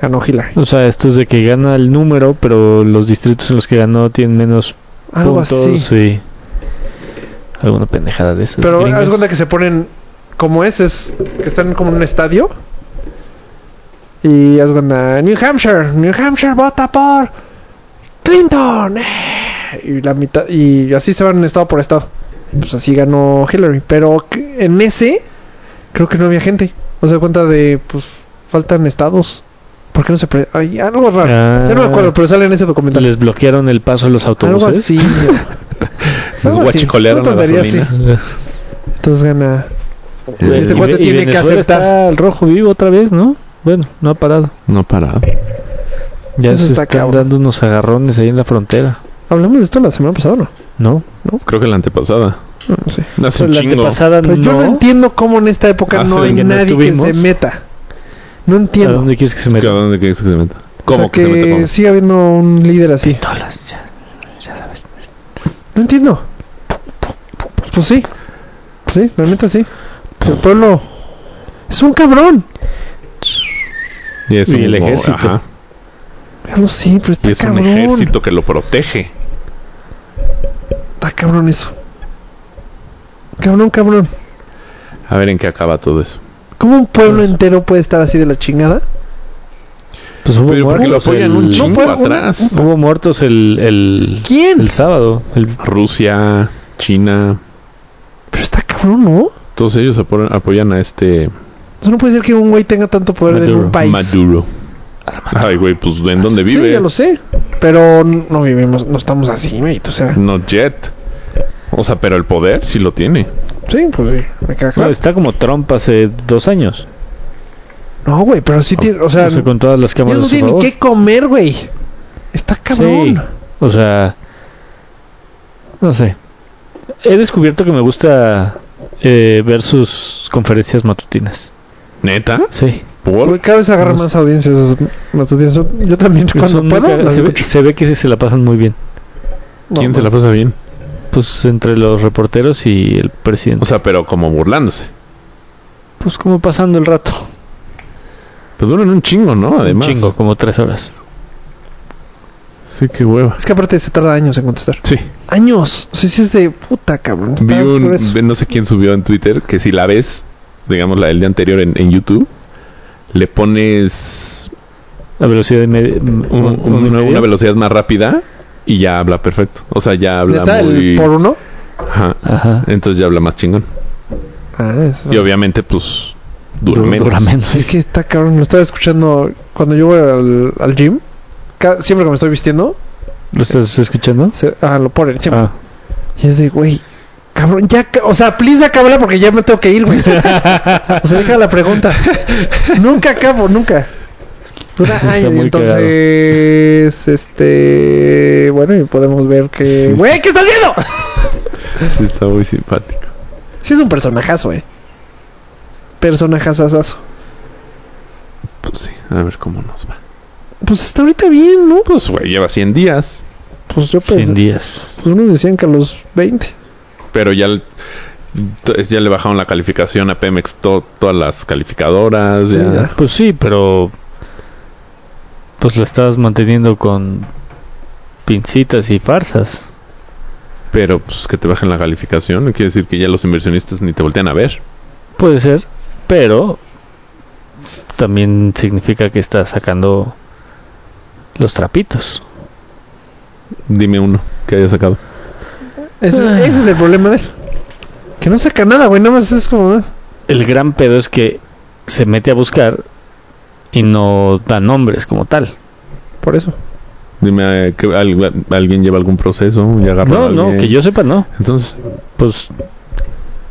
Speaker 3: ganó Hillary.
Speaker 2: O sea, esto es de que gana el número, pero los distritos en los que ganó tienen menos
Speaker 3: Algo
Speaker 2: puntos
Speaker 3: así.
Speaker 2: y alguna pendejada de esas.
Speaker 3: Pero
Speaker 2: gringas.
Speaker 3: haz cuenta que se ponen como es, es que están como en un estadio. Y haz cuenta, New Hampshire, New Hampshire vota por Clinton. eh, Y la mitad, y así se van estado por estado. pues así ganó Hillary. Pero que- en ese, creo que no había gente. O sea, cuenta de, pues, faltan estados. ¿Por qué no se... pre- Ay, algo raro.
Speaker 2: Ah.
Speaker 3: Ya no me acuerdo, pero sale en ese documental.
Speaker 2: Les bloquearon el paso a los autobuses.
Speaker 3: Algo así.
Speaker 1: Los
Speaker 3: Algo así,
Speaker 1: guachicolearon
Speaker 3: una
Speaker 1: la
Speaker 3: tontería
Speaker 1: gasolina.
Speaker 3: así. Entonces gana...
Speaker 2: Güey, Pues, y
Speaker 3: Este cuate
Speaker 2: Ve- y
Speaker 3: tiene que
Speaker 2: Venezuela
Speaker 3: aceptar.
Speaker 2: Está al rojo vivo otra vez, ¿no? Bueno, no ha parado.
Speaker 1: No parado.
Speaker 2: Ya
Speaker 3: Eso
Speaker 2: se
Speaker 3: está
Speaker 2: están
Speaker 3: cabrón.
Speaker 2: dando unos agarrones ahí en la frontera,
Speaker 3: Hablamos de esto la semana pasada, ¿no?
Speaker 2: ¿no?
Speaker 1: Creo que la antepasada.
Speaker 3: No, no sé.
Speaker 1: Hace un
Speaker 2: la
Speaker 1: chingo.
Speaker 2: antepasada
Speaker 3: Pero
Speaker 2: no.
Speaker 3: yo no entiendo cómo en esta época
Speaker 1: Hace
Speaker 3: no hay
Speaker 2: que no
Speaker 3: nadie que se
Speaker 2: tuvimos.
Speaker 3: meta. No
Speaker 2: ¿A
Speaker 3: entiendo.
Speaker 2: dónde quieres que se
Speaker 1: ¿Qué, a
Speaker 2: meta?
Speaker 1: dónde quieres que se meta? ¿Cómo
Speaker 3: o sea, que,
Speaker 1: que, se meta?
Speaker 3: siga habiendo un líder así.
Speaker 2: Pistolas, ya.
Speaker 3: No entiendo. Pues sí. Sí, realmente sí. El pueblo es un cabrón.
Speaker 1: Y, es
Speaker 2: Y
Speaker 1: un-
Speaker 2: el ejército.
Speaker 1: ajá.
Speaker 3: Ya lo sé, pero
Speaker 1: Y
Speaker 3: está
Speaker 1: es un
Speaker 3: Ah, cabrón.
Speaker 1: ejército que lo protege.
Speaker 3: Está cabrón eso. Cabrón, cabrón.
Speaker 1: A ver en qué acaba todo eso.
Speaker 3: ¿Cómo un pueblo
Speaker 1: Pues-
Speaker 3: entero puede estar así de la chingada?
Speaker 2: Pues hubo
Speaker 1: Pero porque lo
Speaker 2: muertos.
Speaker 1: apoyan
Speaker 2: el-
Speaker 1: un chingo
Speaker 3: puede- un-
Speaker 1: atrás.
Speaker 2: Hubo muertos el, el,
Speaker 3: ¿Quién?
Speaker 2: el sábado. El,
Speaker 1: Rusia, China,
Speaker 3: Pero está cabrón, ¿no?
Speaker 1: todos ellos apo- apoyan a este
Speaker 3: Eso no puede ser que un güey tenga tanto poder en
Speaker 2: Maduro.
Speaker 3: un país.
Speaker 1: Maduro. Ay, güey, pues ¿en dónde
Speaker 3: Sí,
Speaker 1: vive?
Speaker 3: ya lo sé. Pero no vivimos, no estamos así, mérito. O sea,
Speaker 1: No jet. O sea, pero el poder sí lo tiene.
Speaker 3: sí, pues sí, me
Speaker 1: Ah.
Speaker 3: queda
Speaker 2: no,
Speaker 3: claro.
Speaker 2: está como Trump hace dos años.
Speaker 3: No, güey, pero sí tiene, o sea,
Speaker 2: O sea, con todas las
Speaker 3: Ah, ya
Speaker 2: cámaras.
Speaker 3: no
Speaker 2: a su
Speaker 3: tiene ni
Speaker 2: favor.
Speaker 3: qué comer, güey. Está cabrón.
Speaker 2: Sí. O sea, no sé. He descubierto que me gusta eh, ver sus conferencias matutinas.
Speaker 1: ¿Neta?
Speaker 2: Sí.
Speaker 1: ¿Por?
Speaker 3: Güey, cada vez agarra
Speaker 2: No sé.
Speaker 3: más audiencias. esas matutinas. Yo también, cuando
Speaker 2: Son muy
Speaker 3: puedo,
Speaker 2: caga-
Speaker 3: las
Speaker 2: se, ve,
Speaker 3: escucho.
Speaker 2: se ve que se la pasan muy bien.
Speaker 3: No,
Speaker 1: ¿Quién se la
Speaker 3: no.
Speaker 1: pasa bien?
Speaker 2: Pues entre los reporteros y el presidente.
Speaker 1: O sea, pero como burlándose.
Speaker 2: pues como pasando el rato.
Speaker 1: Pero Pues duran un chingo, ¿no? Además.
Speaker 2: Un chingo, como tres horas.
Speaker 1: Sí, qué hueva.
Speaker 3: Es que aparte se tarda años en contestar.
Speaker 1: Sí.
Speaker 3: Años. O sea, sí es de puta, cabrón.
Speaker 1: Vi
Speaker 3: Estás
Speaker 1: un,
Speaker 3: grueso.
Speaker 1: ve- no sé quién subió en Twitter que si la ves, digamos la del día anterior en, en YouTube, le pones
Speaker 2: La velocidad de media.
Speaker 1: un- un- una, una velocidad más rápida y ya habla perfecto. O sea, ya habla
Speaker 3: ¿Neta? el
Speaker 1: muy...
Speaker 3: por uno?
Speaker 1: Ajá.
Speaker 2: Ajá.
Speaker 1: Entonces ya habla más chingón.
Speaker 3: Ah, es...
Speaker 1: Y obviamente, pues, dura
Speaker 2: Du-
Speaker 1: menos.
Speaker 2: Dura menos.
Speaker 3: Es que está cabrón, lo estaba escuchando cuando yo voy al, al gym. ca- siempre que me estoy vistiendo,
Speaker 2: ¿Lo estás escuchando?
Speaker 3: se, ah, lo ponen siempre.
Speaker 2: Ah.
Speaker 3: Y es de, güey, cabrón, ya, ca- o sea, please acábala porque ya me tengo que ir, güey. o sea, deja la pregunta. nunca acabo, nunca. Dura años, y
Speaker 2: muy
Speaker 3: entonces, este, bueno, y podemos ver que,
Speaker 1: Sí,
Speaker 3: güey, ¿qué estás viendo?
Speaker 1: Sí, está muy simpático.
Speaker 3: Sí es un personajazo, eh. Personajazazazo.
Speaker 1: Pues sí, a ver cómo nos va.
Speaker 3: Pues hasta ahorita bien, ¿no?
Speaker 1: Pues, güey, lleva 100 días.
Speaker 3: Pues yo pensé,
Speaker 2: 100 días.
Speaker 3: pues unos decían que a los 20.
Speaker 1: Pero ya, l- t- ya le bajaron la calificación a Pemex to- todas las calificadoras.
Speaker 3: Sí,
Speaker 1: ya.
Speaker 3: ya.
Speaker 2: Pues sí, pero. Pues lo estabas manteniendo con. Pincitas y farsas.
Speaker 1: Pero pues que te bajen la calificación no quiere decir que ya los inversionistas ni te voltean a ver.
Speaker 2: Puede ser, pero. También significa que estás sacando. Los trapitos.
Speaker 1: Dime uno que haya sacado. Ah.
Speaker 3: Ese, ese es el problema de él. Que no saca nada, güey. Nada más es como. ah,
Speaker 2: El gran pedo es que se mete a buscar y no da nombres como tal.
Speaker 3: Por eso.
Speaker 1: Dime eh, que al- alguien lleva algún proceso y agarra
Speaker 2: No, no, que yo sepa, no.
Speaker 1: Entonces,
Speaker 2: pues,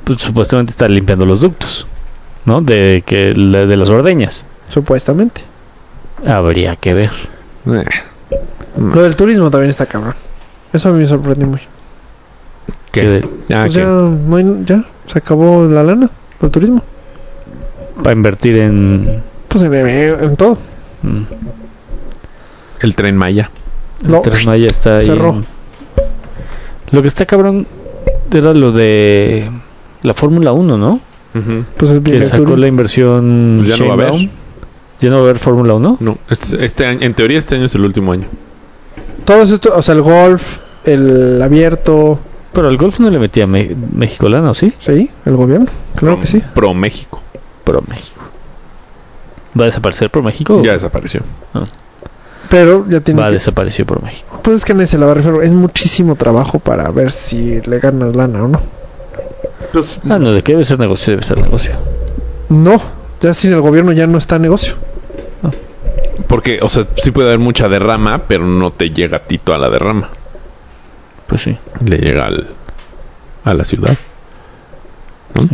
Speaker 2: pues, supuestamente está limpiando los ductos, ¿no? De que la- de las ordeñas.
Speaker 3: Supuestamente.
Speaker 2: Habría que ver.
Speaker 1: eh,
Speaker 3: Lo del turismo también está cabrón. Eso a mí me sorprendió muy.
Speaker 1: ¿qué?
Speaker 2: Que de-
Speaker 1: Ah,
Speaker 3: Pues
Speaker 1: ¿qué?
Speaker 3: ya, no hay- ya se acabó la lana. El turismo.
Speaker 2: va a invertir en
Speaker 3: Pues en, en todo.
Speaker 2: mm,
Speaker 1: el tren Maya.
Speaker 3: Lo-
Speaker 2: Tres Maya está ahí.
Speaker 3: cerró.
Speaker 2: en- Lo que está cabrón era lo de la Fórmula 1, ¿no?
Speaker 3: pues es bien
Speaker 2: Que
Speaker 3: el
Speaker 2: sacó
Speaker 3: turismo.
Speaker 2: la inversión
Speaker 1: Pues ya no va a haber.
Speaker 2: Sheinbaum. Ya no va a haber Fórmula 1.
Speaker 1: No, este, este año- en teoría este año es el último año.
Speaker 3: Todo esto, o sea, el golf, el abierto.
Speaker 2: Pero al golf no le metía me México lana, ¿o sí?
Speaker 3: Sí, el gobierno. Claro
Speaker 1: Pro-
Speaker 3: que sí.
Speaker 1: Pro México.
Speaker 2: Pro México. ¿Va a desaparecer Pro México?
Speaker 1: Ya desapareció.
Speaker 3: Pero ya tiene.
Speaker 2: Va a
Speaker 3: que-
Speaker 2: desaparecer Pro México.
Speaker 3: Pues es que nadie se la va a referir. Es muchísimo trabajo para ver si le ganas lana o no.
Speaker 1: Pues,
Speaker 3: Mm.
Speaker 6: Ah, no, de que debe ser negocio, debe ser negocio.
Speaker 3: No, ya sin el gobierno ya no está negocio.
Speaker 1: porque, o sea, sí puede haber mucha derrama, pero no te llega a ti toda la derrama.
Speaker 6: Pues sí.
Speaker 1: Le llega al, a la ciudad. ¿No?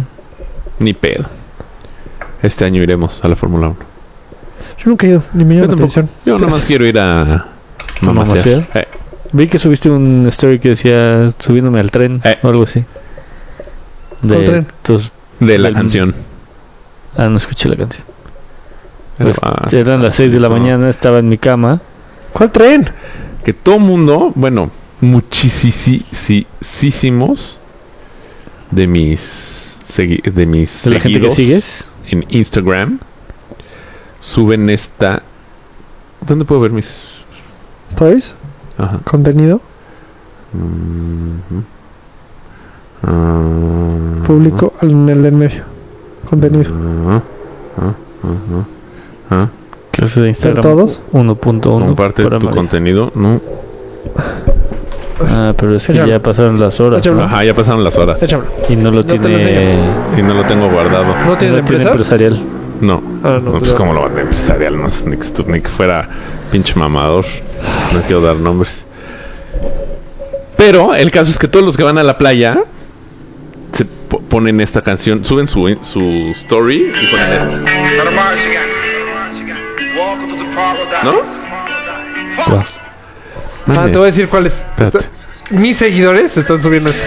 Speaker 1: Ni pedo. Este año iremos a la Fórmula 1.
Speaker 3: Yo nunca he ido, ni me llama la atención.
Speaker 1: Yo nomás quiero ir a mamasear. Eh,
Speaker 6: Vi que subiste un story que decía subiéndome al tren
Speaker 1: Eh.
Speaker 6: o algo así.
Speaker 3: ¿Cuál tren?
Speaker 6: tus-
Speaker 1: de la
Speaker 6: Del-
Speaker 1: canción.
Speaker 6: ah, no escuché la canción.
Speaker 1: Pero
Speaker 6: Pues,
Speaker 1: vas,
Speaker 6: eran las 6 de la
Speaker 1: Ah, no.
Speaker 6: mañana, estaba en mi cama.
Speaker 3: ¿Cuál tren?
Speaker 1: Que todo mundo, bueno, muchísimos de mis segui- de mis
Speaker 6: ¿De la gente que
Speaker 1: seguidos
Speaker 6: sigues?
Speaker 1: en Instagram suben esta ¿Dónde puedo ver mis
Speaker 3: ¿Stories?
Speaker 1: Ajá.
Speaker 3: ¿Contenido?
Speaker 1: Mhm. Ah,
Speaker 3: Público en el del medio. Contenido.
Speaker 1: ah, ah, ah, ah.
Speaker 6: Clase de Instagram.
Speaker 3: todos?
Speaker 6: 1.1.
Speaker 1: Comparte
Speaker 6: para
Speaker 1: tu
Speaker 6: María.
Speaker 1: contenido, ¿no?
Speaker 6: Ah, pero es que
Speaker 3: Échalo.
Speaker 6: ya pasaron las horas.
Speaker 3: Échalo.
Speaker 6: ¿no?
Speaker 1: Ajá, ya pasaron las horas.
Speaker 3: Échamelo.
Speaker 6: Y no lo
Speaker 3: te lo
Speaker 6: tiene.
Speaker 3: enseño.
Speaker 1: Y no lo tengo guardado.
Speaker 3: ¿No tienes
Speaker 6: no tiene
Speaker 3: empresas?
Speaker 6: empresarial.
Speaker 1: No.
Speaker 3: Ah,
Speaker 1: No,
Speaker 3: no,
Speaker 1: pues
Speaker 3: pero-
Speaker 1: como lo van a empresarial, no es ni que, estu- ni que fuera pinche mamador. No quiero dar nombres. Pero el caso es que todos los que van a la playa se po- ponen esta canción, suben su, su story y ponen esta.
Speaker 7: Got a march again. Welcome to paradise.
Speaker 1: ¿No?
Speaker 6: Wow.
Speaker 3: Ah, te voy a decir cuáles.
Speaker 1: Espérate.
Speaker 3: Mis seguidores están subiendo esto.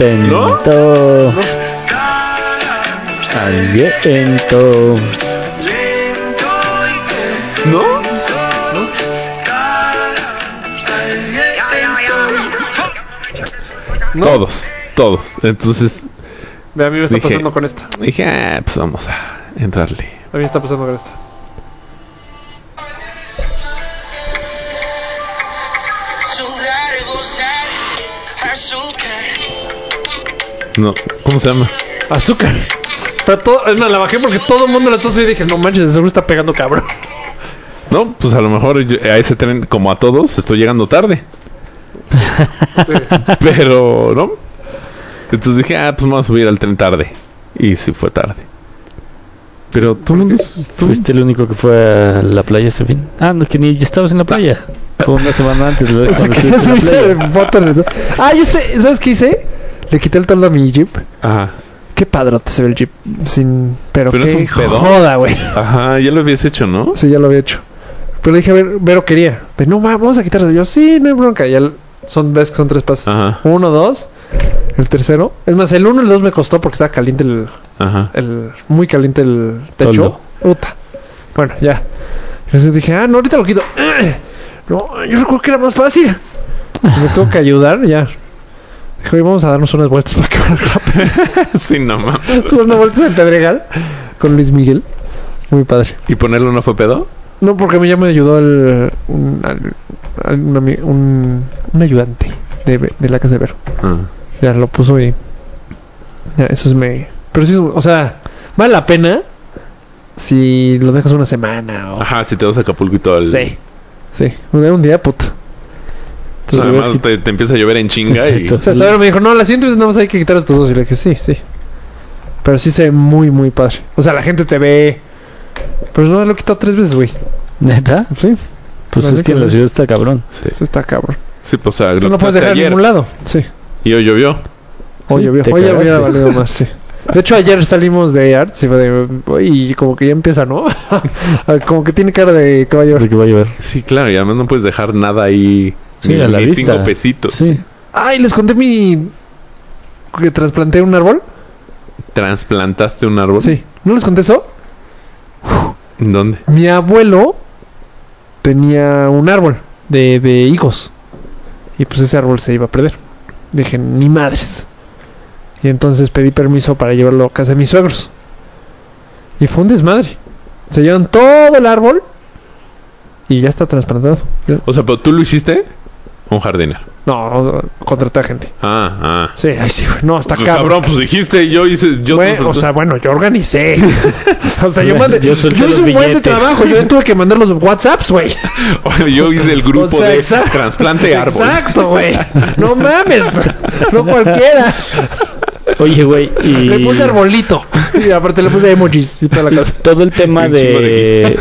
Speaker 6: Contento. Aliento.
Speaker 1: ¿No? Todos, todos. Entonces
Speaker 3: Ve, A mí me está
Speaker 1: Dije-
Speaker 3: pasando con esta. A
Speaker 1: dije, "Ah, pues vamos a entrarle.
Speaker 3: mí me está pasando con esta.
Speaker 7: Sudar y gozar, azúcar.
Speaker 1: No, ¿cómo se llama?
Speaker 3: Azúcar. Pero todo, es más, la bajé porque todo el mundo la tose y dije, no manches, de seguro está pegando cabrón.
Speaker 1: Ah, No, pues a lo mejor yo- a ese tren, como a todos, estoy llegando tarde. Pero, ¿no? Entonces dije, ah, pues vamos a subir al tren tarde. Y sí fue tarde. Pero todo el mundo... es- todo-
Speaker 6: Fuiste el único que fue a la playa Ah. ese fin. Ah, no, que ni ya estabas en la playa. Fue una semana antes de
Speaker 3: O sea,
Speaker 1: pues
Speaker 6: cuando estuviste en
Speaker 3: que
Speaker 6: la
Speaker 3: subiste
Speaker 6: playa.
Speaker 3: foto en el- Ah, yo sé, ¿sabes qué hice? Le quité el toldo a mi jeep.
Speaker 1: Ajá.
Speaker 3: Qué padrote se ve el jeep. Sin... Pero,
Speaker 1: Pero es
Speaker 3: qué
Speaker 1: un pedo.
Speaker 3: joda, güey.
Speaker 1: Ajá, ya lo habías hecho, ¿no?
Speaker 3: Sí, ya lo había hecho. Pero le dije, a ver, Vero quería. De, no, ma, vamos a quitarlo. Yo, sí, no hay bronca. Ya el- son, ves que son tres pasos.
Speaker 1: Ajá,
Speaker 3: Uno, dos. El tercero. Es más, el uno y el dos me costó porque estaba caliente el...
Speaker 1: ajá.
Speaker 3: el muy caliente el techo.
Speaker 6: Toldo.
Speaker 3: Puta. Bueno, ya. Entonces dije, ah, no, ahorita lo quito. No, yo recuerdo que era más fácil. Me tuvo que ayudar, ya. Dije, "Oye, vamos a darnos unas vueltas para que valga la pena".
Speaker 1: sí, no mames.
Speaker 3: Unas vueltas en Pedregal con Luis Miguel. Muy padre.
Speaker 1: ¿Y ponerlo no fue pedo?
Speaker 3: No, porque a mí ya me ayudó el, un, al- al- un, ami- un- un ayudante de, Ve- de la casa de Vero.
Speaker 1: Ah.
Speaker 3: Ya lo puso y. Ya, eso es me. Pero sí, o sea, vale la pena si lo dejas una semana o.
Speaker 1: Ajá, si te vas a Acapulco y todo el...
Speaker 3: Sí. Sí, un día, un día, puta.
Speaker 1: O
Speaker 3: Pues,
Speaker 1: sea, además te, te empieza a llover en chinga
Speaker 3: O sea, hasta ahora me dijo, no, la siguiente vez nada más hay que quitar estos dos. Y le dije, sí, sí. Pero sí se ve muy, muy padre. O sea, la gente te ve. Pero no lo he quitado tres veces, güey.
Speaker 6: ¿Neta?
Speaker 3: Sí,
Speaker 6: Pues
Speaker 3: La
Speaker 6: es que
Speaker 3: neta,
Speaker 6: en la
Speaker 3: sí.
Speaker 6: ciudad está cabrón.
Speaker 1: y... Sí.
Speaker 3: eso está cabrón.
Speaker 1: sí, pues o sea,
Speaker 3: Tú
Speaker 1: lo
Speaker 3: no puedes
Speaker 1: quitaste
Speaker 3: dejar en
Speaker 1: ayer
Speaker 3: ningún lado. Sí.
Speaker 1: Y hoy llovió.
Speaker 3: Hoy
Speaker 6: Sí,
Speaker 3: llovió.
Speaker 6: te
Speaker 3: Hoy ya hubiera
Speaker 6: cagaste.
Speaker 3: valido más, sí. De hecho, ayer salimos de Arts y fue de. "Uy, como que ya empieza, ¿no? Ah, como que tiene cara de que va a llover.
Speaker 6: Creo que va a llover.
Speaker 1: Sí, claro, y además no puedes dejar nada ahí.
Speaker 6: Sí, a la
Speaker 1: ni
Speaker 6: vista.
Speaker 1: cinco pesitos.
Speaker 6: Sí.
Speaker 3: Ay, les conté mi. que trasplanté un árbol.
Speaker 1: ¿Transplantaste un árbol?
Speaker 3: Sí. ¿No les conté eso?
Speaker 1: ¿En dónde?
Speaker 3: Mi abuelo tenía un árbol de, de higos. Y pues ese árbol se iba a perder. Dije, ni madres. Y entonces pedí permiso para llevarlo a casa de mis suegros. Y fue un desmadre. Se llevan todo el árbol y ya está trasplantado. Ya.
Speaker 1: O sea, pero tú lo hiciste un jardinero.
Speaker 3: No, contraté a gente.
Speaker 1: Ah, ah.
Speaker 3: Sí, ay, sí, güey. No, está
Speaker 1: Pues,
Speaker 3: cabrón.
Speaker 1: cabrón, pues dijiste, yo hice. Yo
Speaker 3: Güey, o sea, bueno, yo organicé. o sea, yo mandé. Yo,
Speaker 2: Yo solté
Speaker 3: hice
Speaker 2: los
Speaker 3: un buen de
Speaker 2: billetes.
Speaker 3: trabajo. Yo tuve que mandar los WhatsApps, güey.
Speaker 1: yo hice el grupo
Speaker 3: O sea,
Speaker 1: de
Speaker 3: exacto. este
Speaker 1: trasplante árbol.
Speaker 3: Exacto, güey. No mames. No cualquiera.
Speaker 2: Oye, güey, y
Speaker 3: Le puse arbolito. Y aparte le puse emojis y toda la cosa.
Speaker 2: todo el tema
Speaker 1: Un chingo
Speaker 2: de,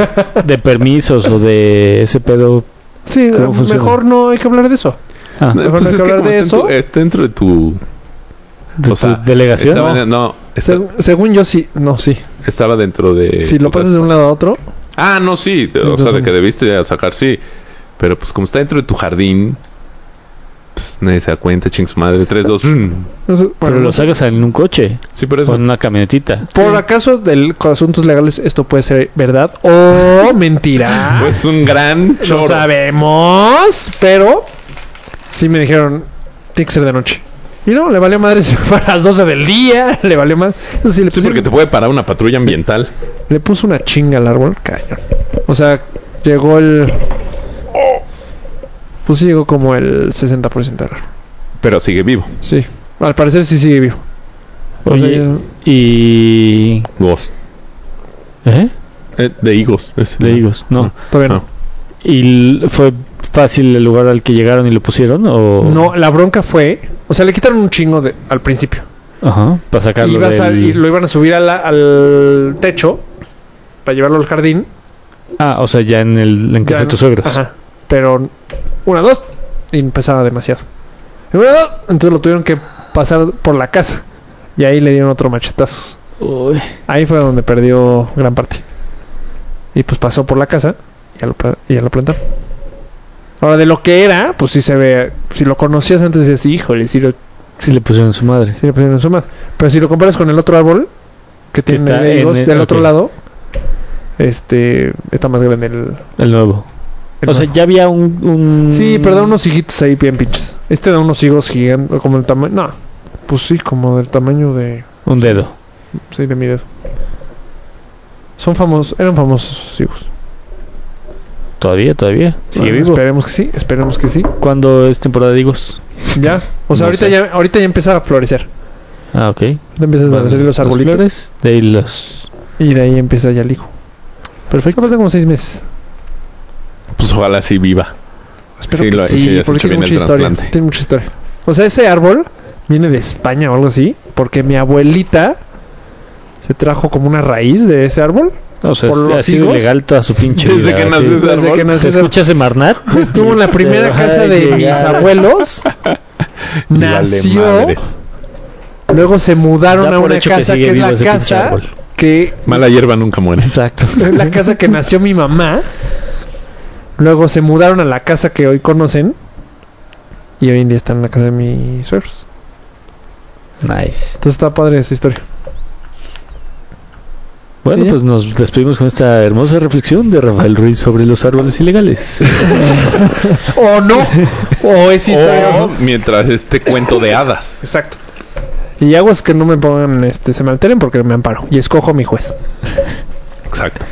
Speaker 2: de permisos o de ese pedo.
Speaker 3: Sí, eh,
Speaker 2: ¿Cómo funciona?
Speaker 3: mejor no hay que hablar de eso.
Speaker 2: Ah,
Speaker 1: No, pues
Speaker 3: Mejor hay
Speaker 1: es
Speaker 3: que
Speaker 1: que
Speaker 3: hablar
Speaker 1: como
Speaker 3: de
Speaker 1: está en tu-
Speaker 3: eso.
Speaker 1: está dentro de tu.
Speaker 2: de
Speaker 1: o sea,
Speaker 2: tu delegación.
Speaker 1: Estaba,
Speaker 2: ¿no?
Speaker 1: en- no, esta-
Speaker 3: Seg- según yo sí. No, sí.
Speaker 1: estaba dentro de.
Speaker 3: Si lo
Speaker 1: tu
Speaker 3: pasas de un lado a otro.
Speaker 1: Ah, no, sí. de- o sea, de que debiste ya sacar, sí. Pero pues como está dentro de tu jardín, pues, nadie se da cuenta, ching su madre. 3, 2.
Speaker 3: no sé,
Speaker 2: Pero
Speaker 3: bueno,
Speaker 2: lo sacas en un coche
Speaker 1: Sí, por
Speaker 2: o
Speaker 1: eso.
Speaker 2: en una camionetita.
Speaker 3: Por acaso del con asuntos legales esto puede ser verdad o mentira.
Speaker 1: Pues un gran
Speaker 3: no
Speaker 1: chorro.
Speaker 3: sabemos, pero sí me dijeron tiene que ser de noche. Y no, le valió madre si fue a las 12 del día, le valió madre. Eso sí, le
Speaker 1: Sí,
Speaker 3: pusieron-
Speaker 1: porque te puede parar una patrulla ambiental.
Speaker 3: Le puso una chinga al árbol, cañón. O sea, llegó el. Pues sí, llegó como el 60% del árbol.
Speaker 1: Pero sigue vivo.
Speaker 3: Sí. Al parecer sí sigue vivo. O sea,
Speaker 2: Oye,
Speaker 3: ya-
Speaker 2: y
Speaker 1: Dos.
Speaker 2: ¿eh?
Speaker 1: Eh, de higos. es-
Speaker 2: De higos, no.
Speaker 3: todavía no.
Speaker 2: ¿Y l- fue fácil el lugar al que llegaron y lo pusieron o
Speaker 3: No, la bronca fue. O sea, le quitaron un chingo de, al principio.
Speaker 2: Ajá, para sacarlo
Speaker 3: Iba a sal-
Speaker 2: del-
Speaker 3: y lo iban a subir a la- al techo para llevarlo al jardín.
Speaker 2: Ah, o sea, ya en el en casa
Speaker 3: Ya
Speaker 2: de tus
Speaker 3: no-
Speaker 2: suegros.
Speaker 3: Ajá. Pero una, dos. Y empezaba demasiado. Y una, dos. Entonces lo tuvieron que pasar por la casa. Y ahí le dieron otro machetazos.
Speaker 2: Uy.
Speaker 3: Ahí fue donde perdió gran parte. Y pues pasó por la casa y ya lo, pla- y ya lo plantaron. Ahora, de lo que era, pues sí se ve. Si lo conocías antes, decías, híjole, si lo,
Speaker 2: Sí le pusieron su madre.
Speaker 3: sí le pusieron su madre. Pero si lo comparas con el otro árbol, que tiene
Speaker 2: Está en
Speaker 3: higos
Speaker 2: el-
Speaker 3: del otro
Speaker 2: ok.
Speaker 3: lado, este está más grande el.
Speaker 2: El nuevo.
Speaker 3: el
Speaker 2: o sea,
Speaker 3: nuevo.
Speaker 2: ya mm. había un, un-
Speaker 3: Sí, pero da unos hijitos ahí bien pinches. Este da unos higos gigantes, como el tamaño. No, pues sí, como del tamaño de.
Speaker 2: un dedo.
Speaker 3: Sí, de mi dedo. Son famosos, eran famosos sus higos.
Speaker 2: Todavía, todavía. Sigue
Speaker 3: Bueno,
Speaker 2: vivo.
Speaker 3: Esperemos que sí, esperemos que sí.
Speaker 2: ¿Cuándo es temporada de higos?
Speaker 3: Ya, o sea,
Speaker 2: No
Speaker 3: ahorita
Speaker 2: sé.
Speaker 3: ya ahorita ya empieza a florecer.
Speaker 2: Ah, ok.
Speaker 3: Ahorita empiezan a salir los
Speaker 2: Las
Speaker 3: arbolitos
Speaker 2: flores, de ahí los
Speaker 3: y de ahí empieza ya el hijo. Perfecto, faltan como seis meses.
Speaker 1: Pues ojalá sí viva.
Speaker 3: Espero
Speaker 1: Sí,
Speaker 3: que
Speaker 1: lo-
Speaker 3: sí,
Speaker 1: sí, ya se
Speaker 3: porque
Speaker 1: echa
Speaker 3: tiene
Speaker 1: bien
Speaker 3: mucha
Speaker 1: el
Speaker 3: historia.
Speaker 1: trasplante.
Speaker 3: Tiene mucha historia. O sea, ese árbol viene de España o algo así, porque mi abuelita se trajo como una raíz de ese árbol.
Speaker 2: O sea,
Speaker 3: Por
Speaker 2: es-
Speaker 3: los
Speaker 2: ha sido
Speaker 3: higos.
Speaker 2: ilegal toda su pinche
Speaker 1: Desde
Speaker 2: vida,
Speaker 1: que
Speaker 2: sí.
Speaker 1: nació ese
Speaker 3: Desde
Speaker 1: árbol.
Speaker 3: que
Speaker 2: ¿Se
Speaker 3: nació ese árbol.
Speaker 2: escucha ese Marnat?
Speaker 3: Estuvo en la primera
Speaker 2: Ay,
Speaker 3: casa de mis
Speaker 2: llegar.
Speaker 3: abuelos.
Speaker 1: Y vale
Speaker 3: nació.
Speaker 1: madres.
Speaker 3: Luego se mudaron
Speaker 2: Da
Speaker 3: a
Speaker 2: por
Speaker 3: una
Speaker 2: hecho que
Speaker 3: casa que,
Speaker 2: sigue
Speaker 3: es
Speaker 2: vivo
Speaker 3: la
Speaker 2: ese pinche
Speaker 3: casa
Speaker 2: árbol.
Speaker 3: que
Speaker 1: Mala hierba nunca muere.
Speaker 2: Exacto.
Speaker 3: es la casa que nació mi mamá. Luego se mudaron a la casa que hoy conocen. Y hoy en día están en la casa de mis suegros.
Speaker 2: Nice.
Speaker 3: Entonces está padre esa historia.
Speaker 2: Bueno,
Speaker 3: ¿Sí?
Speaker 2: pues nos despedimos con esta hermosa reflexión de Rafael Ruiz sobre los árboles ilegales.
Speaker 3: O no. o Oh, es historia.
Speaker 1: O mientras este cuento de hadas.
Speaker 3: Exacto. Y hago es que no me pongan, este, se me alteren porque me amparo. Y escojo a mi juez.
Speaker 1: Exacto.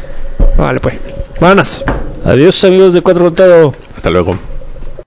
Speaker 3: Vale, pues. Vámonos.
Speaker 2: Adiós, amigos de Cuatro Contado.
Speaker 1: Hasta luego.